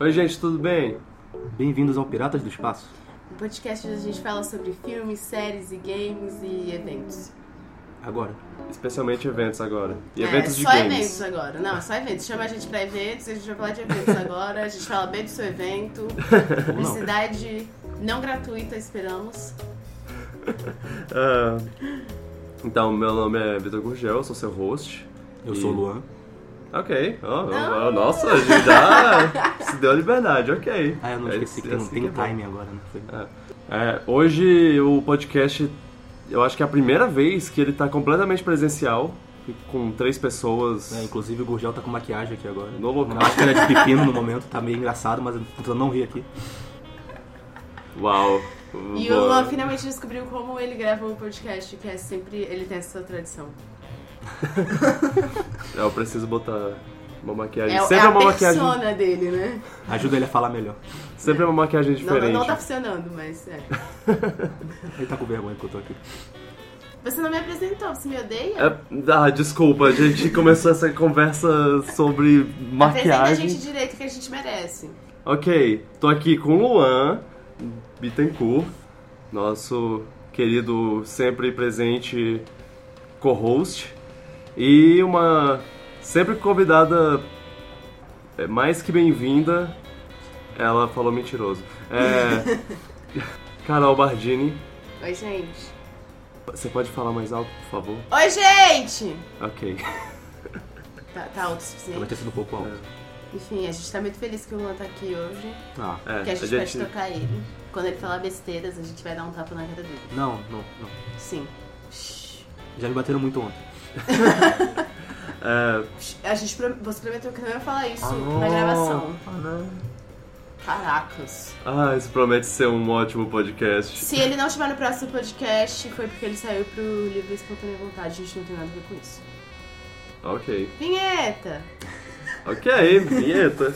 Oi, gente, tudo bem? Bem-vindos ao Piratas do Espaço. Um podcast onde a gente fala sobre filmes, séries e games e eventos. Agora. Especialmente eventos agora. E é, eventos de só games. eventos agora. Não, só eventos. Chama a gente pra eventos, a gente vai falar de eventos agora, a gente fala bem do seu evento. Publicidade não gratuita, esperamos. Ah, então, meu nome é Vitor Gurgel, sou seu host. Eu sou o Luan. Ok. ó, ó, Ah. ó, nossa, a gente dá- se deu a liberdade, ok. Ah, eu não É esqueci que isso- não assim tem que é bom. time agora, né? Foi- É, hoje o podcast, eu acho que é a primeira vez que ele tá completamente presencial, com três pessoas. É, inclusive o Gurgel tá com maquiagem aqui agora. No local. Uma máscara é de pepino no momento, tá meio engraçado, mas eu tô tentando não rir aqui. Uau. E o Boa. Luan finalmente descobriu como ele grava um podcast, que é sempre. Ele tem essa tradição. É, Eu preciso botar uma maquiagem. É, o- sempre é é a uma maquiagem. persona dele, né? Ajuda ele a falar melhor. Sempre é uma maquiagem Não, diferente. não tá funcionando, mas é. Ele tá com vergonha que eu tô aqui. Você não me apresentou, você me odeia? É, ah, desculpa, a gente começou essa conversa sobre Apresenta a maquiagem. gente direito que a gente merece. Ok, tô aqui com o Luan Bittencourt, nosso querido sempre presente co-host, e uma sempre convidada é, mais que bem-vinda, ela falou mentiroso, é, Carol Bardini. Oi, gente. Você pode falar mais alto, por favor? Oi, gente! Ok. Tá, tá alto o Ela suficiente. ter sido um pouco alto. Enfim, a gente tá muito feliz que o Luan tá aqui hoje. Ah, É, Que a gente, pode tocar ele. Quando ele falar besteiras, a gente vai dar um tapa na cara dele. não, não, não. Sim. Shhh. Já me bateram muito ontem. é, Shhh. A gente, pro- você prometeu que não ia falar isso Ah, na não. gravação. Ah, não. Caracas. Ah, isso promete ser um ótimo podcast. Se ele não estiver no próximo podcast, foi porque ele saiu pro livro Espontânea Vontade. A gente não tem nada a ver com isso. Ok. Vinheta! Ok, vinheta.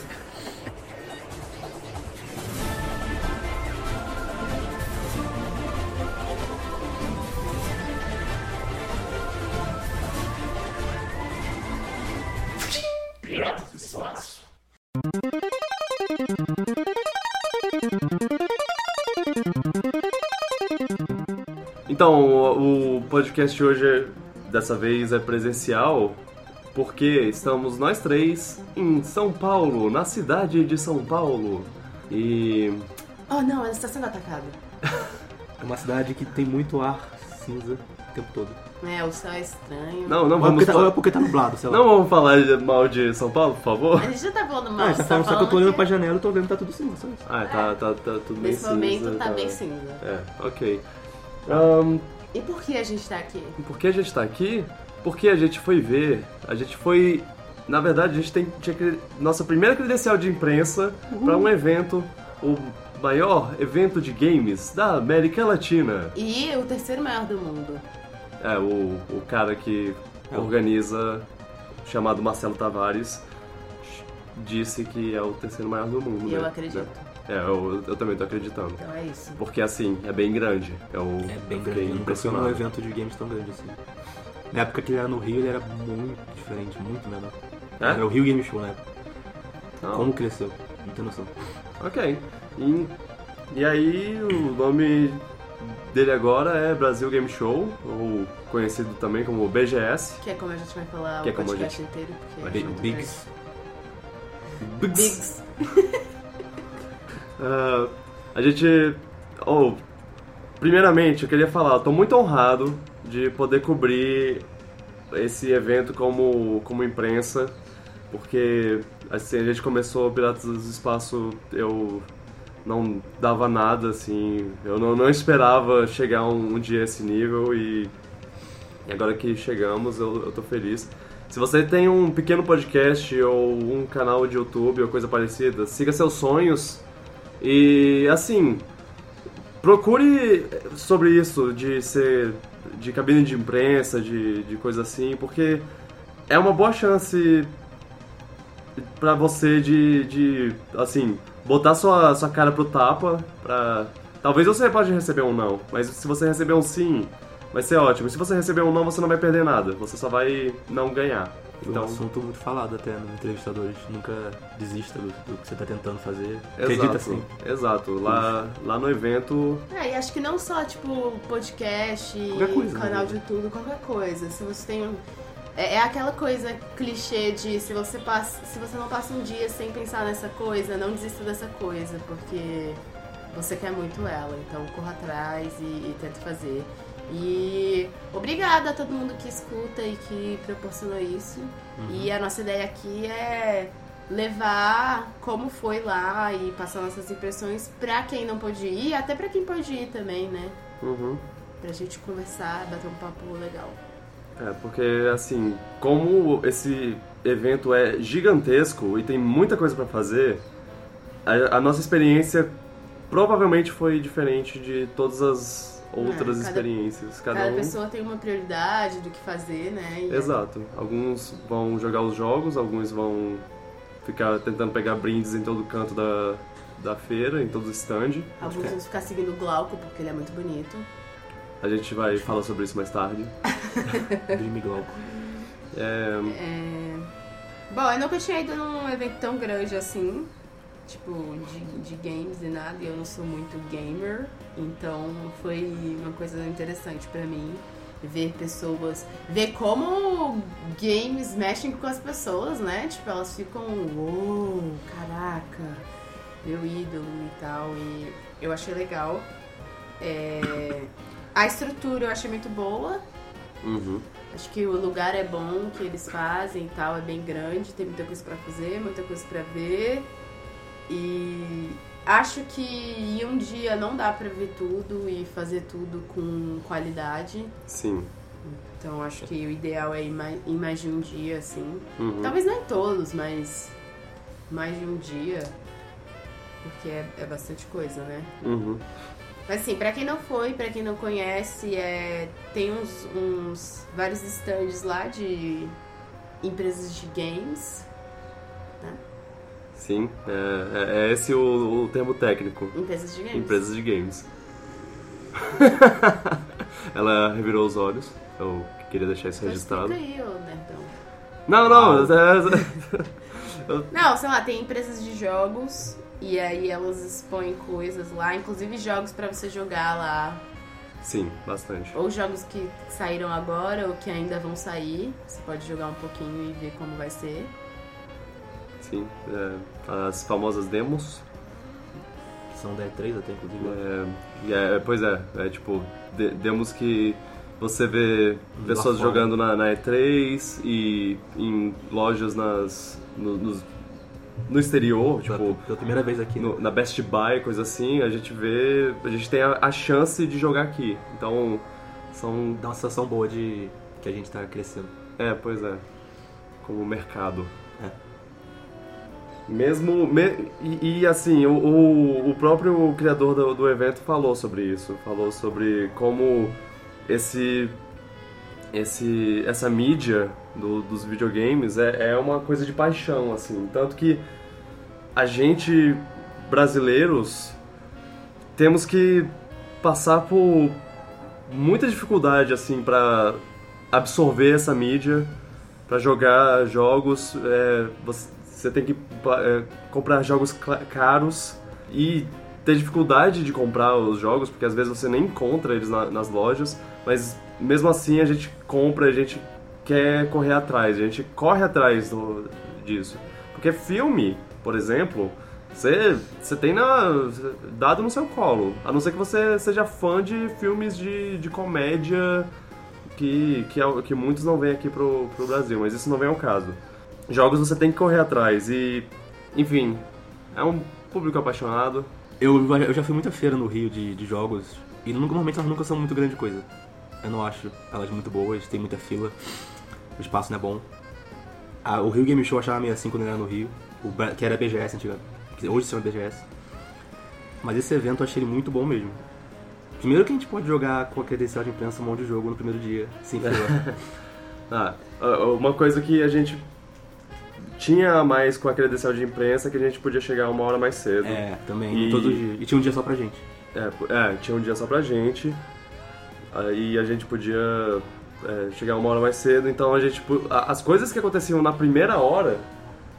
Então, o o podcast hoje, dessa vez, é presencial, porque estamos nós três em São Paulo, na cidade de São Paulo. E. Oh não, ela está sendo atacada. É uma cidade que tem muito ar cinza o tempo todo. É, o céu é estranho. Não, não Ou é vamos porque, tá, ou é falar. porque tá nublado, sei lá. Não vamos falar de- mal de São Paulo, por favor? A gente já tá falando mal, Ah, você tá falando só que eu tô olhando pra janela e tô vendo que tá tudo cinza, só isso. Ah, tá, tá, tá tudo bem Nesse cinza. momento tá bem cinza. É, ok. Ahn, E por que a gente tá aqui? por que a gente tá aqui? Porque a gente foi ver, a gente foi. Na verdade, a gente tem, tinha cre- nossa primeira credencial de imprensa pra Uhum. um evento, o maior evento de games da América Latina. E o terceiro maior do mundo. É, o, o cara que É o- organiza, chamado Marcelo Tavares, disse que é o terceiro maior do mundo. E eu né? acredito. É, eu, eu também tô acreditando. Então é isso. Porque assim, é bem grande. Eu É bem fiquei grande. Eu nunca fui num Impressionado. evento de games tão grande assim. Na época que ele era no Rio, ele era muito diferente, muito menor. É? Ah. Era o Rio Game Show na época. Não, Como cresceu? Não tem noção. Ok. E, e aí, o nome dele agora é Brasil Game Show, ou conhecido também como BGS. Que é como a gente vai falar Que o é como a podcast inteiro. Porque Vai é ser muito Bigs. grande. Bigs. Ah, a gente. Oh, primeiramente, eu queria falar, eu tô muito honrado de poder cobrir esse evento como, como imprensa, porque assim, a gente começou o Piratas do Espaço, eu não dava nada, assim, eu não, não esperava chegar um, um dia a esse nível e, e agora que chegamos eu, eu tô feliz. Se você tem um pequeno podcast ou um canal de YouTube ou coisa parecida, siga seus sonhos e assim, procure sobre isso de ser de cabine de imprensa, de, de coisa assim, porque é uma boa chance pra você de, de assim, botar sua, sua cara pro tapa, pra... Talvez você pode receber um não, mas se você receber um sim, vai ser ótimo. E se você receber um não, você não vai perder nada, você só vai não ganhar. É um Então, assunto muito falado até nos entrevistadores. Nunca desista do, do que você tá tentando fazer. Acredita assim, exato. sim. Exato. Lá, lá no evento, É, e acho que não só, tipo, podcast, Qualquer coisa, canal né? de tudo, qualquer coisa. Se você tem um... É é aquela coisa clichê de se você, passa, se você não passa um dia sem pensar nessa coisa, não desista dessa coisa, porque você quer muito ela. Então corra atrás e, e tenta fazer. E obrigada a todo mundo que escuta e que proporcionou isso. Uhum. E a nossa ideia aqui é levar como foi lá e passar nossas impressões pra quem não pôde ir, até pra quem pôde ir também, né? uhum. Pra gente conversar, bater um papo legal. É, porque assim, como esse evento é gigantesco e tem muita coisa pra fazer, a, a nossa experiência provavelmente foi diferente de todas as outras É, cada- experiências. Cada, Cada, um. pessoa tem uma prioridade do que fazer, né? E Exato. Alguns vão jogar os jogos, alguns vão ficar tentando pegar brindes em todo canto da, da feira, em todo stand. Alguns vão ficar seguindo o Glauco, porque ele é muito bonito. A gente vai falar sobre isso mais tarde. Dream Glauco. Bom, eu nunca tinha ido num evento tão grande assim, tipo, de, de games e nada, e eu não sou muito gamer, então foi uma coisa interessante pra mim ver pessoas, ver como games mexem com as pessoas, né? Tipo, elas ficam, uou, caraca, meu ídolo e tal, e eu achei legal. É, A estrutura eu achei muito boa, Uhum. Acho que o lugar é bom, o que eles fazem e tal, é bem grande, tem muita coisa pra fazer, muita coisa pra ver. E acho que em um dia não dá pra ver tudo e fazer tudo com qualidade. Sim. Então acho que o ideal é ir mai- ir mais de um dia, assim. Uhum. Talvez não em todos, mas mais de um dia. Porque é, é bastante coisa, né? Uhum. Mas assim, pra quem não foi, pra quem não conhece, é, tem uns, uns vários stands lá de empresas de games, Sim. É, é- é esse o, o termo técnico. empresas de games. Empresas de games. Ela revirou os olhos. Eu queria deixar isso Então registrado. explica aí, ô nerdão. Não, não. é, Não, sei lá, tem empresas de jogos e aí elas expõem coisas lá, inclusive jogos pra você jogar lá, Sim, bastante. ou jogos que saíram agora ou que ainda vão sair. Você pode jogar um pouquinho e ver como vai ser. Sim. é, as famosas demos. São da E3 até, inclusive. É, e é- pois é, é tipo, de- demos que você vê Lá pessoas fora. jogando na, na E3 e em lojas nas, no, nos- no exterior, tipo, Pela- pela primeira vez aqui. né? no- na Best Buy, coisa assim, a gente vê, a gente tem a, a chance de jogar aqui. Então, são. Dá uma sensação boa de que a gente tá crescendo. É, pois é, como mercado. É. Mesmo. me- e, e, assim, o, o, o próprio criador do, do evento falou sobre isso. Falou sobre como esse. esse essa mídia do- dos videogames é, é uma coisa de paixão, assim. Tanto que a gente, brasileiros, temos que passar por muita dificuldade, assim, pra absorver essa mídia. Pra jogar jogos, é, você, você tem que pa- é, comprar jogos cla- caros e ter dificuldade de comprar os jogos, porque às vezes você nem encontra eles na- nas lojas, mas mesmo assim a gente compra, a gente quer correr atrás, a gente corre atrás do- disso. Porque filme, por exemplo, você, você tem na- dado no seu colo, a não ser que você seja fã de filmes de, de comédia que, que, é- que muitos não vêm aqui pro, pro Brasil, mas isso não vem ao caso. Jogos você tem que correr atrás e, enfim, é um público apaixonado. Eu, eu já fui muita feira no Rio de, de jogos e normalmente elas nunca são muito grande coisa. Eu não acho elas muito boas, tem muita fila, o espaço não é bom. Ah, o Rio Game Show eu achava meio assim quando eu era no Rio, o Bra- que era BGS antigamente, Quer dizer, hoje se chama BGS. Mas esse evento eu achei ele muito bom mesmo. Primeiro que a gente pode jogar com a credencial de imprensa um monte de jogo no primeiro dia, sem fila. Ah, uma coisa que a gente tinha a mais com a credencial de imprensa é que a gente podia chegar uma hora mais cedo. é, também, E- todo dia. E tinha um dia só pra gente. É, po- é, tinha um dia só pra gente. Aí a gente podia é, chegar uma hora mais cedo, então a gente, tipo, a- as coisas que aconteciam na primeira hora,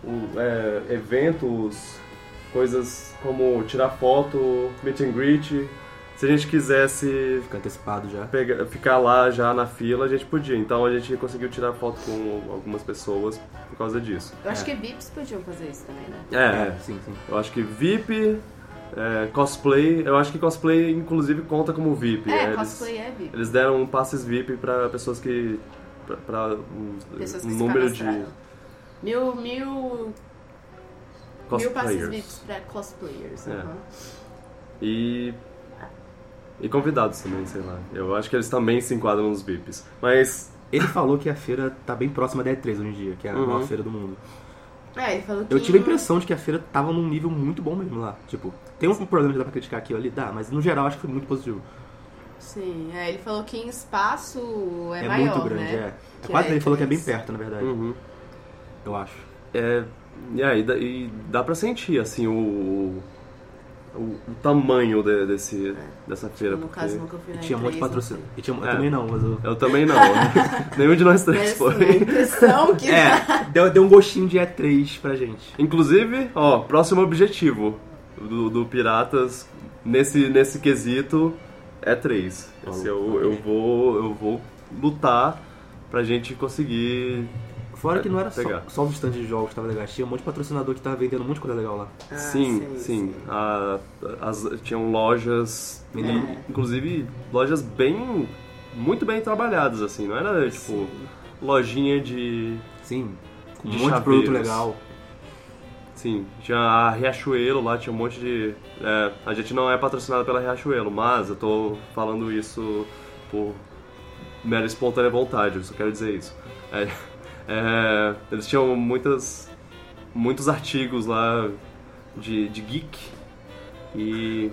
o- é, eventos, coisas como tirar foto, meet and greet, se a gente quisesse Fica antecipado já. pega- ficar lá já na fila, a gente podia. Então a gente conseguiu tirar foto com algumas pessoas por causa disso. Eu acho É. que VIPs podiam fazer isso também, né? É, sim, sim. eu acho que VIP, é, cosplay, eu acho que cosplay inclusive conta como VIP. né? É, Eles- cosplay é VIP. Eles deram um passes VIP pra pessoas que. pra- pra um, Pessoas que um se número de cadastraram. Mil, mil, mil passes VIPs cosplayers. pra cosplayers. É. aham. E. E convidados também, sei lá. Eu acho que eles também se enquadram nos VIPs. Mas. Ele falou que a feira tá bem próxima da E3 hoje em dia, que é a Uhum. maior feira do mundo. É, ele falou que. Eu tive a impressão de que a feira tava num nível muito bom mesmo lá. Tipo, tem um problema que dá pra criticar aqui ou ali? Dá, mas no geral acho que foi muito positivo. Sim, é, ele falou que em espaço é, É, maior, muito grande, né? é. Que é quase, é ele falou que é bem E3. perto, na verdade, Uhum. eu acho. É, e aí, dá- e dá pra sentir, assim, o. o, o tamanho de- desse, dessa feira. É. No porque caso, nunca fui E na é, tinha um monte de E3, não patrocínio. E tinha, É. Eu também não, mas eu... Eu também não. Nenhum de nós três Mas foi. assim, a impressão que É, deu, deu um gostinho de E3 pra gente. Inclusive, ó, próximo objetivo do, do Piratas nesse, nesse quesito é 3. Esse eu, eu, vou, eu vou lutar pra gente conseguir. Fora que não era só, Pegar. só os stands de jogos que tava legal, tinha um monte de patrocinador que tava vendendo um monte de coisa legal lá. Ah, sim, sei, sim. sei. A- as- tinham lojas, e, É. inclusive lojas bem. muito bem trabalhadas, assim, não era tipo Sim. lojinha de. Sim, com um De monte de produto chaveiros. legal. Sim, tinha a Riachuelo lá, tinha um monte de. é, a gente não é patrocinado pela Riachuelo, mas eu tô falando isso por mera espontânea vontade, eu só quero dizer isso. É, é, eles tinham muitas, muitos artigos lá de, de geek e.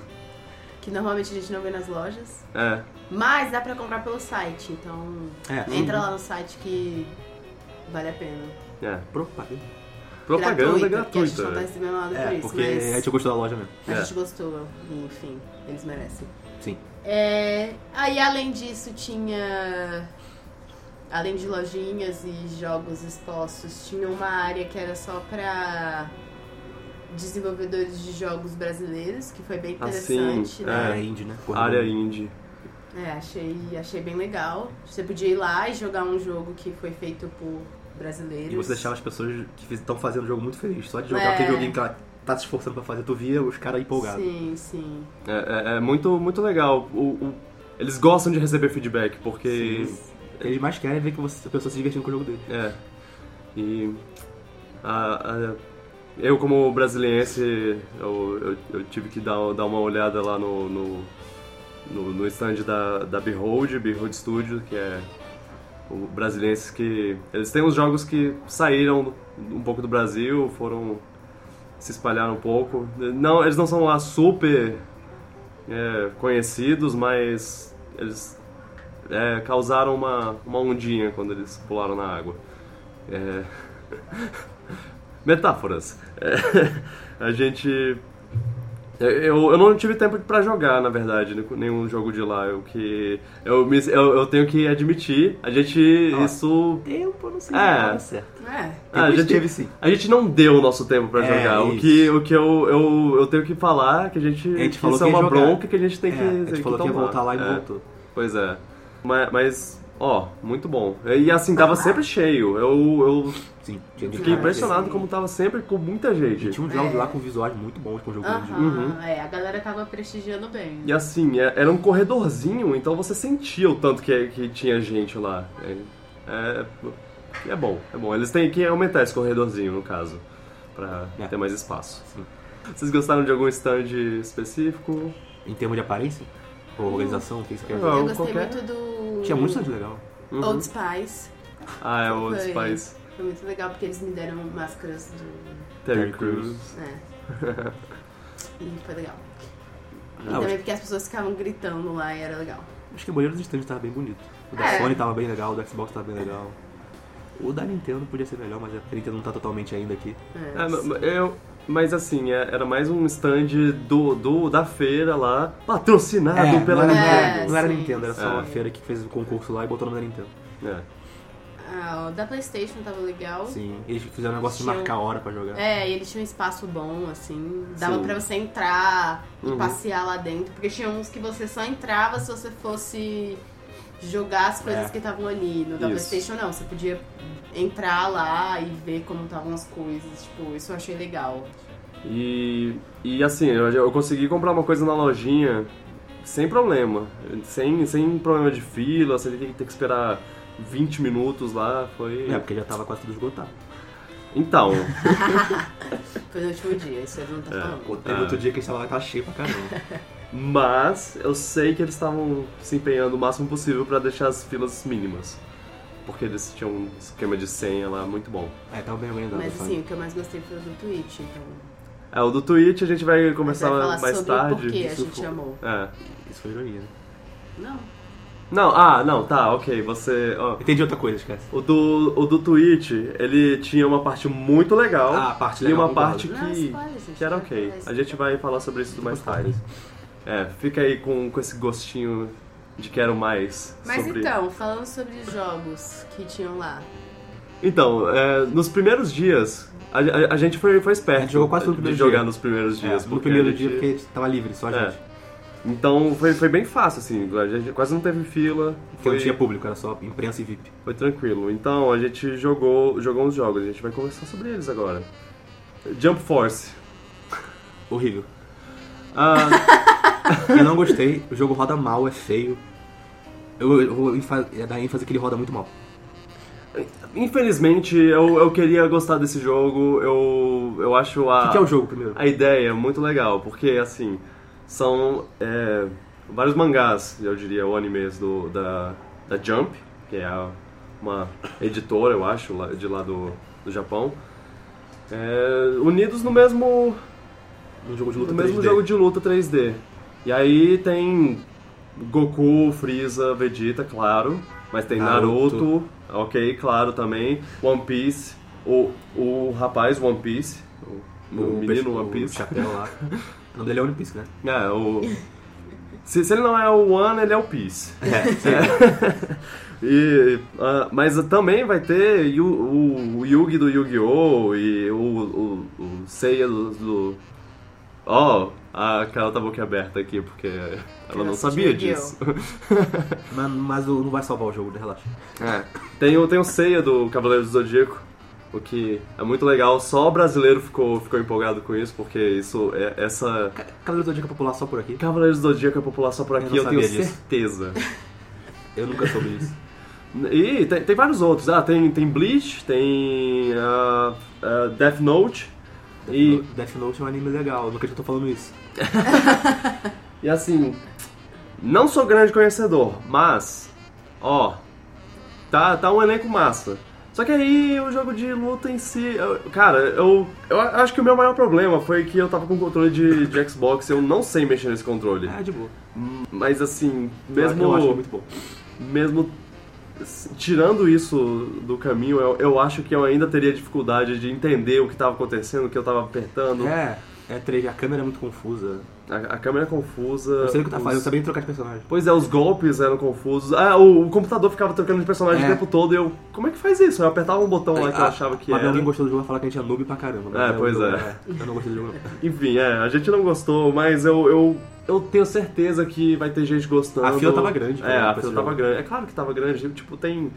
Que normalmente a gente não vê nas lojas. É, Mas dá pra comprar pelo site, então É, entra lá no site que vale a pena. é. propaganda. Propaganda Porque a gente gratuita. né? não tá recebendo nada por É, isso, porque mas a gente gostou da loja mesmo. a É. gente gostou, e, enfim, eles merecem. Sim. É, aí além disso tinha. Além de lojinhas e jogos expostos, tinha uma área que era só pra desenvolvedores de jogos brasileiros, que foi bem Ah, sim, interessante, É. né? Área indie, né? Porra, Área né? indie. É, achei, achei bem legal. Você podia ir lá e jogar um jogo que foi feito por brasileiros. E você deixava as pessoas que estão fazendo o jogo muito felizes. Só de jogar É. aquele joguinho que ela tá se esforçando pra fazer, tu via os caras empolgados. Sim, sim. É, é- é muito, muito legal. O- o- eles gostam de receber feedback, porque. Eles mais querem ver que você, a pessoa se divertindo com o jogo dele. É. E. a- a- eu, como brasiliense, eu, eu- eu tive que dar, dar uma olhada lá no, no, no, no stand da, da Behold, Behold Studio, que é o brasiliense que. Eles têm uns jogos que saíram um pouco do Brasil, foram. se espalharam um pouco. Não, eles não são lá super é, conhecidos, mas eles é, causaram uma, uma ondinha quando eles pularam na água. É, Metáforas. É, A gente. Eu, eu não tive tempo pra jogar, na verdade, nenhum jogo de lá. Eu que. Eu, me- eu, eu tenho que admitir, a gente. Ó. Isso. Tempo, não sei É. nada certo. É. Ah, Depois já teve sim. A gente não deu o nosso tempo pra É, jogar. O isso. que, o que eu, eu, eu tenho que falar que a gente. A gente que falou isso é que ia uma jogar. bronca que a gente tem É, que. a tem gente falou que ia tomar. voltar lá e É. voltou. Pois é. Ma- Mas, ó, muito bom. E assim, Ah. tava sempre cheio. Eu, eu Sim. fiquei tinha Ah, gente- impressionado sim. como tava sempre com muita gente. E tinha uns jogos lá com visuais muito bons pra um jogo grande. Aham, é, a galera tava prestigiando bem. Uhum. E assim, é- era um corredorzinho, então você sentia o tanto que, é, que tinha gente lá. É, é, é bom, é bom. Eles têm que aumentar esse corredorzinho, no caso, pra É. ter mais espaço. Sim. Vocês gostaram de algum stand específico? Em termos de aparência? Ou organização? O que você quer Ah, dizer? Eu gostei qualquer- muito do. Tinha muito stand legal. Uhum. Old Spice. Ah, é o Old Foi. Spice. Foi muito legal porque eles me deram máscaras do. Terry Terry Crews. Crews. É. e foi legal. E Uhum. Ah, também porque as pessoas ficavam gritando lá e era legal. Acho que o banheiro dos stands tava bem bonito. O da É. Sony tava bem legal, o do Xbox tava bem legal. O da Nintendo podia ser melhor, mas a Nintendo não tá totalmente ainda aqui. É. É, ma- ma- eu, mas assim, é- era mais um stand do, do, da feira lá, patrocinado É, pela não era, Nintendo. Não era É, sim, Nintendo, era só sim. uma feira que fez o concurso lá e botou o nome da Nintendo. É. Ah, o da Playstation tava legal. Sim, eles fizeram um negócio de Tinha um- marcar a hora pra jogar. É, e ele tinha um espaço bom, assim. Dava Sim. pra você entrar e Uhum. passear lá dentro. Porque tinha uns que você só entrava se você fosse jogar as coisas É. que estavam ali. No da Isso. Playstation não, você podia entrar lá e ver como estavam as coisas. Tipo, isso eu achei legal. E, e assim, eu, eu consegui comprar uma coisa na lojinha sem problema. Sem, sem problema de fila, sem ter que, ter que esperar 20 minutos lá. Foi. É, porque já tava quase tudo esgotado. Então, Foi no último dia, isso ele não É, tá falando. Pô, teve outro dia que a gente tava lá, tava cheio pra caramba. mas eu sei que eles estavam se empenhando o máximo possível pra deixar as filas mínimas. Porque eles tinham um esquema de senha lá muito bom. é, tava bem organizado, Mas sabe? assim, o que eu mais gostei foi o do Twitch, então. É, o do Twitch a gente vai Você conversar vai falar mais sobre tarde. o porquê a isso gente foi- amou. É. Isso foi ironia, né? Não. Não, ah, não, tá, ok. Você. ó, Entendi outra coisa, esquece. O do, o do Twitch, ele tinha uma parte muito legal Ah, a parte e legal, uma concordo. parte Não, que, spoiler, gente. que era não é ok. faz. A gente vai falar sobre isso mais tarde. É, fica aí com, com esse gostinho de quero mais. Mas sobre... então, falando sobre os jogos que tinham lá. Então, é, nos primeiros dias, a, a- a gente foi, foi esperto A gente jogou quase todo o de primeiro jogar dia. nos primeiros dias. É, no porque primeiro a gente- dia, porque a gente tava livre, só a É. gente. Então foi, foi bem fácil, assim. A gente quase não teve fila. Porque Foi, não tinha público, era só imprensa e VIP. Foi tranquilo. Então a gente jogou, jogou uns jogos, a gente vai conversar sobre eles agora. Jump Force. Horrível. Ah, Eu não gostei, o jogo roda mal, é feio. Eu, eu vou enfa- é, dar ênfase que ele roda muito mal. infelizmente, eu, eu queria gostar desse jogo. Eu, eu acho O a, que, que é o jogo primeiro? a ideia muito legal, porque assim, são é, vários mangás, eu diria, ou animes do, da, da Jump, que é a- uma editora, eu acho, lá- de lá do, do Japão. é, unidos no mesmo Um jogo de luta no mesmo 3D. jogo de luta 3D. E aí tem Goku, Freeza, Vegeta, claro. Mas tem Naruto, Naruto. ok, claro também. One Piece, o, o rapaz One Piece, o, o menino One O Piece. chapéu lá. O nome dele é One Piece, né? É, o... se, se ele não é o One, ele é o Piece. É, sim. E, ah, mas também vai ter Yu- o, o Yugi do Yu-Gi-Oh! e o, o, o Seiya do. do- Ó, a Carol tá boca aberta aqui porque ela Ela não assistiu sabia Yu-Gi-Oh! disso. mas, mas o- não vai salvar o jogo, né? relaxa. Tem, o- tem o Seiya do Cavaleiro do Zodíaco, o que é muito legal. Só o brasileiro ficou, ficou empolgado com isso porque isso é essa. Cavaleiro do Zodíaco é popular só por aqui. Cavaleiros do Zodíaco é popular só por Eu aqui, não eu, tenho sabia disso. certeza. Eu nunca soube isso. E tem, tem vários outros. Ah, tem, tem Bleach, tem ah, ah, Death Note. E, E Death Note é um anime legal, eu nunca eu tô falando isso. e assim, não sou grande conhecedor, mas, ó, tá, tá um elenco massa. Só que aí o jogo de luta em si, eu- cara, eu, eu acho que o meu maior problema foi que eu tava com controle de, de Xbox, eu não sei mexer nesse controle. É, de boa. Mas assim, mesmo. Eu acho muito bom. mesmo s- tirando isso do caminho, eu, eu acho que eu ainda teria dificuldade de entender o que estava acontecendo, o que eu estava apertando. É, é 3 a câmera é muito confusa. A, a câmera é confusa. Eu sei o que tá fazendo, eu os- sabia nem trocar de personagem. Pois é, os golpes eram confusos. Ah, o, o computador ficava trocando de personagem É. o tempo todo e eu. Como é que faz isso? Eu apertava um botão lá que eu Ah, achava que mas era. alguém gostou do jogo vai falar que a gente é noob pra caramba. mas É, o pois jogo, é. Eu não gostei do jogo, não. Enfim, é, a gente não gostou, mas eu. eu... Eu tenho certeza que vai ter gente gostando. A fila tava grande, É, né, a pra fila esse tava jogo. grande. É claro que tava grande. Tipo, tem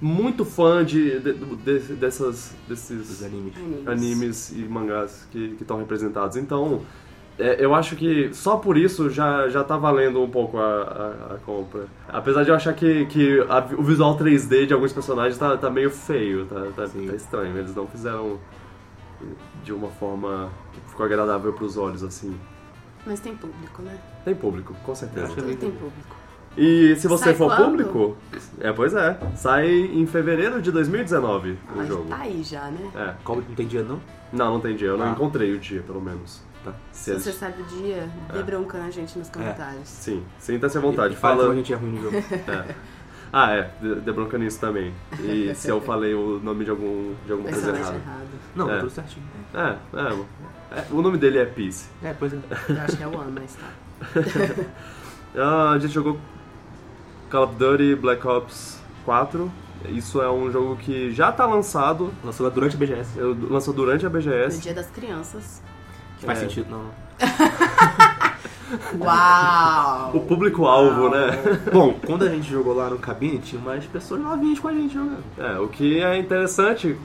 muito fã de, de- de- dessas, desses Os animes. Animes. animes e mangás que estão representados. Então, é, eu acho que só por isso já, já tá valendo um pouco a, a- a compra. Apesar de eu achar que, que a vi- o visual 3D de alguns personagens tá, tá meio feio, tá, tá, Sim. tá estranho. Eles não fizeram de uma forma que ficou agradável pros olhos, assim. Mas tem público, né? Tem público, com certeza. Também Tudo tem. tem público. E se você Sai for quando? público, é, pois é, sai em fevereiro de 2019 o Mas jogo. tá aí já, né? É. Como não tem dia, não? Não, não tem dia. Eu não Ah. encontrei o dia, pelo menos. Tá. Se Se as- você sabe o dia, É. dê bronca na gente nos comentários. Sim, sinta-se à vontade. E- e Fala. como a gente é ruim no jogo. É. Ah, é, de- dê bronca nisso também. E se eu falei o nome de, algum, de alguma Vai coisa ser mais errada. errado. Não, É. tá tudo certinho. É, é, é, O nome dele é Peace. É, pois é. Eu acho que é o ano, mas tá. Ah, a gente jogou Call of Duty Black Ops 4 Isso é um jogo que já tá lançado, Lançou lá durante a BGS. eu- lançou durante a No BGS. Dia das Crianças. Que faz É. sentido, não. não. Uau! O público-alvo, né? Bom, quando a gente jogou lá no cabine, tinha umas pessoas novinhas com a gente jogando. É, o que é interessante,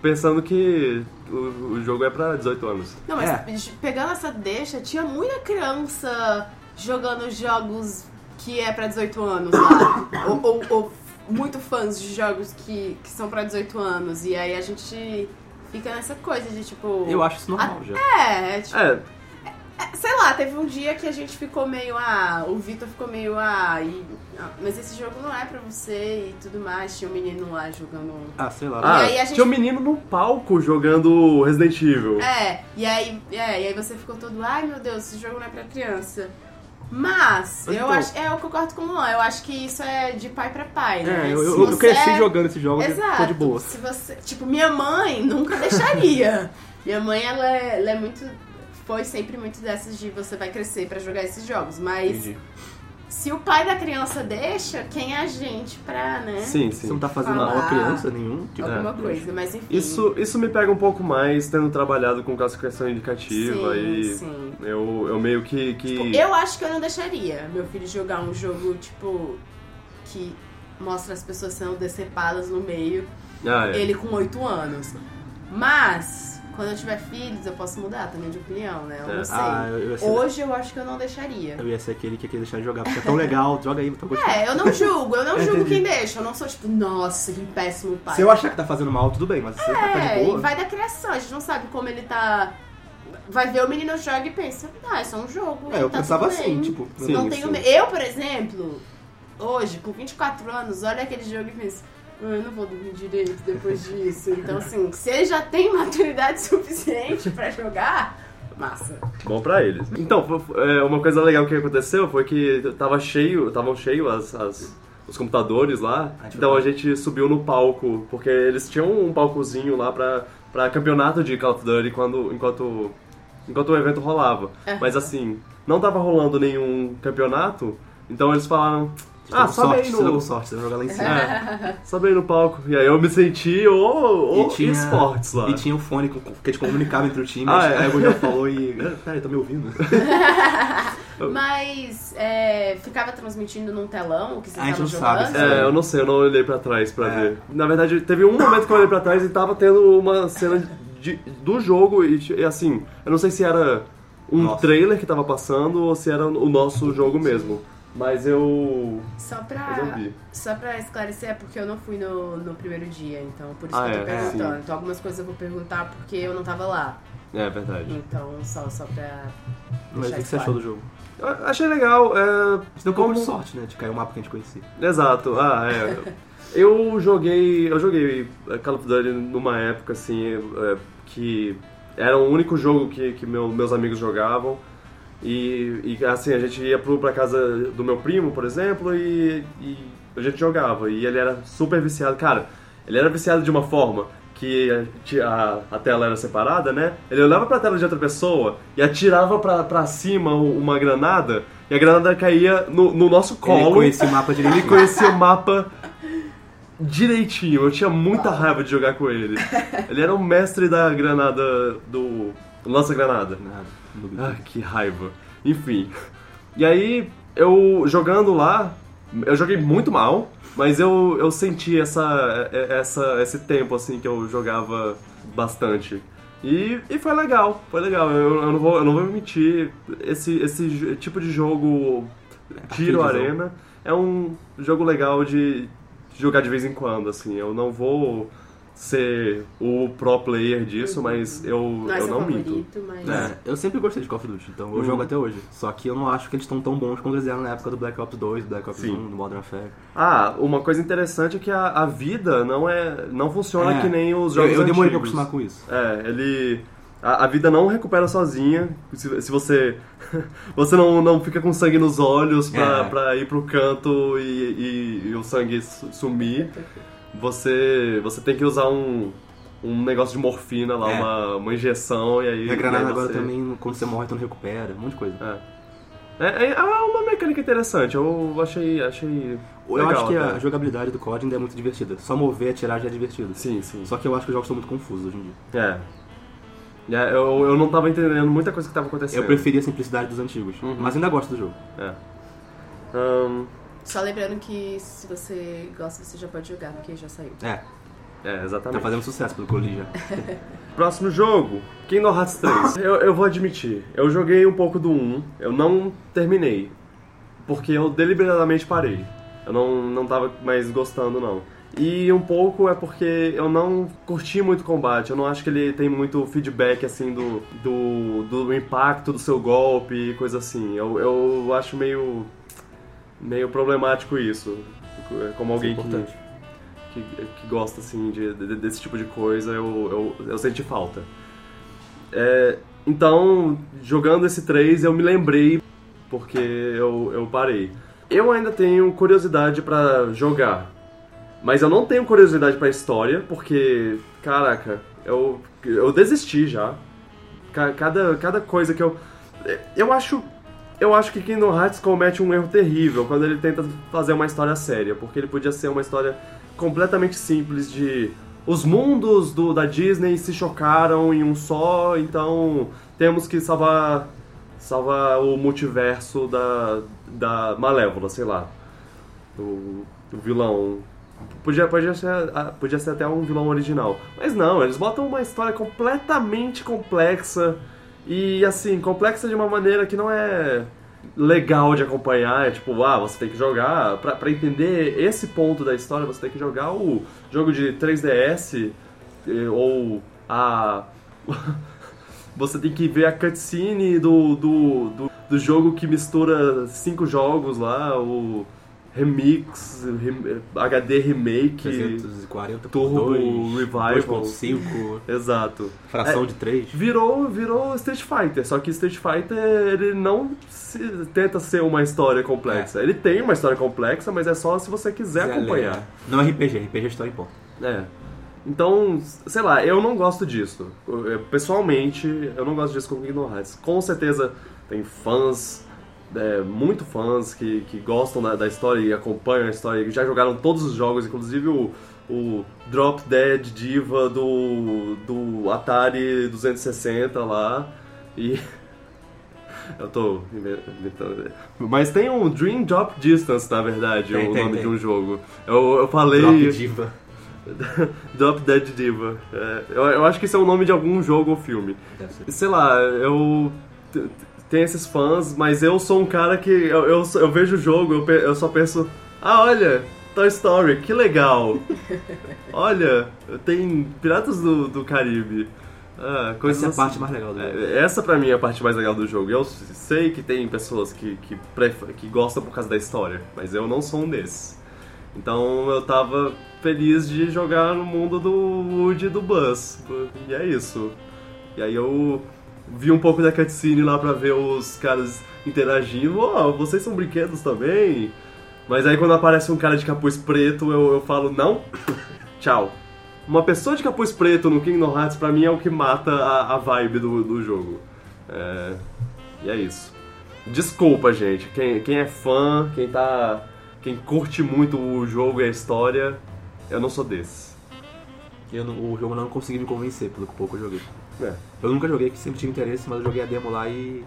pensando que o, o jogo é pra 18 anos. Não, mas É. j- pegando essa deixa, tinha muita criança jogando jogos que é pra 18 anos lá. ou, ou- ou muito fãs de jogos que, que são pra 18 anos. E aí a gente fica nessa coisa de tipo. Eu acho isso normal já. É, é tipo, É, é, sei lá, teve um dia que a gente ficou meio, ah, o Vitor ficou meio, ah, e, ah, mas esse jogo não é pra você e tudo mais. Tinha um menino lá jogando. Ah, sei lá. ah, aí a gente- tinha um menino no palco jogando Resident Evil. É, e aí, é, e aí você ficou todo, ai meu Deus, esse jogo não é pra criança. Mas, Mas eu então- acho, é, eu concordo com o Luan, eu acho que isso é de pai pra pai, né? É, eu, Se eu, eu você- cresci jogando esse jogo, Exato. tô de boa. assim. Se você, tipo, minha mãe nunca deixaria. minha mãe, ela é, ela é muito, foi sempre muito dessas de você vai crescer pra jogar esses jogos, mas Entendi. se o pai da criança deixa, quem é a gente pra, né? Sim, Você não sim. tá fazendo mal Falar. a criança nenhum? Tipo, Alguma é. coisa, mas enfim. Isso, isso me pega um pouco mais, tendo trabalhado com classificação é indicativa sim, e sim. Eu, eu meio que. que... Tipo, eu acho que eu não deixaria meu filho jogar um jogo, tipo, que mostra as pessoas sendo decepadas no meio, Ah, é. ele com 8 anos. Mas, quando eu tiver filhos, eu posso mudar também de opinião, né? Eu É. não sei. Ah, eu, eu ia ser, Hoje eu acho que eu não deixaria. eu ia ser aquele que ia querer deixar de jogar, porque é tão legal, joga aí, tá gostando. É, eu não julgo, eu não julgo Entendi. quem deixa. Eu não sou tipo, nossa, que péssimo pai. Se eu achar que tá fazendo mal, tudo bem, mas você tá de É, e boa. vai da criação, a gente não sabe como ele tá. Vai ver o menino joga e pensa, ah, isso é um jogo. É, eu tá pensava tudo bem. assim, tipo, Sim, não tenho sim. medo. Eu, por exemplo, hoje, com 24 anos, olho aquele jogo e penso, "Ah, eu não vou dormir direito depois disso. Então, assim, se ele já tem maturidade suficiente pra jogar, massa. Bom pra eles. Então, fo- é, uma coisa legal que aconteceu foi que tava cheio, estavam cheios as, as- os computadores lá. Ah, tipo- Então a gente subiu no palco, porque eles tinham um palcozinho lá pra, pra campeonato de Call of Duty quando, enquanto, enquanto o evento rolava. Aham. Mas assim, não tava rolando nenhum campeonato, então eles falaram. Vocês Ah, estão com sobe aí, sorte, vocês estão no, com sorte, você vai jogar lá em cima. é, sobe aí no palco. E aí eu me senti o, o E tinha- esportes lá. E tinha o fone com- com- que a gente comunicava entre o time, Ah, acho que é. aí o Gugel falou e. Peraí, tá me ouvindo? Mas é, ficava transmitindo num telão o que vocês A gente não estavam sabe, jogando. É, eu não sei, eu não olhei pra trás pra É. ver. Na verdade, teve um momento que eu olhei pra trás e tava tendo uma cena de- do jogo e, e assim, eu não sei se era um Nossa. trailer que tava passando ou se era o nosso jogo mesmo. Mas eu. é. Só Mas eu pra, vi. só pra esclarecer, é porque eu não fui no, no primeiro dia, então por isso Ah, que eu tô é, perguntando. sim. Então algumas coisas eu vou perguntar porque eu não tava lá. É verdade. Então só, só pra. Mas o que você achou do jogo? Eu achei legal, é. Você deu um pouco Como- de sorte, né? De cair o mapa que a gente conhecia. Exato, ah, é. Eu joguei. Eu joguei eh, Call of Duty numa época assim é, que era o único jogo que, que meu- meus amigos jogavam. E, e, assim, a gente ia pro, pra casa do meu primo, por exemplo, e, e a gente jogava. E ele era super viciado. Cara, ele era viciado de uma forma que a, ti- a, a tela era separada, né? Ele olhava pra tela de outra pessoa e atirava pra, pra cima u- uma granada. E a granada caía no, no nosso Ele colo. conhecia o mapa direito. Ele conhecia o mapa direitinho. Eu tinha muita raiva de jogar com ele. Ele era o mestre da granada do lança-granada. Nada, no bico. Ah, que raiva. Enfim. E aí, eu jogando lá, eu joguei muito mal, mas eu, eu senti essa, é- essa, esse tempo assim que eu jogava bastante. E, e foi legal, foi legal. Eu, eu não, vou, eu não vou mentir, esse, esse j- tipo de jogo tiro arcadezão. arena é um jogo legal de jogar de vez em quando, assim. Eu não vou ser o pro player disso, mas eu, Não é eu seu não minto. favorito, mas. É, eu sempre gostei de Call of Duty, então eu Uhum. jogo até hoje. Só que eu não acho que eles estão tão bons quanto eles eram na época do Black Ops 2, do Black Ops Sim. 1, do Modern Warfare. Ah, uma coisa interessante é que a, a vida não é, não funciona É. que nem os Eu, jogos eu demorei pra antigos. acostumar com isso. É, ele a, a vida não recupera sozinha. Se, se você você não, não fica com sangue nos olhos pra, É. pra ir pro canto e, e- e o sangue su- sumir, você você tem que usar um um negócio de morfina lá, É. uma, uma injeção e aí E a granada aí agora você- também, quando você morre, tu não recupera, um monte de coisa. É. É, é- é uma mecânica interessante, eu achei. achei Eu legal acho que até. a jogabilidade do COD ainda é muito divertida. Só mover e atirar já é divertido. Sim, sim. Só que eu acho que os jogos estão muito confusos hoje em dia. É. É, eu, eu não tava entendendo muita coisa que tava acontecendo. Eu preferia a simplicidade dos antigos, Uhum. mas ainda gosto do jogo. É. Ahn, Só lembrando que se você gosta, você já pode jogar, porque já saiu. É, é, tá exatamente. fazendo sucesso pelo que eu li já. Próximo jogo, Kingdom Hearts 3. eu, eu vou admitir, eu joguei um pouco do 1, eu não terminei. Porque eu deliberadamente parei. Eu não, não tava mais gostando, não. E um pouco é porque eu não curti muito o combate. Eu não acho que ele tem muito feedback, assim, do, do, do impacto do seu golpe e coisa assim. Eu, eu acho meio, meio problemático isso. Como alguém que, é importante. que, que gosta assim de- de- desse tipo de coisa, eu, eu, eu senti falta. É, então, jogando esse 3, eu me lembrei porque eu, eu parei. Eu ainda tenho curiosidade pra jogar, mas eu não tenho curiosidade pra história porque, caraca, eu, eu desisti já. Ca- Cada, cada coisa que eu. Eu acho. Eu acho que Kingdom Hearts comete um erro terrível quando ele tenta fazer uma história séria, porque ele podia ser uma história completamente simples de os mundos do, da Disney se chocaram em um só, então temos que salvar salvar o multiverso da, da Malévola, sei lá. O, o vilão. Podia, podia, ser, ah, podia ser até um vilão original. Mas não, eles botam uma história completamente complexa. E assim, complexa de uma maneira que não é legal de acompanhar. É tipo, ah, você tem que jogar. Pra, pra entender esse ponto da história, você tem que jogar o jogo de 3DS. eh, Ou a. Você tem que ver a cutscene do, do, do, do jogo que mistura cinco jogos lá, o remix, rem- HD remake, 340 Turbo por 2, Revival. 2.5, Exato. fração de 3. Virou, virou Street Fighter, só que Street Fighter ele não se- tenta ser uma história complexa. Ele tem uma história complexa, mas é só se você quiser acompanhar. Não é RPG, RPG é história em ponto. É. Então, sei lá, eu não gosto disso. Eu- Pessoalmente, eu não gosto disso com Kingdom Hearts. Com certeza tem fãs, é, muito fãs, que, que gostam da, da história e acompanham a história, que já jogaram todos os jogos, inclusive o, o Drop Dead Diva do, do Atari 260 lá. E. Eu tô inventando. né? Mas tem o Dream Drop Distance, na verdade, Tem, o tem, nome tem. de um jogo. Eu, eu falei. Drop Diva. Drop Dead Diva. É, eu, eu acho que isso é o nome de algum jogo ou filme. Deve ser. Sei lá, eu t- t- tenho esses fãs, mas eu sou um cara que eu, eu, sou- eu vejo o jogo, eu, pe- eu só penso, ah, olha, Toy Story, que legal. olha, tem Piratas do, do Caribe. Ah, coisas Essa é a assim. parte mais legal do jogo. É, Essa pra mim é a parte mais legal do jogo. Eu sei que tem pessoas que, que, pref- que gostam por causa da história, mas eu não sou um desses. Então eu tava feliz de jogar no mundo do Woody e do Buzz. E é isso. E aí eu vi um pouco da cutscene lá pra ver os caras interagindo. Ó, vocês são brinquedos também? Mas aí quando aparece um cara de capuz preto, eu, eu falo, não, tchau. Uma pessoa de capuz preto no Kingdom Hearts, pra mim, é o que mata a, a vibe do, do jogo. É, e é isso. Desculpa, gente. Quem, quem é fã, quem tá. Quem curte muito o jogo e a história, eu não sou desse. Eu não- o jogo não consegui me convencer pelo pouco que eu joguei. É. Eu nunca joguei, que sempre tive interesse, mas eu joguei a demo lá e.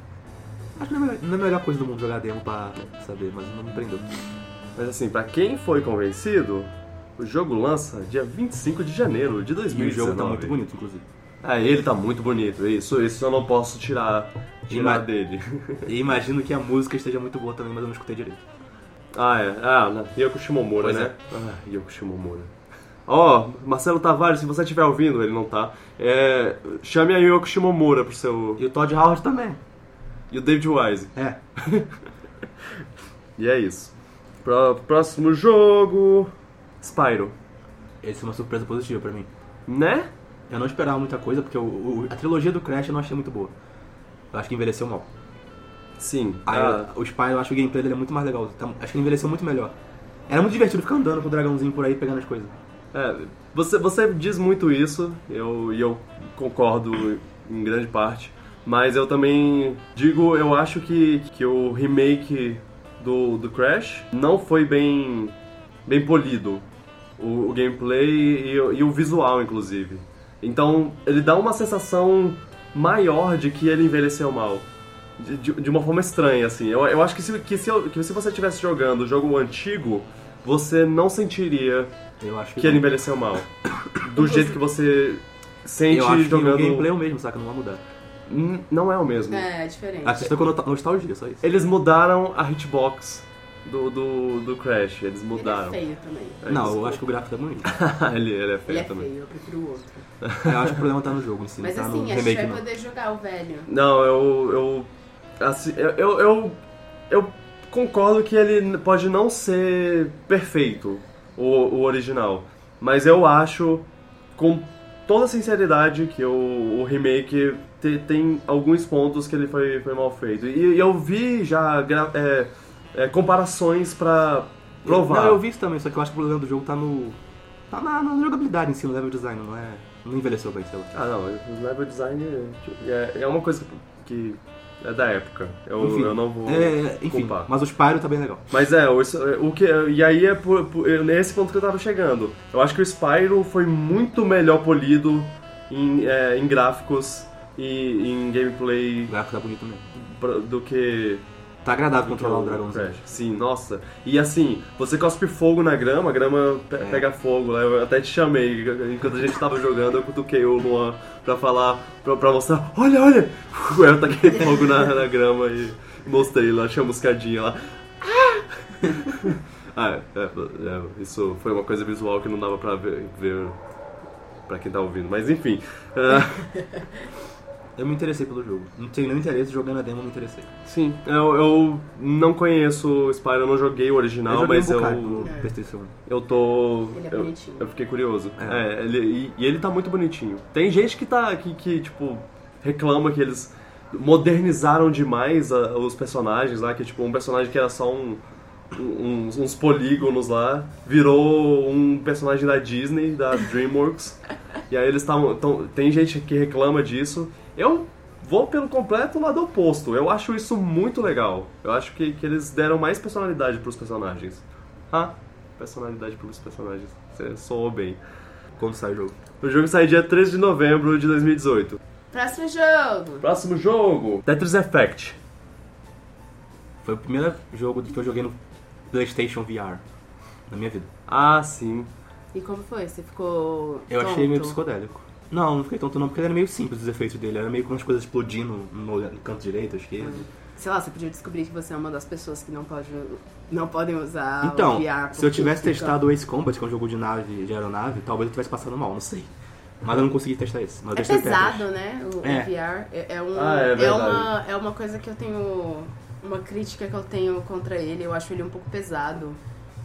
Acho que não é, a melhor- não é a melhor coisa do mundo jogar a demo pra saber, mas não me prendeu. Mas assim, pra quem foi convencido, o jogo lança dia 25 de janeiro de E o 2019. jogo tá muito bonito, inclusive. Ah, ele tá muito bonito. Isso, isso eu não posso tirar, tirar Ima- dele. E imagino que a música esteja muito boa também, mas eu não escutei direito. Ah, é. Ah, não. Yoko Shimomura, Pois é. né? Ah, Yoko Shimomura. Ó, Marcelo Tavares, se você estiver ouvindo, ele não tá. É, chame a Yoko Shimomura pro seu. E o Todd Howard também. E o David Wise. É. E é isso. Pro, próximo jogo. Spyro. Esse é uma surpresa positiva pra mim. Né? Eu não esperava muita coisa, porque o- o- a trilogia do Crash eu não achei muito boa. Eu acho que envelheceu mal. Sim. Aí Ah, o Spyro, eu acho que o gameplay dele é muito mais legal. Tá- acho que ele envelheceu muito melhor. Era muito divertido ficar andando com o dragãozinho por aí pegando as coisas. é, você, você diz muito isso, eu, e eu concordo em grande parte. Mas eu também digo, eu acho que, que o remake do, do Crash não foi bem, bem polido. O, o gameplay e, o- e o visual, inclusive. Então, ele dá uma sensação maior de que ele envelheceu mal. De, de- de uma forma estranha, assim. Eu, eu acho que se, que, se, eu- que se você estivesse jogando o jogo antigo, você não sentiria Eu acho que. que ele envelheceu mal. Do jeito que você sente eu acho que jogando. o gameplay é o mesmo, saca? Não vai mudar. N- Não é o mesmo. É, é diferente. Assista com nota- nostalgia, só isso. Eles mudaram a hitbox do, do, do Crash, eles Ele é mudaram. feio também. É Não, eu isso. acho que o gráfico tá bonito. ele, ele é feio Ele é também. feio, eu prefiro o outro. eu acho que o problema tá no jogo em si, não Mas tá no assim, a gente remake, vai não. poder jogar o velho. Não, eu. Eu, assim, eu, eu, eu. eu concordo que ele pode não ser perfeito, o, o original. Mas eu acho, com toda sinceridade, que o, o remake te- tem alguns pontos que ele foi, foi mal feito. E, e eu vi já gra- é, é, comparações pra provar. Não, eu vi isso também, só que eu acho que o problema do jogo tá no. tá na, na jogabilidade em si, no level design, não é. Não envelheceu bem, sei lá. Ah, não, o level design é, é uma coisa que que é da época. Eu, Enfim, eu não vou. É, enfim, culpar. mas o Spyro tá bem legal. Mas é, o, o que, e aí é por- por- é nesse ponto que eu tava chegando. Eu acho que o Spyro foi muito melhor polido em, é, em gráficos e em gameplay O gráfico tá bonito mesmo. pra- do que Tá agradável controlar o dragãozinho. Crash. um Sim, nossa. E assim, você cospe fogo na grama, a grama pe- É. pega fogo. né? Eu até te chamei, enquanto a gente tava jogando, eu cutuquei o Luan pra falar, pra, pra mostrar, olha, olha! Eu taquei fogo na, na grama e mostrei lá, tinha muscadinha lá. Ah, é, é, isso foi uma coisa visual que não dava pra ver, ver pra quem tá ouvindo, mas enfim. Ah, é. Eu me interessei pelo jogo. Não tenho nenhum interesse jogando a demo, eu me interessei. Sim, eu, eu não conheço o Spyro, eu não joguei o original, eu joguei mas um eu, bocado no PlayStation 1. eu tô. Ele é eu, bonitinho. eu fiquei curioso. É. É, ele, e, e ele tá muito bonitinho. Tem gente que tá. que, que tipo, reclama que eles modernizaram demais a- os personagens lá, que tipo, um personagem que era só um. um- uns, uns polígonos lá, virou um personagem da Disney, da Dreamworks. e aí eles estavam. Tem gente que reclama disso. Eu vou pelo completo lado oposto. Eu acho isso muito legal. Eu acho que, que eles deram mais personalidade pros personagens. Ah, personalidade pros personagens. Você soou bem. Quando sai o jogo. O jogo sai dia 13 de novembro de 2018. Próximo jogo! Próximo jogo: Tetris Effect. Foi o primeiro jogo que eu joguei no PlayStation VR na minha vida. Ah, sim. E como foi? Você ficou. Eu tonto? achei meio psicodélico. Não, não fiquei tonto não, porque ele era meio simples os efeitos dele. Era meio com umas coisas explodindo no no canto direito, esquerdo. Sei lá, você podia descobrir que você é uma das pessoas que não, pode, não podem usar Ah, o Então, VR. se eu porque tivesse fica- testado o Ace Combat, que é um jogo de nave, de aeronave, talvez eu estivesse passando mal, não sei. Mas eu não consegui testar esse. Mas eu É testei pesado, né? O, o É. VR. É, é um, Ah, é verdade. uma, é uma coisa que eu tenho. Uma crítica que eu tenho contra ele. Eu acho ele um pouco pesado.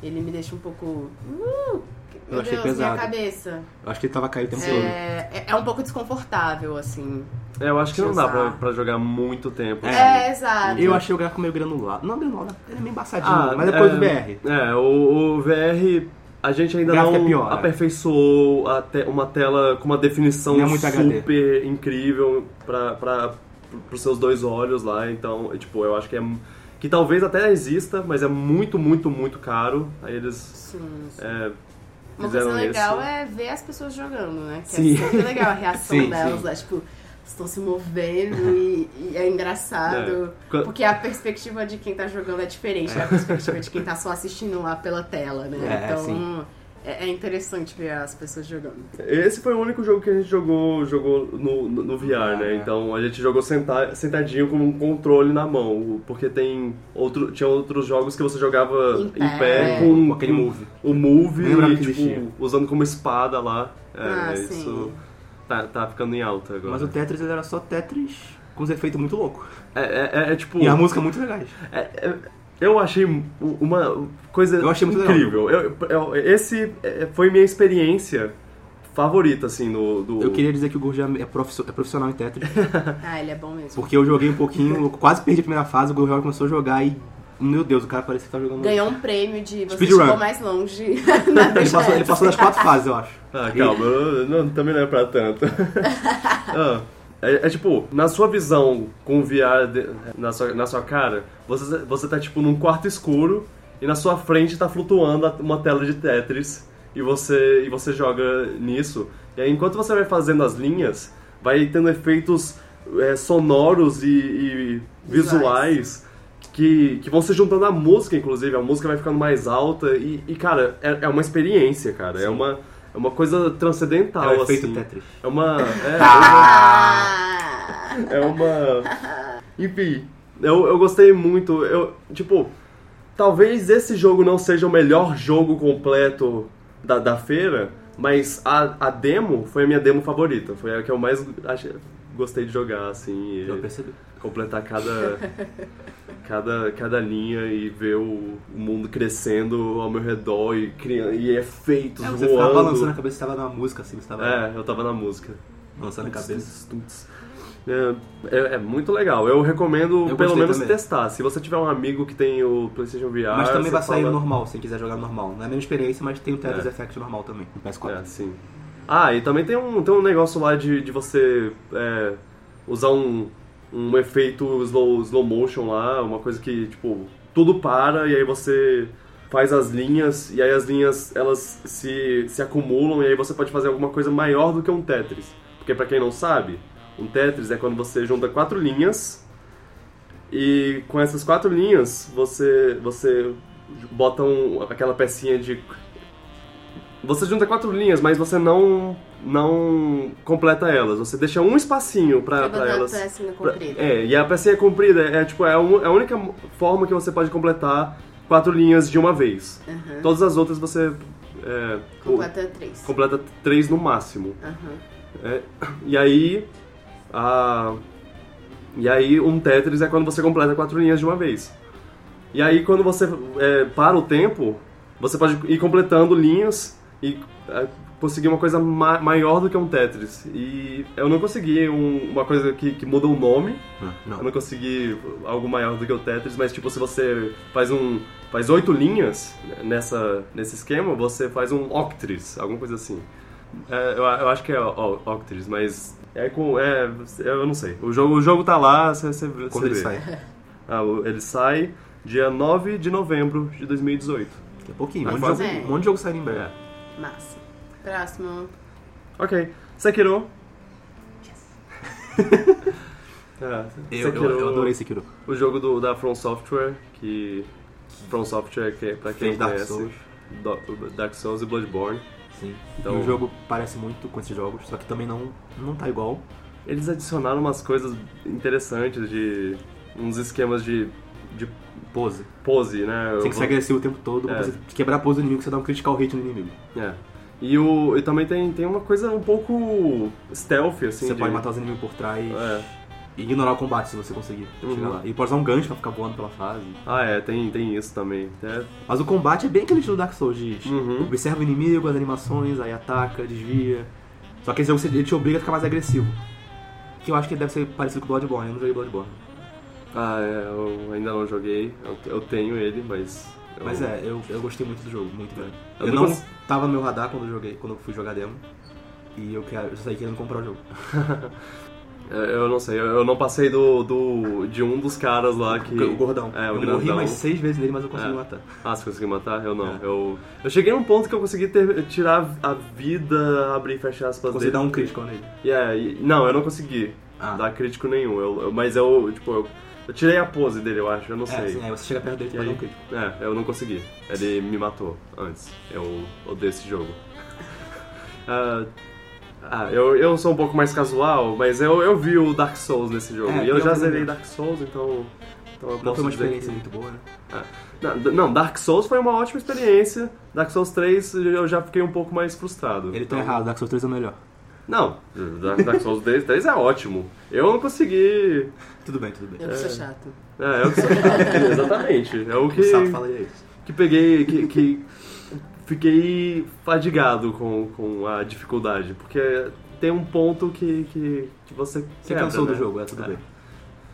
Ele me deixa um pouco. Uh, meu Eu achei Deus, pesado. minha cabeça. Eu acho que ele tava caindo o tempo todo. É, é- é um pouco desconfortável, assim. É, eu acho que não dá pra, Usar. pra jogar muito tempo. Assim. É, exato. Eu achei o gráfico meio granulado. Não, granulado, ele é meio embaçadinho, Ah, mas depois é, do VR. É, o, o VR a gente ainda O gráfico não é pior, né? aperfeiçoou a te- uma tela com uma definição Não é muito HD. super incrível pra, pra, pros seus dois olhos lá. Então, é, tipo, eu acho que é. Que talvez até exista, mas é muito, muito, muito caro. Aí eles Sim, sim. é, Assim, Uma fizeram coisa legal isso. é ver as pessoas jogando, né? Que Sim. é sempre legal a reação Sim, delas, sim. né? tipo, estão se movendo e, e é engraçado. Quan- Porque a perspectiva de quem tá jogando é diferente da perspectiva de quem tá só assistindo lá pela tela, né? É, então sim. é, é interessante ver as pessoas jogando. Esse foi o único jogo que a gente jogou, jogou no, no, no VR, né? Ah. É. Então a gente jogou senta- sentadinho com um controle na mão, porque tem outro, tinha outros jogos que você jogava Em em pé, pé. É, com, com aquele com move. O move Nem lembrava e, que tipo, existia. usando como espada lá. É, Ah, isso sim. tá, tá ficando em alta agora. Mas o Tetris ele era só Tetris com os efeitos muito loucos. É, é- é- é, tipo. E a música muito legais. é- é- eu achei u- uma coisa Eu achei muito incrível. Eu- eu- esse é, foi minha experiência favorita, assim, do. do- Eu queria dizer que o Gurja é, profisso- é profissional em Tetris, Ah, ele é bom mesmo. porque eu joguei um pouquinho, eu quase perdi a primeira fase, o Gurja começou a jogar e. Meu Deus, o cara parecia que tava jogando. Ganhou um prêmio de você Speedrun. chegou mais longe na Ele passou, ele passou das quatro fases, eu acho. Ah, calma, eu- não, também não é pra tanto. ah, É, é tipo, na sua visão com o VR de- na, sua, na sua cara, você, você tá tipo num quarto escuro e na sua frente tá flutuando a- uma tela de Tetris e você, e você joga nisso. E aí, enquanto você vai fazendo as linhas, vai tendo efeitos é, sonoros e, e visuais. Que, que vão se juntando à música, inclusive. A música vai ficando mais alta. E, e, cara, é, é uma experiência, cara. É uma, é uma coisa transcendental, é o efeito assim. Tetris. É uma. É, Ah! é uma. Enfim, eu, eu gostei muito. Eu, tipo, talvez esse jogo não seja o melhor jogo completo da, da feira, mas a, a demo foi a minha demo favorita. Foi a que eu mais achei- gostei de jogar, assim. e- Eu percebi. completar cada, cada, cada linha e ver o, o mundo crescendo ao meu redor e, criando, e efeitos É, você ficava balançando a voando. cabeça, você tava numa música assim, você tava É, eu tava na música. balançando a cabeça. Tuts, tuts. É, é- é muito legal. Eu recomendo Eu pelo gostei menos também. testar. Se você tiver um amigo que tem o PlayStation VR, mas também Ah, você vai sair fala- no normal, se quiser jogar no normal. Não é a mesma experiência, mas tem o Tetris É. Effect normal também, no PS4. É, sim. Ah, e também tem um, tem um negócio lá de, de você é, usar um, um efeito slow, slow motion lá, uma coisa que, tipo, tudo para e aí você faz as linhas e aí as linhas elas se, se acumulam e aí você pode fazer alguma coisa maior do que um Tetris. Porque pra quem não sabe, um Tetris é quando você junta quatro linhas e com essas quatro linhas você, você bota um- aquela pecinha de você junta quatro linhas, mas você não não completa elas. Você deixa um espacinho pra, Acaba pra dando elas. péssimo pra- comprido. é, e a pecinha comprida é tipo é a un- é a única forma que você pode completar quatro linhas de uma vez. Aham. Todas as outras você é, Completa três. completa três no máximo. Aham. E aí. A... E aí, um Tetris é quando você completa quatro linhas de uma vez. E aí, quando você é, para o tempo, você pode ir completando linhas e é, conseguir uma coisa ma- maior do que um Tetris. E eu não consegui um- uma coisa que, que muda o nome, É. eu Não, não consegui algo maior do que o Tetris, mas tipo, se você faz um. faz oito linhas né, nessa, nesse esquema, você faz um Octris, alguma coisa assim. É, eu, eu acho que é o- o- Octris, mas. É com. É, eu não sei. O jogo, o jogo tá lá, você, você, você quando ele vê. sai. Ah, o- ele sai dia 9 de novembro de 2018. Daqui a pouquinho, um Mas monte, de jogo, faz- um monte de jogo saindo em breve. É. Massa. Próximo. Ok. Sekiro. é, Eu, eu- Sekiro- eu adorei Sekiro. O jogo do, da From Software, que. From Software, que é pra quem Fez não Dark conhece. Souls. Do- Dark Souls e Bloodborne. Sim. Então- E o jogo parece muito com esses jogos, só que também não, não tá igual. Eles adicionaram umas coisas interessantes de. uns esquemas de, de Pose. pose, né? Você tem que ser Eu- agressivo o tempo todo, pra É. você quebrar a pose do inimigo, você dá um critical hit no inimigo. É. E, o, e também tem, tem uma coisa um pouco stealth, assim. você de- pode matar os inimigos por trás É. e ignorar o combate se você conseguir Uhum. chegar lá. E pode usar um gancho pra ficar voando pela fase. Ah, é, tem, tem isso também. É. Mas o combate é bem aquele estilo Dark Souls de Uhum. observa o inimigo, as animações, aí ataca, desvia. Só que esse jogo você- ele te obriga a ficar mais agressivo. Que eu acho que deve ser parecido com Bloodborne, eu não joguei Bloodborne. Ah, é, eu ainda não joguei. Eu, eu tenho ele, mas. eu- Mas é, eu, eu gostei muito do jogo, muito velho. Eu Eu, nunca não cons- tava no meu radar quando eu joguei, quando eu fui jogar demo. E eu, quero, eu saí querendo comprar o jogo. É, Eu não sei, eu- eu não passei do, do de um dos caras lá que. O gordão. É, o eu grandão. morri mais seis vezes nele, mas eu consegui É. matar. Ah, você conseguiu matar? Eu não. É. Eu, eu cheguei num ponto que eu consegui ter- tirar a vida, abrir e fechar aspas dele. Consegui dar um crítico nele. Yeah, e- não, eu não consegui Ah. dar crítico nenhum. Eu, eu- mas eu, tipo, eu, eu tirei a pose dele, eu acho, eu não É, sei. assim, aí você chega perto dele e E vai dar um aí, crítico. é, eu não consegui. Ele me matou antes. Eu odeio esse jogo. Ah, ah, eu, eu sou um pouco mais casual, mas eu, eu vi o Dark Souls nesse jogo. É, e eu eu já também. zerei Dark Souls, então. então eu Não posso foi uma dizer que- experiência muito boa, né? Não, d- Não, Dark Souls foi uma ótima experiência. Dark Souls 3 eu já fiquei um pouco mais frustrado. Ele tá Então- errado, Dark Souls 3 é o melhor. Não, Dark Dark Souls 3 3 é ótimo. Eu não consegui. Tudo bem, tudo bem. Eu que sou chato. É, eu que sou chato, exatamente. É o que, O Sato fala isso. que peguei. Que, que fiquei fadigado com, com a dificuldade. Porque tem um ponto que, que, que você. Você quebra, cansou né? do jogo, é tudo bem.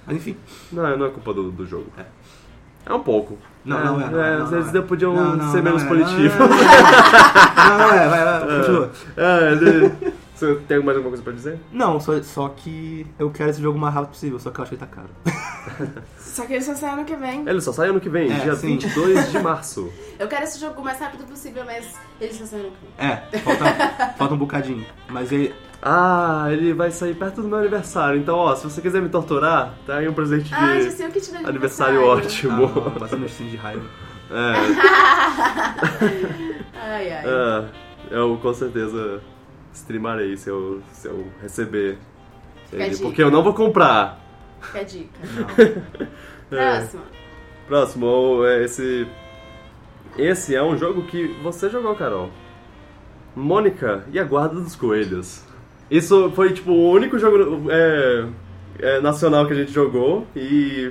Mas enfim. Não, não é culpa do, do jogo. É. um pouco. Não, não é, não é, não, Eles não é. podiam Não, não, ser não menos é, não é, politivos. não é, não é. Não, não é, vai, vai, continua. É, ele- Você tem mais alguma coisa pra dizer? Não, só, só que eu quero esse jogo o mais rápido possível, só que eu acho que ele tá caro. Só que ele só sai ano que vem. Ele só sai ano que vem, É, dia sim. 22 de março. Eu quero esse jogo o mais rápido possível, mas ele só sai ano que vem. É, falta, falta um bocadinho. Mas ele. Ah, ele vai sair perto do meu aniversário. Então, ó, se você quiser me torturar, tá aí um presente de Ah, já sei o que te deu de aniversário Ah, ótimo. não, batendo os sinos de raiva. Ah, Ai, ai. É, eu com certeza streamarei se eu, se eu receber. Fica a ele, dica. porque eu não vou comprar. Fica a dica. Não. É. Próximo. Próximo, ou, é, esse. Esse é um jogo que você jogou, Carol. Mônica e a Guarda dos Coelhos. Isso foi tipo o único jogo é, é, nacional que a gente jogou e.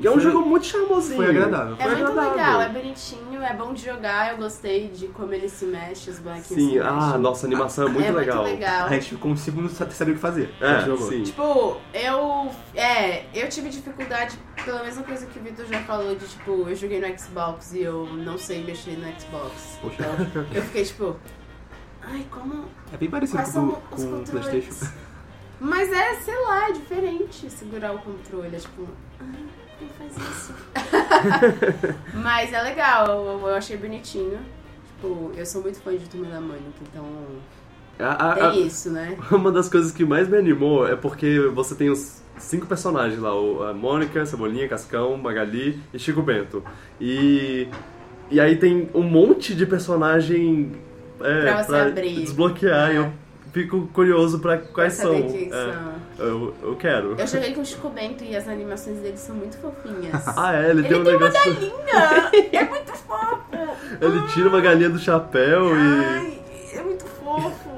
e é um Foi- jogo muito charmosinho. Foi agradável. É muito agradável. legal, é bonitinho, é bom de jogar. Eu gostei de como ele se mexe, os bonequinhos se Sim, mexem. ah, nossa, a animação é muito é legal. muito legal. A gente ficou um segundo sem saber o que fazer. A gente É, jogou. sim. Tipo, eu. É, eu tive dificuldade pela mesma coisa que o Vitor já falou, de tipo, eu joguei no Xbox e eu não sei mexer no Xbox. Poxa. Então, eu fiquei tipo. Ai, como. É bem parecido Quais com, são os com o PlayStation. controles? Mas é, sei lá, é diferente segurar o controle. É tipo, ai, quem faz isso? Mas é legal, eu, eu achei bonitinho. Tipo, eu sou muito fã de Turma da Mônica, então A- tem a- a- isso, né? Uma das coisas que mais me animou é porque você tem os cinco personagens lá, o- a Mônica, Cebolinha, Cascão, Magali e Chico Bento. E, e aí tem um monte de personagem é, Pra você abrir. desbloquear e eu fico curioso pra quais Pra saber são. quem É, são. eu, eu quero. Eu joguei com o Chico Bento e as animações dele são muito fofinhas. Ah, é, ele, Ele tem um tem uma negócio. galinha! É muito fofo! Ele tira uma galinha do chapéu e. Ai, é muito fofo!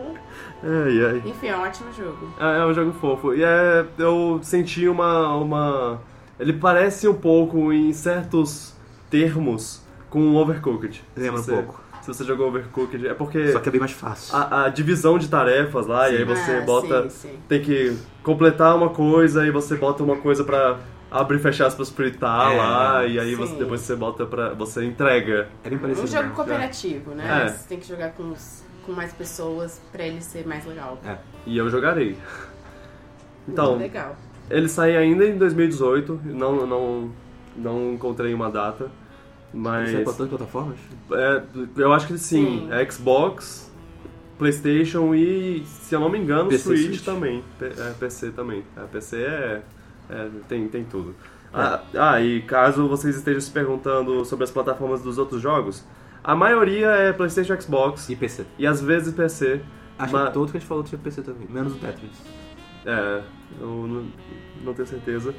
Ai, ai. Enfim, é um ótimo jogo. É, é um jogo fofo. E é, eu senti uma, uma. Ele parece um pouco, em certos termos, com Overcooked. Lembra um Se você- pouco. Se você jogou Overcooked, é porque Só que é bem mais fácil. a, a divisão de tarefas lá, e aí Sim. você Ah, bota. Sim, sim. Tem que completar uma coisa, e você bota uma coisa pra abrir e fechar aspas pra fritar É, lá, e aí sim. você, depois você bota pra. Você entrega. É bem parecido. Um jogo né? cooperativo, É. né? Você tem que jogar com, os- com mais pessoas pra ele ser mais legal. E eu jogarei. Então, legal. Ele sai ainda em 2018, não, não, não encontrei uma data, mas Isso é pra todas as plataformas? é, eu acho que sim, Sim. é Xbox, Playstation e, se eu não me engano, PC, Switch, Switch. também, P- é, PC também, é, PC é, é, tem, tem tudo. É. Ah, ah, e caso vocês estejam se perguntando sobre as plataformas dos outros jogos, a maioria é Playstation Xbox E PC. e às vezes PC, Acho Mas- que todo que a gente falou tinha PC também. Menos o Tetris. É, eu não, não tenho certeza.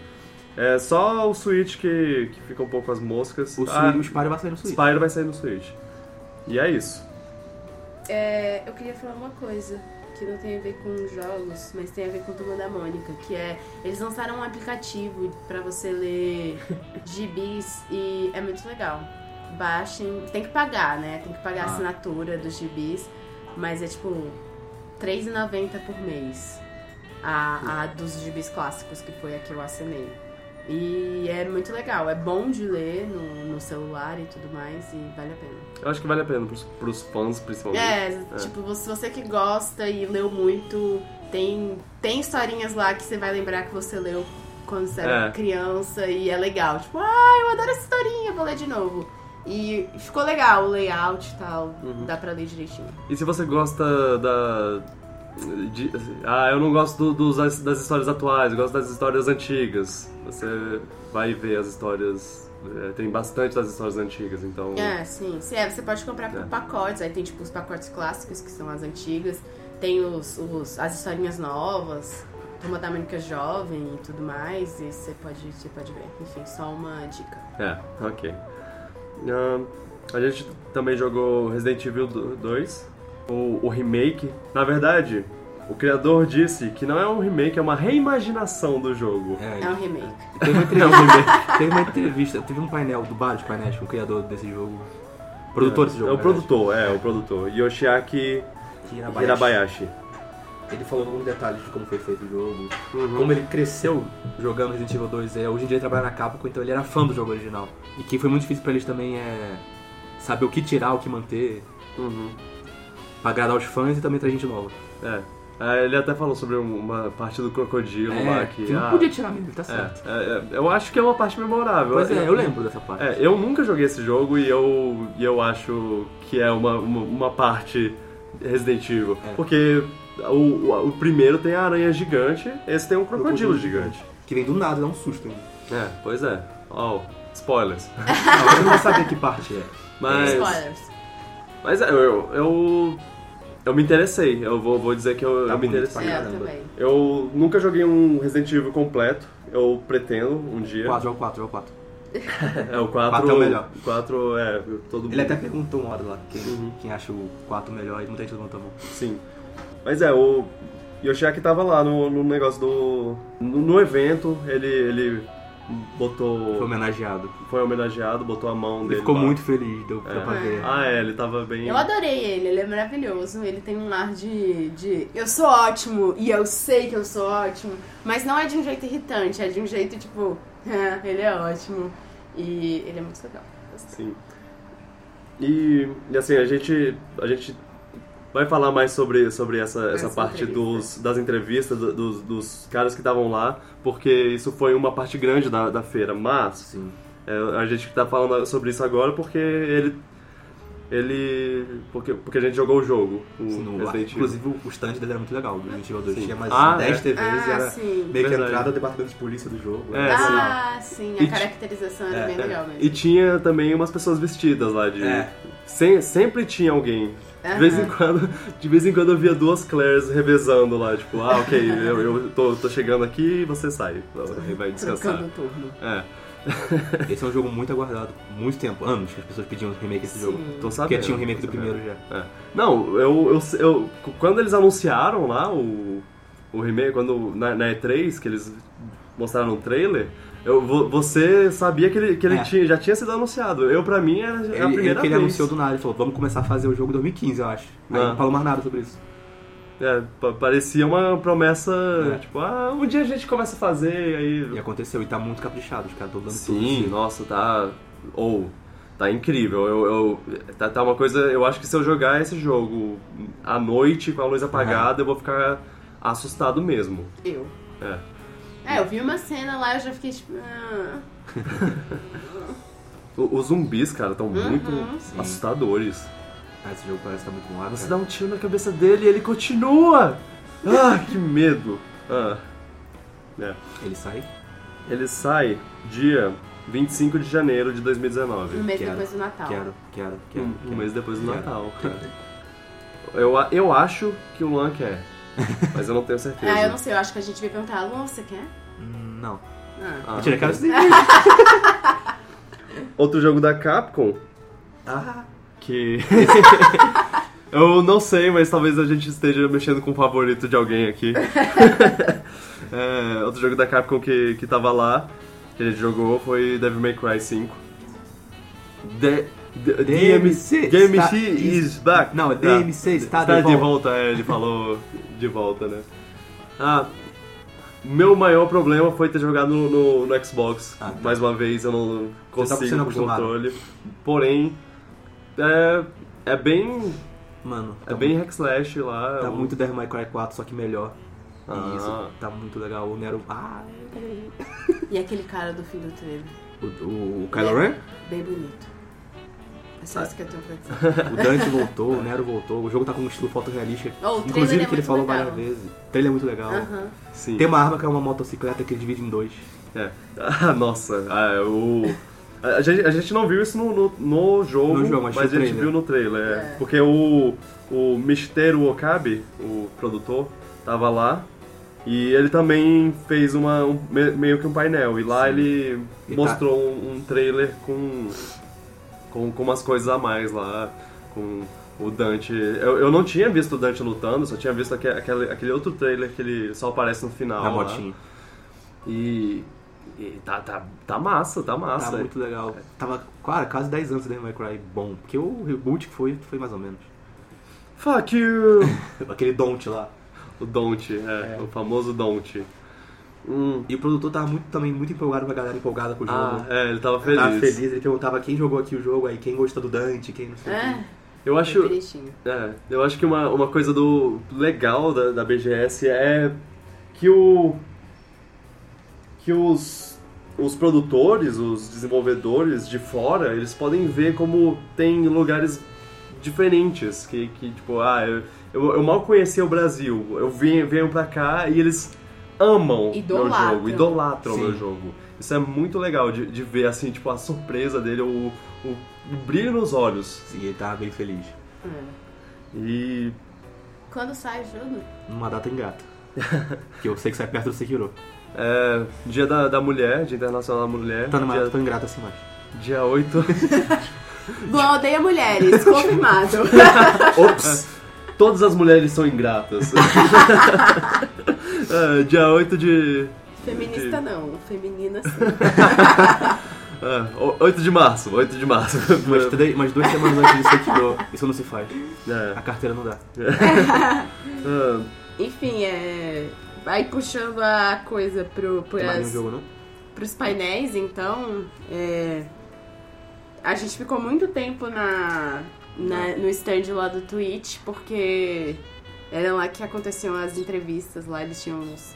É só o Switch que, que fica um pouco as moscas. O, Ah, Switch, o Spyro vai sair no Switch. Spyro vai sair no Switch. E é isso. É, eu queria falar uma coisa que não tem a ver com jogos, mas tem a ver com o Turma da Mônica, que é eles lançaram um aplicativo pra você ler gibis e é muito legal. Baixem, tem que pagar, né? Tem que pagar a Ah. assinatura dos gibis, mas é tipo R$3,90 por mês. A, a dos gibis clássicos, que foi a que eu assinei. E é muito legal, é bom de ler no, no celular e tudo mais, e vale a pena. Eu acho que vale a pena pros, pros fãs, principalmente. É, tipo, se você que gosta e leu muito, tem, tem historinhas lá que você vai lembrar que você leu quando você era É. criança e é legal. Tipo, ah, eu adoro essa historinha, vou ler de novo. E ficou legal o layout e tal, Uhum. dá pra ler direitinho. E se você gosta da. de- ah, eu não gosto do- dos, das histórias atuais, eu gosto das histórias antigas. Você vai ver as histórias. é, tem bastante das histórias antigas, então. É, sim. Sim, é, você pode comprar por É. pacotes, aí tem tipo os pacotes clássicos, que são as antigas, tem os, os- as historinhas novas, Turma da Mônica Jovem e tudo mais, e você pode, você pode ver. Enfim, só uma dica. É, ok. Ahn, a gente também jogou Resident Evil do- 2, o, o remake. Na verdade, o criador disse que não é um remake, é uma reimaginação do jogo. É um remake. Teve uma, entrevista, teve uma entrevista, teve um painel do vários painéis com o criador desse jogo. Produtor desse jogo. né? É o na verdade. produtor, é, o produtor. Yoshiaki Hirabayashi. Hirabayashi. Ele falou alguns detalhes de como foi feito o jogo, Uhum. como ele cresceu jogando Resident Evil 2. É, hoje em dia ele trabalha na Capcom, então ele era fã do jogo original. E que foi muito difícil pra eles também é saber o que tirar, o que manter, Uhum. pra agradar os fãs e também trazer gente nova. É. É, ele até falou sobre um- uma parte do crocodilo lá É, que. que não ah, podia tirar mesmo, tá é, certo. é, é, eu acho que é uma parte memorável. Pois é, eu lembro dessa parte. É, eu nunca joguei esse jogo e eu, e eu acho que é uma, uma, uma parte Resident Evil. É. Porque o, o, o primeiro tem a aranha gigante, esse tem um crocodilo, Crocodilo gigante. Que vem do nada, dá um susto. hein? É, pois é. Ó, spoilers. É. Não, eu não vou saber que parte é. Mas, Spoilers. mas é, eu, eu, eu me interessei, eu vou, vou dizer que eu, Tá eu me bonito interessei. pra É, eu caramba. também. Eu nunca joguei um Resident Evil completo, eu pretendo um dia. 4, joga 4, joga 4. É, o 4, Quatro é o melhor. 4 é, todo mundo. Ele até perguntou uma hora lá quem, Uhum. quem acha o 4 melhor e muita gente levantou a mão. Sim. Mas é, o Yoshiaki tava lá no, no negócio do. No, no evento, ele, ele botou. Foi homenageado. Foi homenageado, botou a mão Ele um dele. ficou lá. muito feliz, deu deu pra É. ver. Ah, é, ele tava bem. Eu adorei ele, ele é maravilhoso. Ele tem um ar de, de eu sou ótimo e eu sei que eu sou ótimo, mas não é de um jeito irritante, é de um jeito tipo, "Ah, ele é ótimo e ele é muito legal. Sim. E, e assim, a gente, a gente vai falar mais sobre, sobre essa, essa Essa parte entrevista. dos, das entrevistas, do- dos, dos caras que estavam lá, porque isso foi uma parte grande da, da feira. Mas Sim. É, a gente tá falando sobre isso agora porque ele. Ele. Porque, porque a gente jogou o jogo. O Sim, no- Resident Evil. inclusive o stand dele era muito legal, do Resident Evil 2. Sim. Tinha mais Ah, 10 é. TVs e Ah, era sim. meio que a Verdade. entrada do departamento de polícia do jogo. É, assim, Ah, sim, E ti- a caracterização era É, bem é. legal E mesmo. tinha também umas pessoas vestidas lá de. É. Sem- sempre tinha alguém. De vez, em Aham. quando, de vez em quando eu via duas Claires revezando lá, tipo, ah, ok, eu, eu tô, tô chegando aqui e você sai. Aí vai descansar. Uhum. Trocando o turno. É, Esse é um jogo muito aguardado, muito tempo, anos que as pessoas pediam remake desse Sim. jogo. tô sabendo. Porque tinha um remake tô do sabendo. primeiro já. É. Não, eu, eu, eu- Quando eles anunciaram lá o, o remake, quando na, na E3, que eles mostraram o trailer, eu, vo- você sabia que ele, que ele É. tinha, já tinha sido anunciado. Eu, pra mim, era Ele, É a ele, primeira que ele vez. anunciou do nada, ele falou, vamos começar a fazer o jogo em 2015, eu acho. Aí Ah. não falou mais nada sobre isso. É, pa- parecia uma promessa, É. tipo, ah, um dia a gente começa a fazer, e E aí... aconteceu, e tá muito caprichado, os caras estão dando tudo. Sim, assim. nossa, tá... Ou... Tá incrível, eu, eu- tá, tá uma coisa. Eu acho que se eu jogar esse jogo à noite com a luz apagada, eu vou ficar assustado mesmo. Eu. É. É, eu vi uma cena lá e eu já fiquei tipo. "Ah, O- Os zumbis, cara, estão muito sim. assustadores. Ah, esse jogo parece que tá muito bom. Ah, Você dá cara. um tiro na cabeça dele e ele continua! Ah, que medo! Ah. É. Ele sai, Ele sai dia 25 de janeiro de 2019. um mês Quero, depois do Tá. Natal. quero, quero, quero. Um, um quero. mês depois do Quero. Natal. Quero. Eu, a- eu acho que o Luan quer, mas eu não tenho certeza. Ah, eu não sei, eu acho que a gente vai perguntar, Luan, você quer? Hum, Não. Ah. Ah. Mentira, cara, sim. Outro jogo da Capcom Ah, que. eu não sei, mas talvez a gente esteja mexendo com o favorito de alguém aqui. É, outro jogo da Capcom que, que tava lá, que a gente jogou, foi Devil May Cry 5. D- D- DMC DMC está- is back. Não, Ah, DMC está de de volta. volta. é, ele falou de volta, né? Ah, meu maior problema foi ter jogado no, no- no Xbox. Ah, tá. Mais uma vez, eu não Você tá consigo sendo com o acostumado. controle. Porém, é, é bem. mano, É bem hack slash lá. um Tá o- muito Devil May Cry 4, só que melhor. Ah. E isso tá muito legal. O Nero. Ah, E aquele cara do filho dele, o, o, o Kylo Ren? bem bonito. É só isso que eu tenho pra dizer. O Dante voltou, o Nero voltou. O jogo tá com um estilo fotorrealista. Oh, o trailer Inclusive, é que ele muito falou legal. várias vezes. O trailer é muito legal. Aham. Sim. Tem uma arma que é uma motocicleta que ele divide em dois. É. Ah, nossa. Ah, o... A gente, a gente não viu isso no, no, no jogo, No jogo, mas mas a no gente trailer. viu no trailer. é. É. Porque o, o Misteru Okabe, o produtor, tava lá. E ele também fez uma, um- me- meio que um painel. E lá Sim. ele E tá- mostrou um, um trailer com, com, com umas coisas a mais lá. Com o Dante. Eu, eu não tinha visto o Dante lutando, só tinha visto aque- aquele, aquele outro trailer que ele só aparece no final. na lá. motinha. E, e tá, tá, tá massa, tá massa. Tá muito legal. Tava, cara, quase 10 anos do Devil May Cry bom. Porque o reboot que foi, foi mais ou menos. Fuck you! Aquele Don't lá. o Don't, é, É. o famoso Don't. Hum. E o produtor tava muito, também muito empolgado, uma galera empolgada com o jogo. Ah, é, ele tava Tava feliz. feliz, ele perguntava quem jogou aqui o jogo, aí quem gostou do Dante, quem não sei o quê. É. Eu Foi acho, bonitinho. É, eu acho que uma, uma coisa do legal da, da BGS é que o que os os produtores, os desenvolvedores de fora, eles podem ver como tem lugares diferentes que, que tipo, ah, eu, eu, eu mal conhecia o Brasil, eu venho, venho pra cá e eles amam Idolatram. meu jogo, idolatram o meu Sim. jogo. Isso é muito legal de, de ver, assim, tipo, a surpresa dele, o, o, o brilho nos olhos. E ele tava bem feliz. É. E Quando sai o jogo? Numa data engata. que eu sei que sai perto do Sekiro. É, dia da, da mulher, dia internacional da mulher. Tá numa data dia, tão ingrata assim mais. dia 8. Luan odeia mulheres, confirmado. Ops! Todas as mulheres são ingratas. É, dia 8 de. Feminista não, feminina sim. é, o- 8 de março, 8 de março. Mas, três- mas duas semanas antes do Sekiro, isso não se faz. É, A carteira não dá. é, Enfim, é. Vai puxando a coisa pro, Tem mais nenhum pras, jogo, não? pros painéis, então. é, a gente ficou muito tempo na, na- no stand lá do Twitch, porque era lá que aconteciam as entrevistas lá, eles tinham uns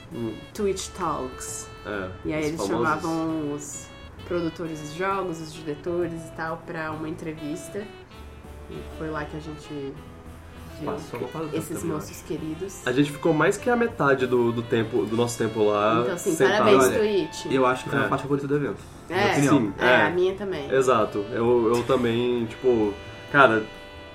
Twitch Talks. é, E aí os eles famosos- chamavam os produtores dos jogos, os diretores e tal, pra uma entrevista. E foi lá que a gente viu Passou uma parada esses também, eu moços queridos. A gente ficou mais que a metade do, do tempo do nosso tempo lá. Então, assim, sentado. parabéns, olha, Twitch. Eu acho que foi É. a parte favorita do evento. é, minha opinião. Sim, é, é. a minha também. Exato. Eu, eu também, tipo, cara,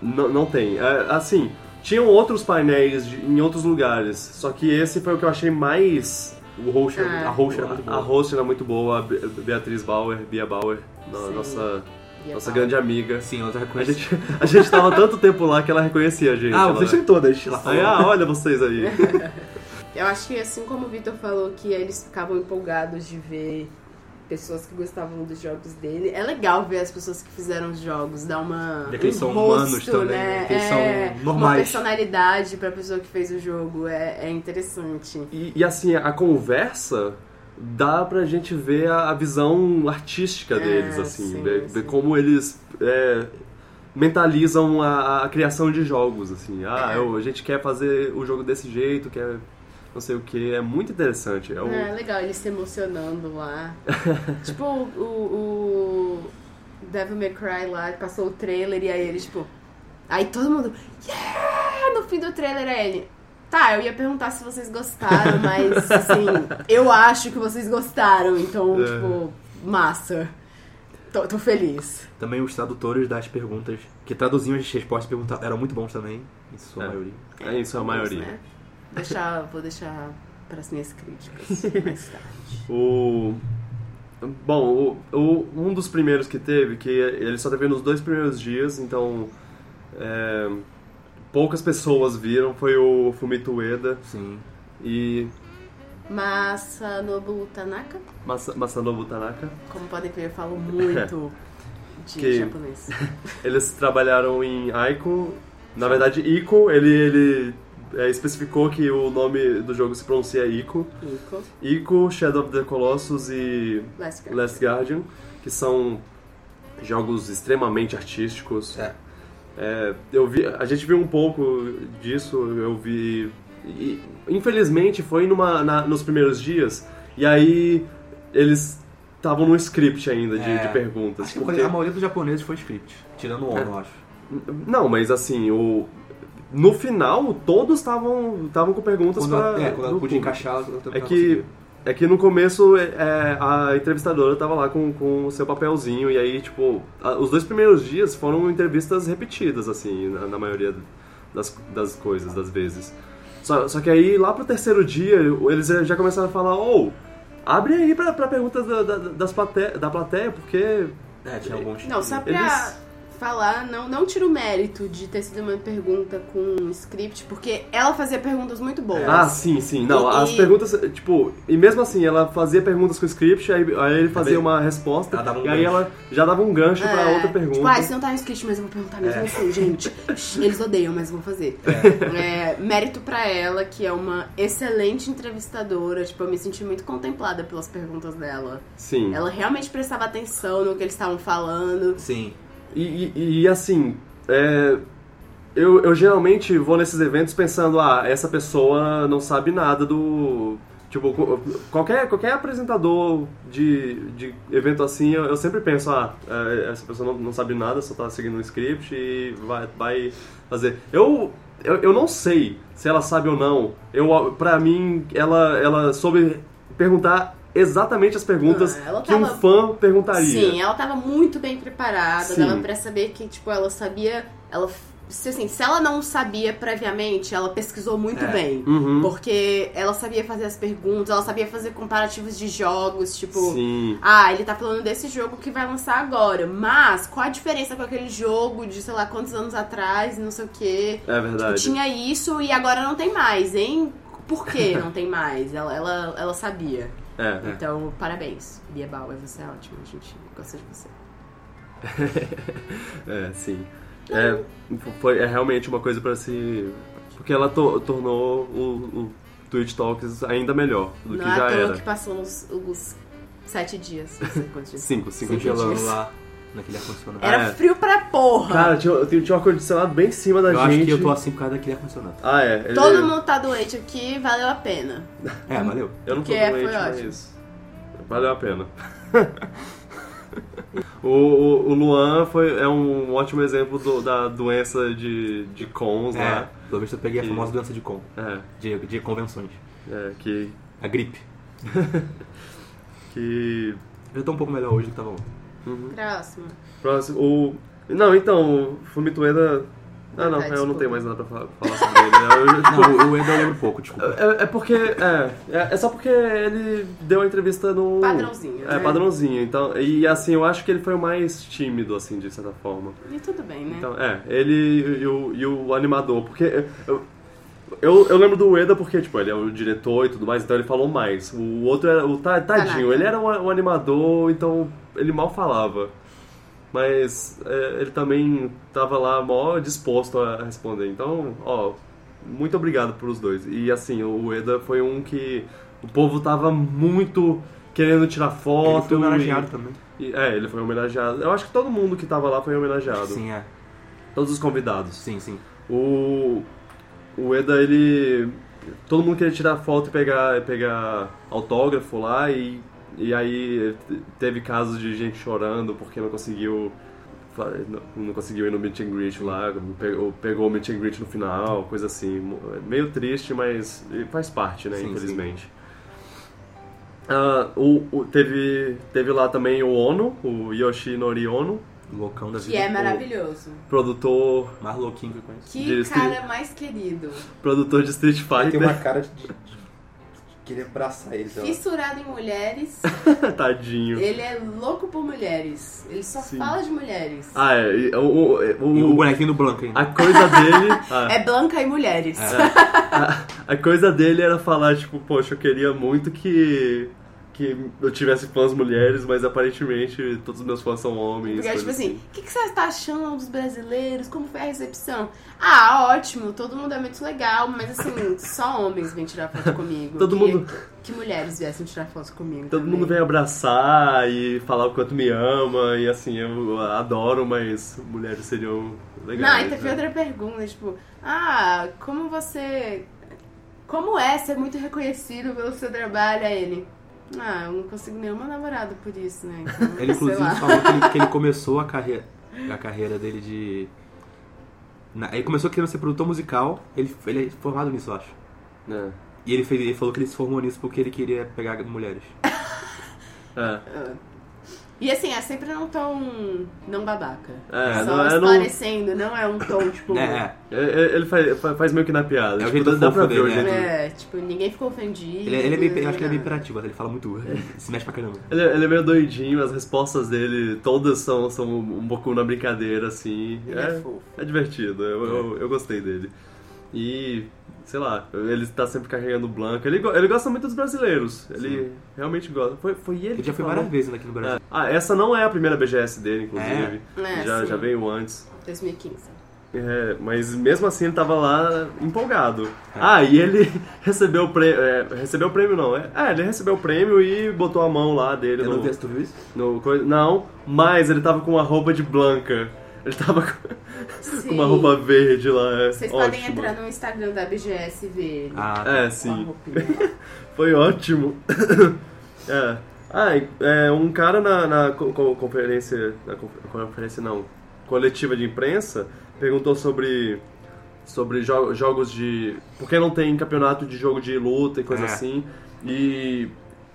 n- não tem. É, assim, tinham outros painéis de- em outros lugares, só que esse foi o que eu achei mais. O host, era É. muito- a host era muito a, a boa. host era muito boa, a Be- Beatriz Bauer, Bia Bauer, no- Sim. nossa, E a nossa Paula. grande amiga. Sim, ela já A reconhece. gente, a gente tava tanto tempo lá que ela reconhecia a gente. Ah, ela- vocês têm todas. Ela Aí, falou. ah, olha vocês aí. Eu acho que assim como o Vitor falou que eles ficavam empolgados de ver pessoas que gostavam dos jogos dele, é legal ver as pessoas que fizeram os jogos, dar uma E que eles um são rosto, humanos também, né? né? Que eles são É, Uma normais. personalidade pra pessoa que fez o jogo é, é interessante. E, e, assim, a conversa dá pra gente ver a, a visão artística É, deles, assim, sim, ver, sim. ver como eles é, mentalizam a, a criação de jogos, assim. Ah, É. eu- a gente quer fazer o jogo desse jeito, quer não sei o que, é muito interessante. É o- É legal eles se emocionando lá. tipo o, o Devil May Cry lá passou o trailer e aí ele tipo, aí todo mundo yeah! No fim do trailer é ele. Tá, eu ia perguntar se vocês gostaram, mas assim, eu acho que vocês gostaram, então É. tipo massa. Tô, tô feliz. Também os tradutores das perguntas, que traduziam as respostas, perguntavam, eram muito bons também, em sua É. maioria. é isso, a maioria. Né? Deixar, vou deixar para as minhas críticas tá. mais tarde. O. Bom, o, o- um dos primeiros que teve, que ele só teve nos dois primeiros dias, então. é, poucas pessoas viram, foi o Fumito Ueda Sim. e Masanobu Tanaka? Masa- Masanobu Tanaka. Como podem ver, eu falo muito de Que- japonês. Eles trabalharam em Aiko. Na verdade, Ico, ele, ele é, especificou que o nome do jogo se pronuncia Ico. Ico, Ico, Shadow of the Colossus e Last Crack. Last Guardian, que são jogos extremamente artísticos. É. É, eu vi, a gente viu um pouco disso, eu vi. e, infelizmente foi numa, na- nos primeiros dias, e aí eles estavam no script ainda de, É. de perguntas. Acho que porque- a maioria dos japoneses foi script, É. tirando o Ono, eu acho. Não, mas assim, o, no final todos estavam estavam com perguntas Quando ela, pra- é, quando ela do podia público. encaixar, ela É que, é que no começo é, é, a entrevistadora tava lá com, com o seu papelzinho e aí, tipo, a- os dois primeiros dias foram entrevistas repetidas, assim, na, na maioria das, das coisas, das vezes. Só, só que aí, lá pro terceiro dia, eles já- já começaram a falar, ou, abre aí pra, pra perguntas da, da- das plate- da plateia, porque... É, tinha alguns. Não, só pra Eles- falar, não, não tiro o mérito de ter sido uma pergunta com um script, porque ela fazia perguntas muito boas. Ah, sim, sim. Não, E- as e- perguntas, tipo, e mesmo assim, ela fazia perguntas com o script, aí, aí ele fazia Tá Ela uma resposta, dava um e aí gancho. ela já dava um gancho pra outra pergunta. É. Tipo, ah, isso não tá no script, mas eu vou perguntar mesmo assim, gente. Eles odeiam, mas vão fazer. É, mérito pra ela, que é uma excelente entrevistadora. Tipo, eu me senti muito contemplada pelas perguntas dela. Sim. Ela realmente prestava atenção no que eles estavam falando. Sim. E, e- e, assim, é, eu, eu geralmente vou nesses eventos pensando, ah, essa pessoa não sabe nada do. Tipo, co- qualquer, qualquer apresentador de, de evento assim, eu, eu sempre penso, ah, é, essa pessoa não, não sabe nada, só tá seguindo um script e vai, vai fazer. Eu, eu, eu não sei se ela sabe ou não. Eu, pra mim, ela, ela soube perguntar exatamente as perguntas Ah, ela que um tava- fã perguntaria. Sim, ela tava muito bem preparada, Sim. dava pra saber que, tipo, ela sabia. Ela, se, assim, se ela não sabia previamente, ela pesquisou muito É. bem. Uhum. Porque ela sabia fazer as perguntas, ela sabia fazer comparativos de jogos, tipo. Sim. Ah, ele tá falando desse jogo que vai lançar agora. Mas qual a diferença com aquele jogo de sei lá quantos anos atrás, não sei o quê? Tipo, É verdade. Tinha isso e agora não tem mais, hein? Por que não tem mais? Ela, ela, ela sabia. É. Então, parabéns, Bia Bauer, você é ótima, a gente gosta de você. É, sim. É, foi, é realmente uma coisa pra se. Porque ela to- tornou o, o Twitch Talks ainda melhor do que não é já à toa era. que passou uns, uns sete dias, não sei quantos dias. Cinco, cinco Cinco dias. Gelando lá naquele ar-condicionado. Era É. frio pra porra! Cara, tinha, tinha, tinha um ar-condicionado bem em cima da eu gente. acho que eu tô assim por causa daquele ar-condicionado. Ah, é. ele- Todo mundo tá doente aqui, valeu a pena. É, valeu. Eu não tô Porque é, doente, foi ótimo. mas. Valeu a pena. o, o, o Luan foi, é um ótimo exemplo do- da doença de, de cons É, lá. pelo visto eu peguei a Que- famosa doença de com, É, de, de convenções. é, que. A gripe. que Eu tô um pouco melhor hoje do que tava ontem. Hum. Próximo. Próximo. O. Não, então, o Fumitueda. Ah, não, Tá, eu não desculpa. tenho mais nada pra falar, falar sobre ele. né? Eu- Ah, Não, o- o Eda eu lembro pouco, desculpa. é, é porque. É, é, é só porque ele deu a entrevista no. Padrãozinho, É, né? padrãozinho. Então, e assim, eu acho que ele foi o mais tímido, assim, de certa forma. E tudo bem, né? Então, é, ele e o, e o animador, porque eu, eu, eu lembro do Ueda porque, tipo, ele é o diretor e tudo mais, então ele falou mais. O outro era o ta- tadinho, Tanaka. ele era um, um animador, então ele mal falava. Mas é, ele também tava lá mó disposto a responder. Então, ó, muito obrigado pros dois. E assim, o Ueda foi um que o povo tava muito querendo tirar foto. Ele foi um e- homenageado também. e- é, ele foi homenageado. Eu acho que todo mundo que tava lá foi homenageado. Sim, é. Todos os convidados. Sim, sim. O, o Eda, ele. Todo mundo queria tirar foto e pegar, pegar autógrafo lá, e, e aí teve casos de gente chorando porque não conseguiu. fa- Não, não conseguiu ir no meet and greet lá, pegou, pegou o meet and greet no final, coisa assim. Mo- Meio triste, mas faz parte, né? Sim, infelizmente. Ah, o, o- teve, teve lá também o Ono, o Yoshinori Ono, Loucão da Que vida. é maravilhoso. produtor Mais louquinho que eu conheço. Que Diz que- cara mais querido. produtor de Street Ele Fighter. tem uma cara de, de, de querer abraçar ele. Então. sei lá. Fissurado em mulheres, Tadinho. ele é louco por mulheres. Ele só Sim. fala de mulheres. Ah, é. e- O, o, E o- o bonequinho do Blanca ainda. É. a coisa dele. ah, É Blanca e mulheres. É. a coisa dele era falar, tipo, poxa, eu queria muito que. Que eu tivesse fãs mulheres, mas aparentemente todos os meus fãs são homens. Porque, tipo coisa assim, o que, que você tá achando dos brasileiros? Como foi a recepção? Ah, ótimo, todo mundo é muito legal, mas assim, só homens vêm tirar foto comigo. Todo Eu queria mundo- que- Que mulheres viessem tirar foto comigo. Todo também. mundo vem abraçar e falar o quanto me ama, e assim, eu adoro, mas mulheres seriam Não, então legais. e teve né? outra pergunta, tipo, ah, como você. Como é ser muito reconhecido pelo seu trabalho? Aí ele. Ah, eu não consigo nenhuma namorada por isso, né? Então, Ele sei inclusive lá. falou que ele, que ele começou a carreira, a carreira dele de. na- ele começou querendo ser produtor musical, ele, ele é formado nisso, eu acho. É. E ele, fez, ele falou que ele se formou nisso porque ele queria pegar mulheres. É. E assim, é sempre num tom não babaca. É, Só não é, não- esclarecendo, não... é um tom, tipo. É, É, é, Ele faz, fa- faz meio que na piada. É o tipo, jeito dá- dá fofo pra ver o dele, né? jeito. É, tipo, ninguém ficou ofendido. ele, é- ele é meio, eu acho que ele é meio nada. imperativo, ele fala muito, ele se mexe pra caramba. Ele, é- ele é meio doidinho, as respostas dele todas são, são um pouco na brincadeira, assim. Ele é É, fofo. é divertido, eu, eu, eu gostei dele. E, sei lá, ele tá sempre carregando o Blanca. Ele, go- ele gosta muito dos brasileiros, ele realmente gosta. Foi, foi ele Ele que já foi falou. várias vezes aqui no Brasil. É. Ah, essa não é a primeira BGS dele, inclusive. É, já, sim. já veio antes. 2015. É, mas mesmo assim ele tava lá É. empolgado. Ah, e ele recebeu o prêmio. é, recebeu o prêmio não, é? Ah, ele recebeu o prêmio e botou a mão lá dele Eu no, não vi, tu viu isso? no coisa- Não, mas ele tava com uma roupa de Blanca. Ele tava com... Sim. com uma roupa verde lá. É Vocês ótimo. podem entrar no Instagram da BGS e ver ele. Ah, É, com a sim. roupinha. Foi ótimo. é. Ah, e- é, um cara na, na co- co- conferência. Na con- conferência não. Coletiva de imprensa perguntou sobre. Sobre jo- jogos de. Por que não tem campeonato de jogo de luta e coisa É. assim? E.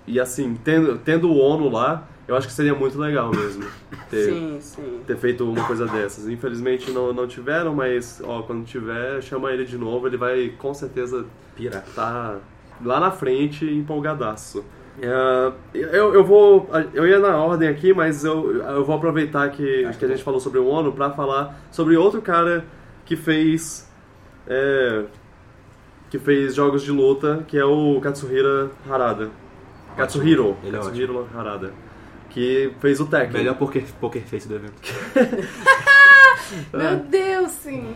E assim, tendo, tendo o ONU lá, eu acho que seria muito legal mesmo. Ter, Sim, sim. ter feito uma coisa dessas. Infelizmente não, não tiveram, mas ó, quando tiver, chama ele de novo, ele vai com certeza pira. tá lá na frente empolgadaço. Ah, eu, eu vou. Eu ia na ordem aqui, mas eu, eu vou aproveitar que, Acho que a bom. gente falou sobre o ONU pra falar sobre outro cara que fez. é, que fez jogos de luta, que é o Katsuhira Harada. Katsuhiro. Ele é Katsuhiro Harada. Que fez o Tekken. Melhor poker, poker face do evento. Meu Deus, sim.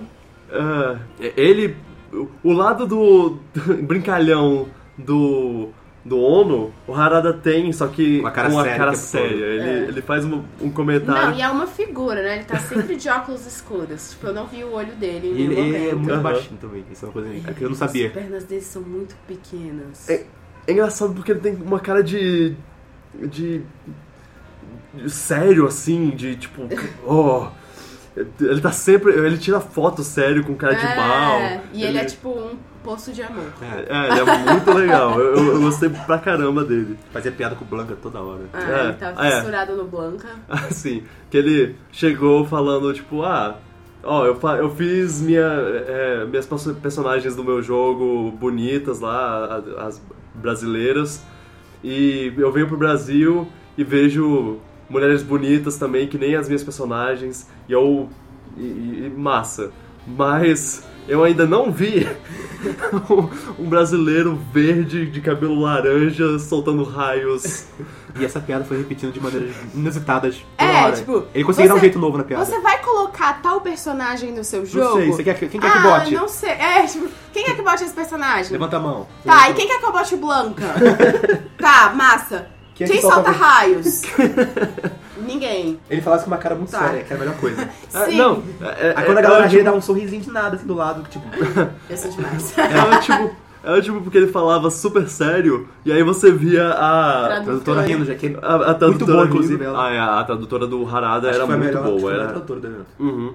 Ah, ele. O lado do. brincalhão do. do Ono, o Harada tem, só que Com a cara séria o cara tempo todo. séria. Ele, É. ele faz um, um Não, comentário. e é uma figura, né? Ele tá sempre de óculos escuros. Tipo, eu não vi o olho dele em Ele, nenhum ele é momento. muito Aham. baixinho também. Isso é uma coisa é que eu não As sabia. pernas dele são muito pequenas. É. É engraçado porque ele tem uma cara de. de. de sério, assim, de tipo. oh. Ele tá sempre. Ele tira foto sério com cara tá de É, mal. E ele é tipo um poço de amor. É, É, ele é muito legal. Eu, eu gostei pra caramba dele. fazia piada com o Blanca toda hora. Ah, É, ele tá é. fissurado no Blanca. Assim, que ele chegou falando, tipo, ah, ó, eu, fa- eu fiz minha, é, minhas perso- personagens do meu jogo bonitas lá, a- as brasileiras, e eu venho pro Brasil e vejo mulheres bonitas também, que nem as minhas personagens, e eu. e, e- e massa. Mas. Eu ainda não vi um brasileiro verde de cabelo laranja soltando raios. E essa piada foi repetindo de maneiras inusitadas. toda É, hora. tipo, Ele conseguia dar um você- jeito novo na piada. Você vai colocar tal personagem no seu jogo? não sei, você quer, que- quem quer ah, que bote? não sei. É, tipo, quem é que bote esse personagem? Levanta a mão. Tá, e Levanta a quem quer que eu bote o Blanca? tá, massa. Quem Quem, é que solta toca- raios? Ninguém. Ele fala isso com uma cara muito Tá. séria, que é a melhor coisa. Ah, Sim. não, é, é- Aí quando a é galera ótimo. ri, dá um sorrisinho de nada assim do lado, que tipo, Eu sou demais. É ótimo, é ótimo porque ele falava super sério, e aí você via a. mão. Tradutora Tradutor. rindo, já que ele... A, a tradutora, Muito boa, rindo. inclusive, ela. Ah, é, a tradutora do Harada acho que era foi a muito melhor, acho que boa, foi a melhor era. tradutora do evento. Uhum.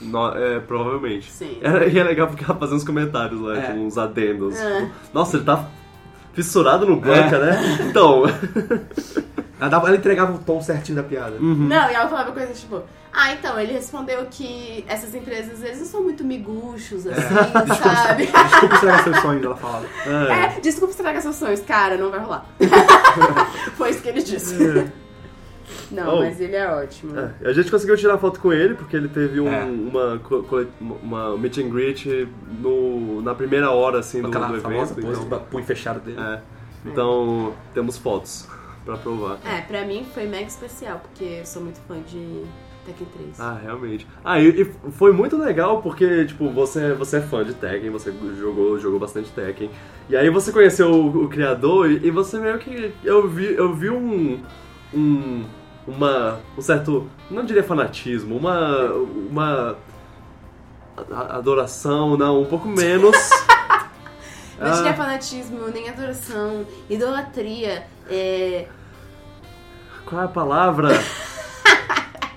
No- é, provavelmente. Sim. Era, e é legal porque ela fazia uns comentários lá, É. tipo, uns adendos. É. Tipo, Nossa, ele tá fissurado no É. Blanca, né? Então. Ela, dava- ela entregava o tom certinho da piada. Não, e ela falava coisa tipo, ah, então, ele respondeu que essas empresas, eles não são muito miguchos, assim, sabe? Desculpa estragar seus sonhos, ela falava. é. É, desculpa estragar seus sonhos, cara, não vai rolar. Foi isso que ele disse. Não, Oh. mas ele é ótimo. É, A gente conseguiu tirar foto com ele porque ele teve um- É. uma, co- co- uma meet and greet no, na primeira hora assim, Com do, aquela do famosa evento. pose então- do punho fechado dele. É. Então, temos fotos pra provar. É, pra mim foi mega especial, porque eu sou muito fã de Tekken 3. Ah, realmente. Ah, e, e foi muito legal porque, tipo, você, você é fã de Tekken, você jogou, jogou bastante Tekken. E aí você conheceu o, o criador e, e você meio que. Eu vi, eu vi um. um uma. um certo. não diria fanatismo, uma. uma. a- adoração, não, um pouco menos. Não tinha Ah. fanatismo, nem adoração, idolatria, é... Qual é a palavra?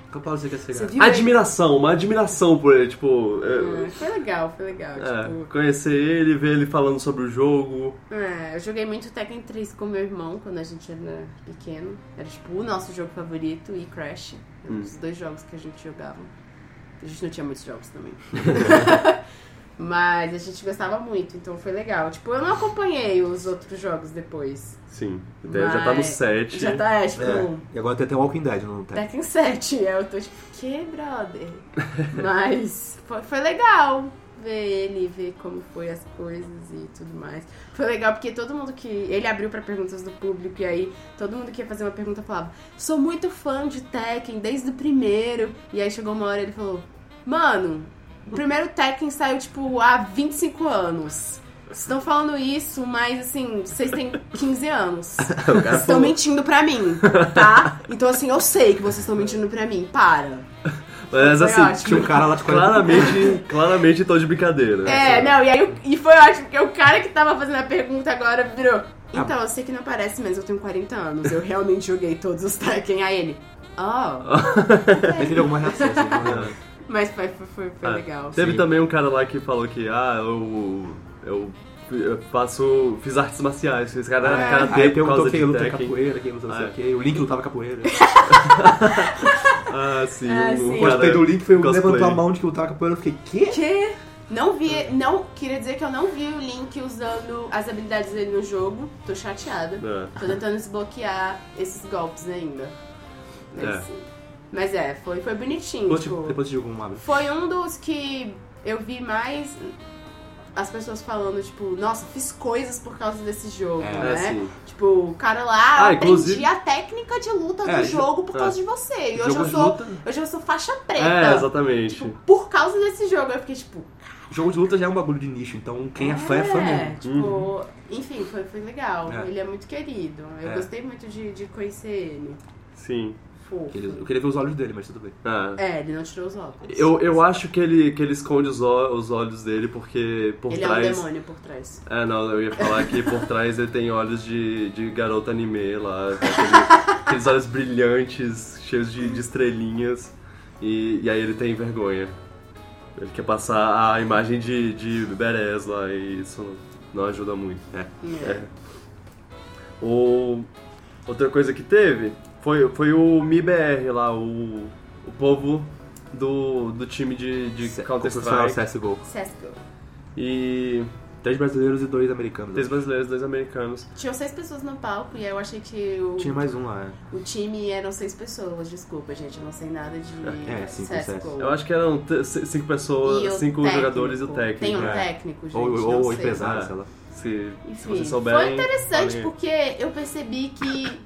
Qual palavra você quer chegar? Você viu ele? Admiração, uma admiração por ele, tipo. é, Ah, Foi legal, foi legal. É, Tipo, conhecer ele, ver ele falando sobre o jogo. é, eu joguei muito Tekken 3 com meu irmão quando a gente era pequeno. Era tipo o nosso jogo favorito e Crash. Hum. Eram os dois jogos que a gente jogava. A gente não tinha muitos jogos também. Mas a gente gostava muito, então foi legal. Tipo, eu não acompanhei os outros jogos depois. Sim. Até Já tá no Mas 7. Já tá, é, tipo, E agora tem até Walking Dead no Tekken. Tekken 7. Aí eu tô tipo, que brother? Mas foi, foi legal ver ele, ver como foi as coisas e tudo mais. Foi legal porque todo mundo que. Ele abriu pra perguntas do público e aí todo mundo que ia fazer uma pergunta falava: Sou muito fã de Tekken desde o primeiro. E aí chegou uma hora e ele falou: Mano, o primeiro Tekken saiu tipo há 25 anos. Estão falando isso, mas assim, vocês têm 15 anos. O cara Estão falou. mentindo pra mim, tá? Então assim, eu sei que vocês estão mentindo pra mim, para. Mas Foi assim, ótimo. Tinha um cara lá de 40 claramente, claramente tô de brincadeira. É, sabe? não, e aí o- e foi ótimo, porque o cara que tava fazendo a pergunta agora Ah. virou. Então, eu sei que não parece, mas eu tenho 40 anos. Eu realmente joguei todos os Tekken a ele. Oh, Ele teve alguma reação, assim, alguma reação. mas foi, foi, foi, foi Ah, legal. Teve Sim. também um cara lá que falou que, ah, eu. Eu, eu faço. Fiz artes marciais, fiz cara, É. cara Aí por perguntou causa quem de luta Tekken. capoeira, quem luta não sei Ah, o quê. O Link lutava capoeira. Ah, sim. Ah, um sim. cara Gostei do link, foi o cosplay. levantou a mão de que lutava capoeira, eu fiquei, quê? Que? Não vi, não, queria dizer que eu não vi o Link usando as habilidades dele no jogo. Tô chateada. É. Tô tentando desbloquear esses golpes ainda. Mas É. é, mas é foi, foi bonitinho. Depois, tipo, te- depois te digo como abre. Foi um dos que eu vi mais as pessoas falando, tipo, nossa, fiz coisas por causa desse jogo, É, É, né? sim. Tipo, o cara lá, Ah, eu inclusive- aprendi a técnica de luta É, do jogo por é. causa de você. E hoje Jogo eu de sou. luta. Hoje eu sou faixa É, preta. exatamente. tipo, por causa desse jogo. Eu fiquei, tipo, Jogo de luta já é um bagulho de nicho, então quem é fã é fã mesmo. tipo, Uhum. enfim, foi, foi legal. É. Ele é muito querido. Eu É. gostei muito de, de conhecer ele. Sim. Fofo. Ele- Eu queria ver os olhos dele, mas tudo bem. Ah. É, ele não tirou os óculos. Eu, eu acho que ele, que ele esconde os, ó- os olhos dele porque por Ele é um trás. demônio por trás. É, não, eu ia falar que por trás ele tem olhos de, de garota anime lá, aquele- aqueles olhos brilhantes, cheios de, de estrelinhas, e, e aí ele tem vergonha. Ele quer passar a imagem de, de Beres lá, e isso não ajuda muito. É. O, outra coisa que teve foi, foi o MIBR lá, o, o povo do, do time de, de Profissional Counter-Strike. CSGO. CSGO. E Três brasileiros e dois americanos. três brasileiros, dois americanos. Tinham seis pessoas no palco e eu achei que o, Tinha mais um lá, é. o time eram seis pessoas. Desculpa, gente, eu não sei nada de É, cinco, sete. CSGO. Eu acho que eram t- c- cinco E pessoas, o cinco técnico. jogadores e o técnico. Tem um né? técnico, gente. Ou, não ou sei. né? empresário, Ah. sei lá. Se, se Enfim, vocês souberem. foi interessante falem aí. porque eu percebi que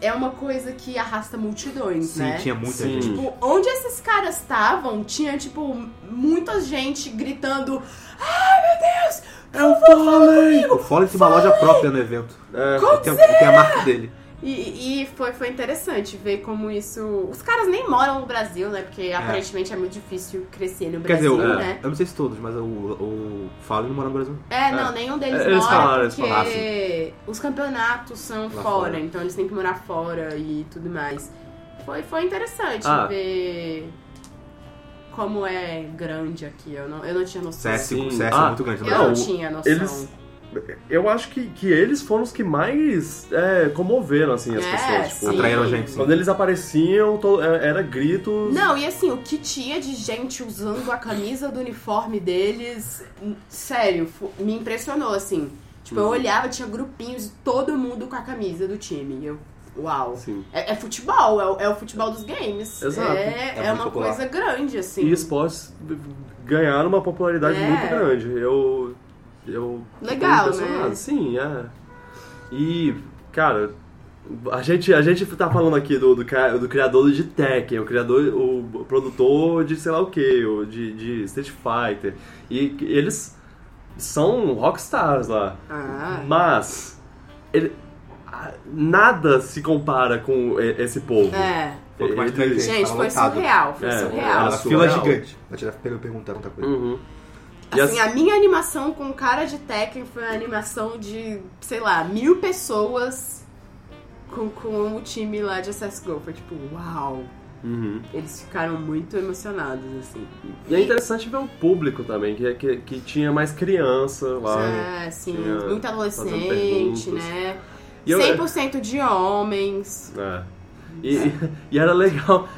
é uma coisa que arrasta multidões, Sim, né? tinha muita Sim. gente. Tipo, onde esses caras estavam, tinha, tipo, muita gente gritando É o Fallen! O Fallen tem uma loja própria no evento. É, Ele Tem, ele tem a marca dele. E, e foi, foi interessante ver como isso. Os caras nem moram no Brasil, né? Porque aparentemente é muito difícil crescer no Quer dizer, é. Brasil, o- né? eu não sei se todos, mas o, o Fallen não mora no Brasil. É, não, nenhum deles É, eles mora falaram, eles porque falaram, os campeonatos são Lá fora, fora. então eles têm que morar fora e tudo mais. Foi, foi interessante Ah. ver como é grande aqui. Eu não, eu não tinha noção. CS, Sim. CS é Ah, muito grande no Eu Brasil. não, Não, tinha noção. eles- Eu acho que, que eles foram os que mais é, comoveram assim, as É, pessoas. Tipo, sim. atraíram gente, sim. Quando eles apareciam, to- é- era gritos. Não, e assim, o que tinha de gente usando a camisa do uniforme deles, n- sério, fu- me impressionou, assim. Tipo, eu olhava, tinha grupinhos de todo mundo com a camisa do time. E eu, uau. Assim. É, é futebol, é, o- é o futebol dos games. Exato. É É, é, muito uma popular. coisa grande, assim. E esportes ganharam uma popularidade É. muito grande. Eu. Eu. Legal, fiquei impressionado. né? Sim, é. E, cara, a gente, a gente tá falando aqui do, do, ca- do criador de Tekken, o criador, o produtor de sei lá o que, de, de Street Fighter. E eles são rockstars lá. Ah, Mas. ele- a- nada se compara com e- esse povo. é. Foi o que mais Ele- teve Gente, tava foi lotado. surreal, foi É, surreal. era Era surreal. fila gigante. Vai tirar pelo perguntar outra coisa. Uhum. E Assim, a minha animação com cara de Tekken foi uma animação de, sei lá, mil pessoas com, com o time lá de CSGO. Foi tipo, uau! Uhum. Eles ficaram muito emocionados, assim. E é interessante ver o público também, que, é, que, que tinha mais criança lá. É, assim, Tinha muito fazendo adolescente, perguntas. né? E eu- 100% de homens. É. E, e era legal,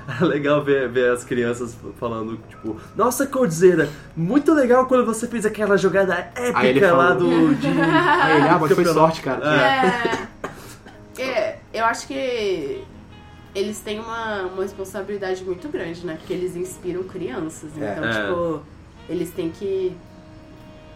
era legal ver, ver as crianças falando, tipo, nossa Cordzeira, muito legal quando você fez aquela jogada Aí ele épica falou. lá do. De... Aí ele, ah, mas foi Campeonato. sorte, cara. É. É, eu acho que eles têm uma, uma responsabilidade muito grande, né? Porque eles inspiram crianças. É. Então, É. tipo, eles têm que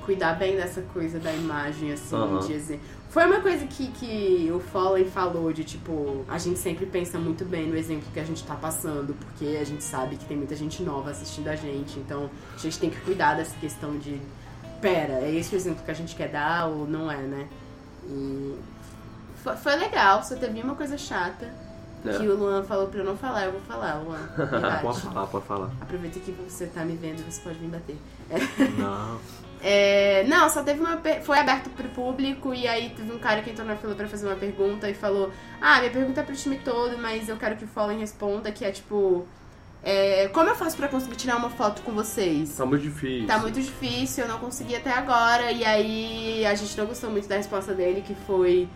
cuidar bem dessa coisa da imagem, assim, Aham. de exemplo. Foi uma coisa que, que o Follen falou de, tipo, a gente sempre pensa muito bem no exemplo que a gente tá passando, porque a gente sabe que tem muita gente nova assistindo a gente, então a gente tem que cuidar dessa questão de pera, é esse o exemplo que a gente quer dar ou não é, né? E fo- foi, legal, só teve uma coisa chata É. que o Luan falou pra eu não falar, eu vou falar, Luan. me bate. Pode "Ah, falar, pode falar. Aproveita que você tá me vendo, você pode me bater. Não. É, não, só teve uma. per- Foi aberto pro público e aí teve um cara que entrou na fila pra fazer uma pergunta e falou: Ah, minha pergunta é pro time todo, mas eu quero que o Fallen responda, que é tipo. é, como eu faço pra conseguir tirar uma foto com vocês? Tá muito difícil. Tá muito difícil, eu não consegui até agora. E aí a gente não gostou muito da resposta dele, que foi.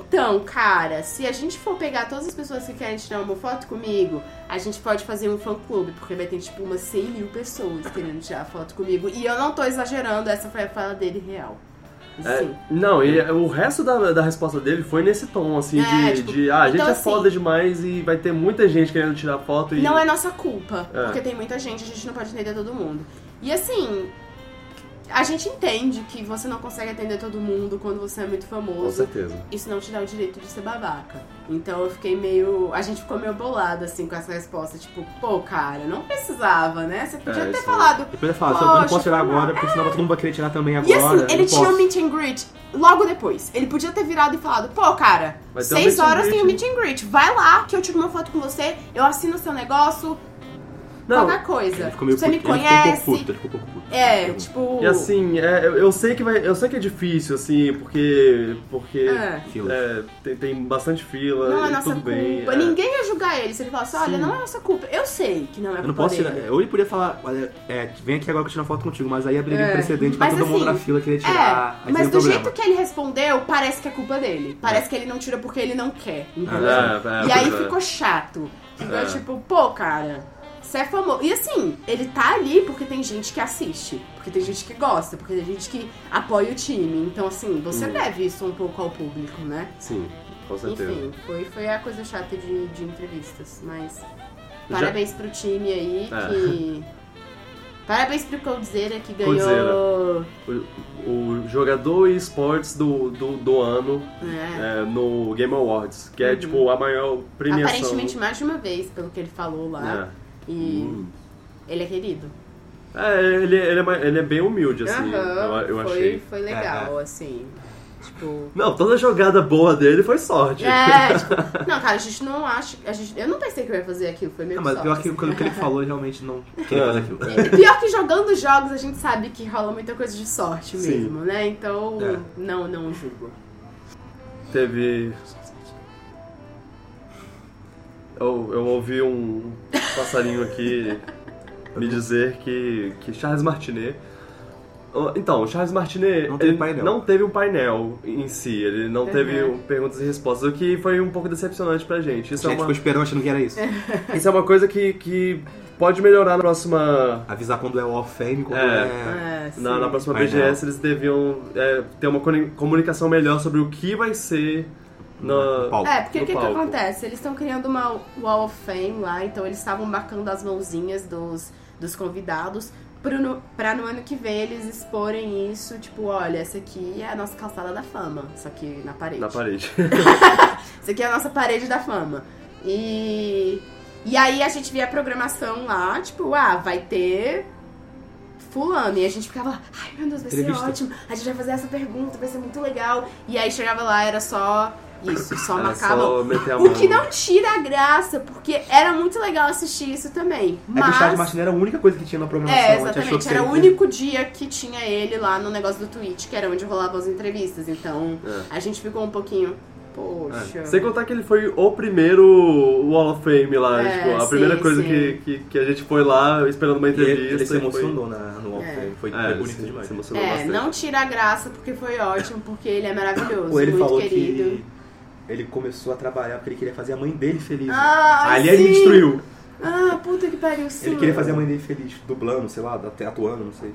Então, cara, se a gente for pegar todas as pessoas que querem tirar uma foto comigo, a gente pode fazer um fã clube, porque vai ter tipo umas 100 mil pessoas querendo tirar foto comigo. E eu não tô exagerando, essa foi a fala dele real. É, Sim. não, e o resto da, da resposta dele foi nesse tom, assim, É, de, tipo, de, ah, a gente então, é foda demais e vai ter muita gente querendo tirar foto e. Não é nossa culpa, É. porque tem muita gente, a gente não pode atender todo mundo. E assim, a gente entende que você não consegue atender todo mundo quando você é muito Com famoso. certeza. isso não te dá o direito de ser babaca. Então eu fiquei meio. A gente ficou meio bolado, assim, com essa resposta. Tipo, pô, cara, não precisava, né? Você podia É, ter isso- falado. Depois ele fala, eu não posso Poxa, tirar agora, porque senão todo mundo vai querer tirar também agora. E assim, ele eu tinha posso. um meet and greet logo depois. Ele podia ter virado e falado, pô, cara, Vai ter um seis meet and horas tem o greet, meet and greet. Vai lá que eu tiro uma foto com você, eu assino o seu negócio, Não, qualquer coisa. Tipo, Ele ficou meio Você me puto. Ele ficou um pouco conhece. puto, ele ficou um pouco puto. é, tipo. e assim, é, eu, eu sei que vai. Eu sei que é difícil, assim, porque. Porque. é. Fila. é, tem, tem bastante fila, Não é e nossa tudo culpa. bem. é. Ninguém ia julgar ele se ele falasse, olha, Sim. não é nossa culpa. Eu sei que não é culpa Eu não posso dele. tirar. Ou ele podia falar, olha, é, vem aqui agora que eu tiro uma foto contigo, mas aí abriria É. um precedente pra Mas todo mundo assim, na fila querer tirar. É, aí mas seria um do problema. jeito que ele respondeu, parece que é culpa dele. Parece que ele não tira porque ele não quer, entendeu? É, é, e aí pois é. ficou chato. Ficou É. tipo, pô, cara, você é famoso. E assim, ele tá ali porque tem gente que assiste, porque tem gente que gosta, porque tem gente que apoia o time. Então, assim, você deve isso um pouco ao público, né? Sim, Hum. com certeza. Enfim, foi, foi a coisa chata de, de entrevistas, mas. Já- Parabéns pro time aí É. que. Parabéns pro Coldzera que ganhou. Coldzera. O, o jogador e esportes do, do, do ano é, né, no Game Awards, que é tipo a maior premiação. Uhum. Aparentemente mais de uma vez, pelo que ele falou lá. É. E ele é querido. É, ele, ele, é, ma- ele é bem humilde, assim, Aham, eu, eu foi, achei. É, foi legal, assim. Tipo. Não, toda jogada boa dele foi sorte. É, tipo, não, cara, a gente não acha. A gente, eu não pensei que eu ia fazer aquilo, foi Ah, meio Não, mas sorte, pior que assim. pelo que ele falou, ele realmente não queria fazer aquilo. É, pior que jogando jogos, a gente sabe que rola muita coisa de sorte Sim. mesmo, né? Então, É. não, não julgo. Teve. Eu, eu ouvi um passarinho aqui me dizer que, que Charles Martinet. Oh, Então, o Charles Martinet Não teve ele painel. não teve um painel em si, ele não teve Uhum. um perguntas e respostas, o que foi um pouco decepcionante pra gente. A Isso, gente é, ficou uma, esperando tipo, achando que era isso. isso é uma coisa que, que pode melhorar na próxima. Avisar quando é o All Fame, quando É. é. É, Na, na sim. próxima Painel. BGS eles deviam é, ter uma comuni- comunicação melhor sobre o que vai ser na, no um palco. É, porque no o que, que palco. acontece? Eles estão criando uma Wall of Fame lá, então eles estavam marcando as mãozinhas dos, dos convidados pro no, pra no ano que vem eles exporem isso, tipo, olha, essa aqui é a nossa calçada da fama, só que na parede. na parede. Isso aqui é a nossa parede da fama. E. E aí a gente via a programação lá, tipo, ah, vai ter. Fulano, e a gente ficava, ai meu Deus, vai Entrevista. ser ótimo, a gente vai fazer essa pergunta, vai ser muito legal. E aí chegava lá, era só isso, só Era marcava É só meter É a mão. o que não tira a graça, porque era muito legal assistir isso também. É que o Charles Mas. Martin era a única coisa que tinha na programação. É, a gente achou que exatamente. Era o seria- único dia que tinha ele lá no negócio do Twitch, que era onde rolavam as entrevistas. Então, É. a gente ficou um pouquinho. Poxa. É. Sem contar que ele foi o primeiro Wall of Fame lá, É, tipo, a sim, primeira coisa sim. que, que, que a gente foi lá esperando uma E Ele, entrevista. ele se e foi- emocionou na, no All É. Fame. Foi, É, foi ele bonito se, demais. se emocionou É, bastante. não tira a graça porque foi ótimo, porque ele é maravilhoso, Ou ele muito falou querido. que ele começou a trabalhar porque ele queria fazer a mãe dele feliz. Ah, Ali sim. ele me destruiu. Ah, puta que pariu, sim. Ele queria fazer a mãe dele feliz, dublando, sei lá, até atuando, não sei.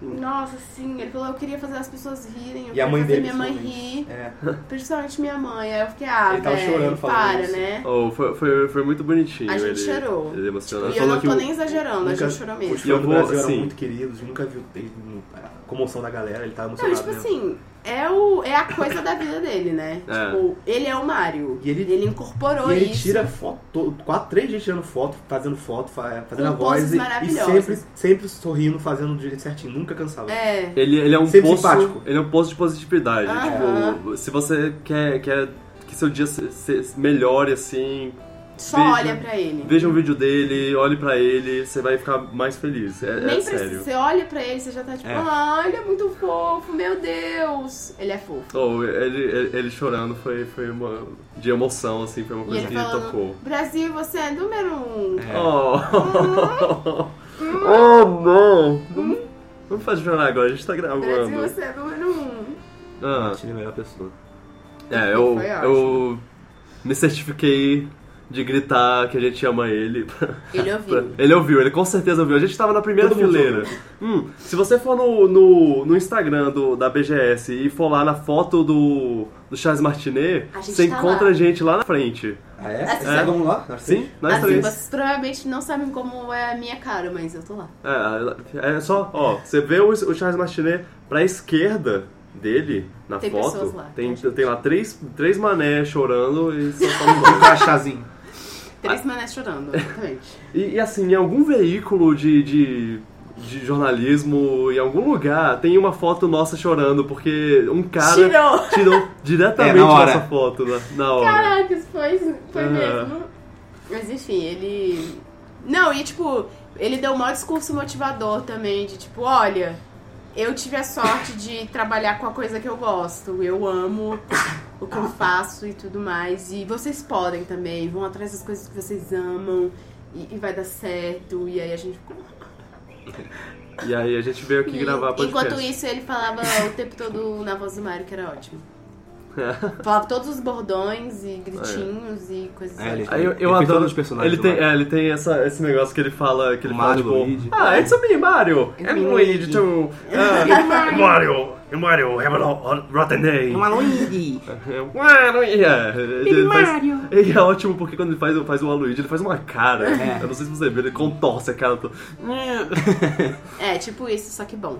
Nossa, sim. Ele falou, eu queria fazer as pessoas rirem, eu um- E a queria mãe fazer dele, minha mãe rir, principalmente. É. principalmente minha mãe. Aí eu fiquei, ah, Ele tava velho, chorando falando para, isso. né? Oh, foi, foi, foi muito bonitinho. A gente ele, chorou. Ele emocionou. E falou eu não que tô o- nem exagerando, a nunca- gente chorou mesmo. Os fãs Eu do vou, Brasil eram assim- muito queridos, nunca viu ele- a comoção da galera, ele tava Não, emocionado tipo mesmo. assim, é, o, é a coisa da vida dele, né? É. Tipo, ele é o Mario. E ele- incorporou E ele isso. tira foto, quatro, três dias tirando foto, fazendo foto, fa- fazendo a Com voz poses e, e maravilhosas. sempre, sempre sorrindo, fazendo do jeito certinho, nunca cansava. É. Ele, ele é um Sempre poço, simpático. ele é um poço de positividade. Aham. Tipo, se você quer, quer que seu dia se, se melhore assim, Só Veja- olha pra ele. veja um vídeo dele, olhe pra ele, você vai ficar mais feliz. É, é Nem precisa. sério. Você olha pra ele, você já tá tipo, É. ah, ele é muito fofo, meu Deus. Ele é fofo. Oh, ele, ele, ele chorando foi, foi uma de emoção assim, foi uma E coisa ele que falando, tocou. Brasil, você é número um. É. Oh. oh não! Não me faz chorar agora, a gente tá Brasil, gravando. você é número um. Ah, Martin é a melhor pessoa. é, eu, Foi ótimo. eu me certifiquei de gritar que a gente ama ele. Ele Pra- ouviu. Ele ouviu, ele com certeza ouviu. A gente tava na primeira Todo mundo fileira. Hum, se você for no, no, no Instagram do, da BGS e for lá na foto do, do Charles Martinet, A gente você tá encontra lá. a gente lá na frente. Ah, é? Assim, Vocês é. vamos lá? Nós Sim, né? nós Assim, três. vocês provavelmente não sabem como é a minha cara, mas eu tô lá. É, é só, ó, você vê o, o Charles Martinet pra esquerda dele, na Tem foto, pessoas lá, tem, tem gente. tem lá três, três mané chorando e só tá no três? Um crachazinho. Três manés chorando, exatamente. E, e, assim, em algum veículo de, de, de jornalismo, em algum lugar, tem uma foto nossa chorando, porque um cara Tirou! tirou É, diretamente na hora. nossa foto na, na hora. Caraca, isso foi, foi Ah. mesmo. Mas enfim, ele. Não, e tipo, ele deu um maior discurso motivador também, de tipo, olha, eu tive a sorte de trabalhar com a coisa que eu gosto, eu amo o que eu faço e tudo mais. E vocês podem também, vão atrás das coisas que vocês amam e, e vai dar certo. E aí a gente ficou. E aí a gente veio aqui E gravar podcast. Enquanto isso, ele falava o tempo todo na voz do Mário, que era ótimo. falava todos os bordões É. e gritinhos e coisas É, assim. ele- Aí eu, eu fez adoro todos os personagens Ele do tem, Mario. é, ele tem essa, esse negócio que ele fala, que ele O fala Mario, tipo, Luigi. ah, it's a me, Mario, It's and me, Luigi É Luigi." too. Ah, Mario, Mario, have a ro- rotten day. Luigi! é um- Mario, yeah. é, Ele faz- E é ótimo porque quando ele faz, faz o Luigi, ele faz uma cara. É. Eu não sei se você vê, ele contorce a cara. Tô... É, tipo isso, só que bom.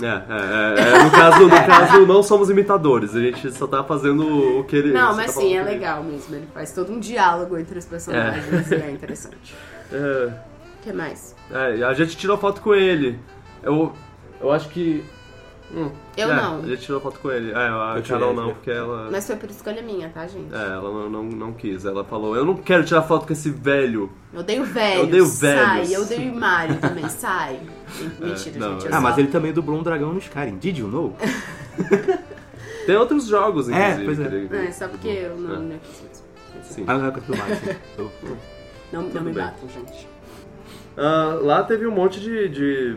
É, é, é, é, no caso, no caso, não somos imitadores, a gente só tá fazendo o que ele. Não, só mas tá sim, falando é o que ele- legal mesmo. Ele faz todo um diálogo entre os personagens e é interessante. É. O que mais? É, a gente tirou foto com ele. Eu, eu acho que. Hum, Eu é, não. A gente tirou foto com ele. É, a Eu tirei, Carol eu não, tirei. porque ela. Mas foi por escolha minha, tá, gente? É, ela não, não, não quis. Ela falou: Eu não quero tirar foto com esse velho. Eu odeio velho. Eu odeio velhos. Sai, eu odeio Mario também, sai. Mentira, não, gente. eu é- Ah, só- mas ele também dublou um dragão no Skyrim. Did you know? Tem outros jogos, É, inclusive. pois é. que ele- Uhum. É, só porque eu não, não quis mesmo. Sim. Ah, não, é do Martin. Eu- Não, não me bem. batam, gente. Ah, lá teve um monte de, de,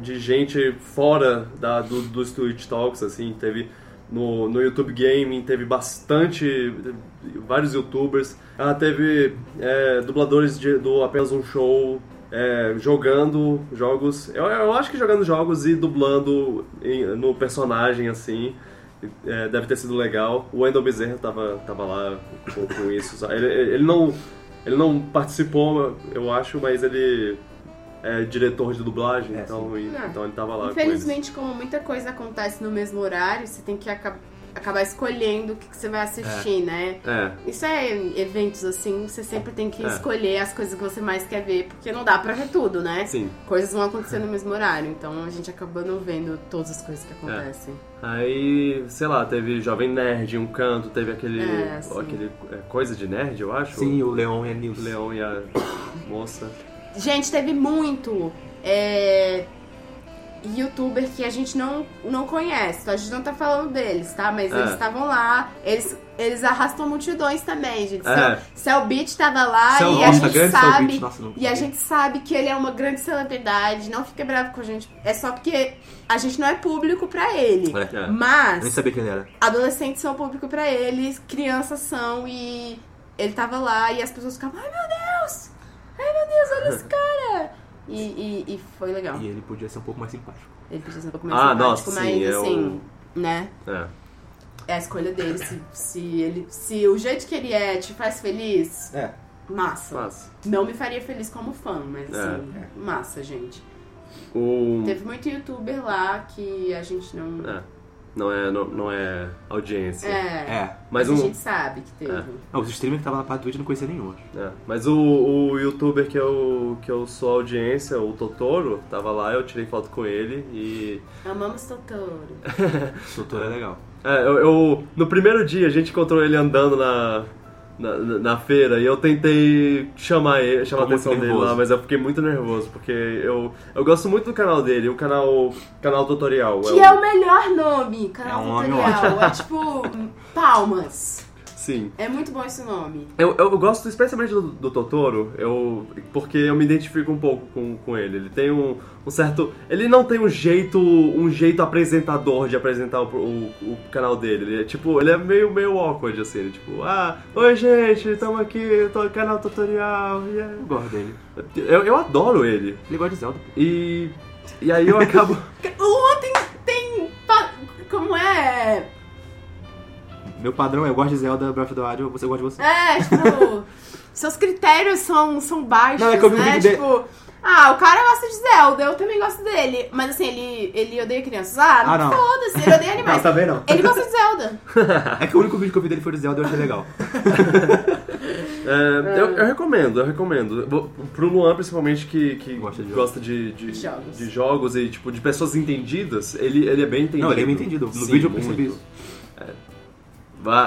de gente fora da, do, dos Twitch Talks, assim, teve no, no YouTube Gaming, teve bastante, vários youtubers, ah, teve é, dubladores de- do Apenas Um Show, é, jogando jogos, eu, eu acho que jogando jogos e dublando em- no personagem, assim, é, deve ter sido legal. O Wendel Bezerra tava, tava lá com, com isso. sabe? Ele, ele, não, ele não participou, eu acho, mas ele é diretor de dublagem, É, então, e- É. então ele tava lá. com eles. Infelizmente, como muita coisa acontece no mesmo horário, você tem que aca- acabar escolhendo o que, que você vai assistir, né? É, Isso é em eventos assim, você sempre tem que É. escolher as coisas que você mais quer ver, porque não dá pra ver tudo, né? sim. Coisas vão acontecer no mesmo horário, então a gente acaba não vendo todas as coisas É. que acontecem. Aí, sei lá, teve Jovem Nerd em um canto, teve aquele. É, sim. aquele é, coisa de nerd, eu acho. Sim, o Leon é e a Nils. O Leão e a moça. Gente, teve muito é, youtuber que a gente não, não conhece, então a gente não tá falando deles, tá? Mas É. eles estavam lá, eles, eles arrastam multidões também, gente. É. Cell Beat tava lá Cell- e a nossa, gente é grande Cell sabe. Beat, nossa, não- e a gente sabe que ele é uma grande celebridade, não fica bravo com a gente. É só porque a gente não é público pra ele. É. É. Eu Mas nem sabia quem ele era. adolescentes são público pra eles, crianças são e ele tava lá e as pessoas ficavam, ai meu Deus! Ai meu Deus, olha esse cara! E, e, e foi legal. E ele podia ser um pouco mais simpático. Ele precisa ser um pouco mais Ah, simpático, nossa, mas sim, é assim, né? o. É. É a escolha dele. Se, se ele. Se o jeito que ele é te faz feliz, É. massa. Mas. Não me faria feliz como fã, mas É, assim, é. massa, gente. O. Ah, Teve muito youtuber lá que a gente não. É. Não é, não, não é audiência. É. É. Ah. Mas a um. gente sabe que teve. Não, os streamers que tava na parte do Twitch eu não conhecia nenhum. acho. É, mas o, o youtuber que eu, que eu sou audiência, o Totoro, tava lá, eu tirei foto com ele e. Amamos Totoro. O doutor é legal. É, eu, eu- No primeiro dia a gente encontrou ele andando na. Na, na- na feira e eu tentei chamar ele, chamar a Ficou atenção muito dele lá, nervoso. mas eu fiquei muito nervoso, porque eu, eu gosto muito do canal dele, o canal, canal tutorial. Que é o melhor nome, canal um É um nome tutorial. É tipo Palmas. Sim. É muito bom esse nome. Eu, eu gosto especialmente do, do Totoro, eu, porque eu me identifico um pouco com, com ele. Ele tem um, um certo. Ele não tem um jeito. um jeito apresentador de apresentar o, o- o canal dele. Ele é tipo, ele é meio, meio awkward, assim, ele é tipo, ah, oi gente, estamos aqui, tô no canal tutorial. yeah." Eu gosto dele. Eu, eu adoro ele. Ele gosta de Zelda. E. E aí eu acabo. O tem, tem. pa- Como é? Meu padrão é eu gosto de Zelda, Breath of the Wild, você gosta de você. É, tipo. seus critérios são, são baixos, Não, é que eu vi o né? vídeo Tipo. Ah, o cara gosta de Zelda, eu também gosto dele. Mas assim, ele, ele odeia crianças. Ah, Ah, não. tá. foda-se, ele odeia Não, animais. também não. Ele gosta de Zelda. É que o único vídeo que eu vi dele foi do Zelda e eu achei legal. É, eu, eu recomendo, eu recomendo. Bo- Pro Luan, principalmente, que, que Gosta de jogos. gosta de, de, Jogos. de jogos e tipo, de pessoas entendidas, ele, ele é bem entendido. Não, ele é bem entendido. No Sim, vídeo eu percebi muito. isso. A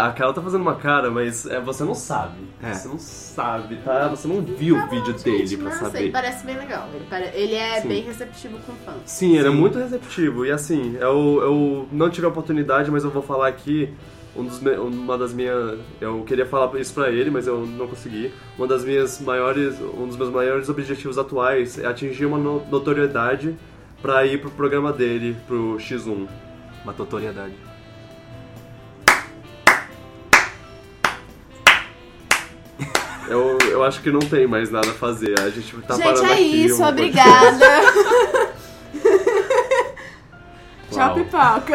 a Carol tá fazendo uma cara, mas é, você não sabe. É. Você não sabe, tá? Você não viu o vídeo dele Gente, pra massa, saber. Ele parece bem legal. Ele, pare- ele é Sim. bem receptivo com fãs. Sim, ele é muito receptivo. E assim, eu, eu não tive a oportunidade, mas eu vou falar aqui. um dos me- uma das minhas. Eu queria falar isso pra ele, mas eu não consegui. Uma das minhas maiores. Um dos meus maiores objetivos atuais é atingir uma no- notoriedade pra ir pro programa dele, pro X1. Uma totoriedade. Eu, eu acho que não tem mais nada a fazer. A gente tá Gente, parando é aqui, isso, um- obrigada. Tchau, Uau. pipoca.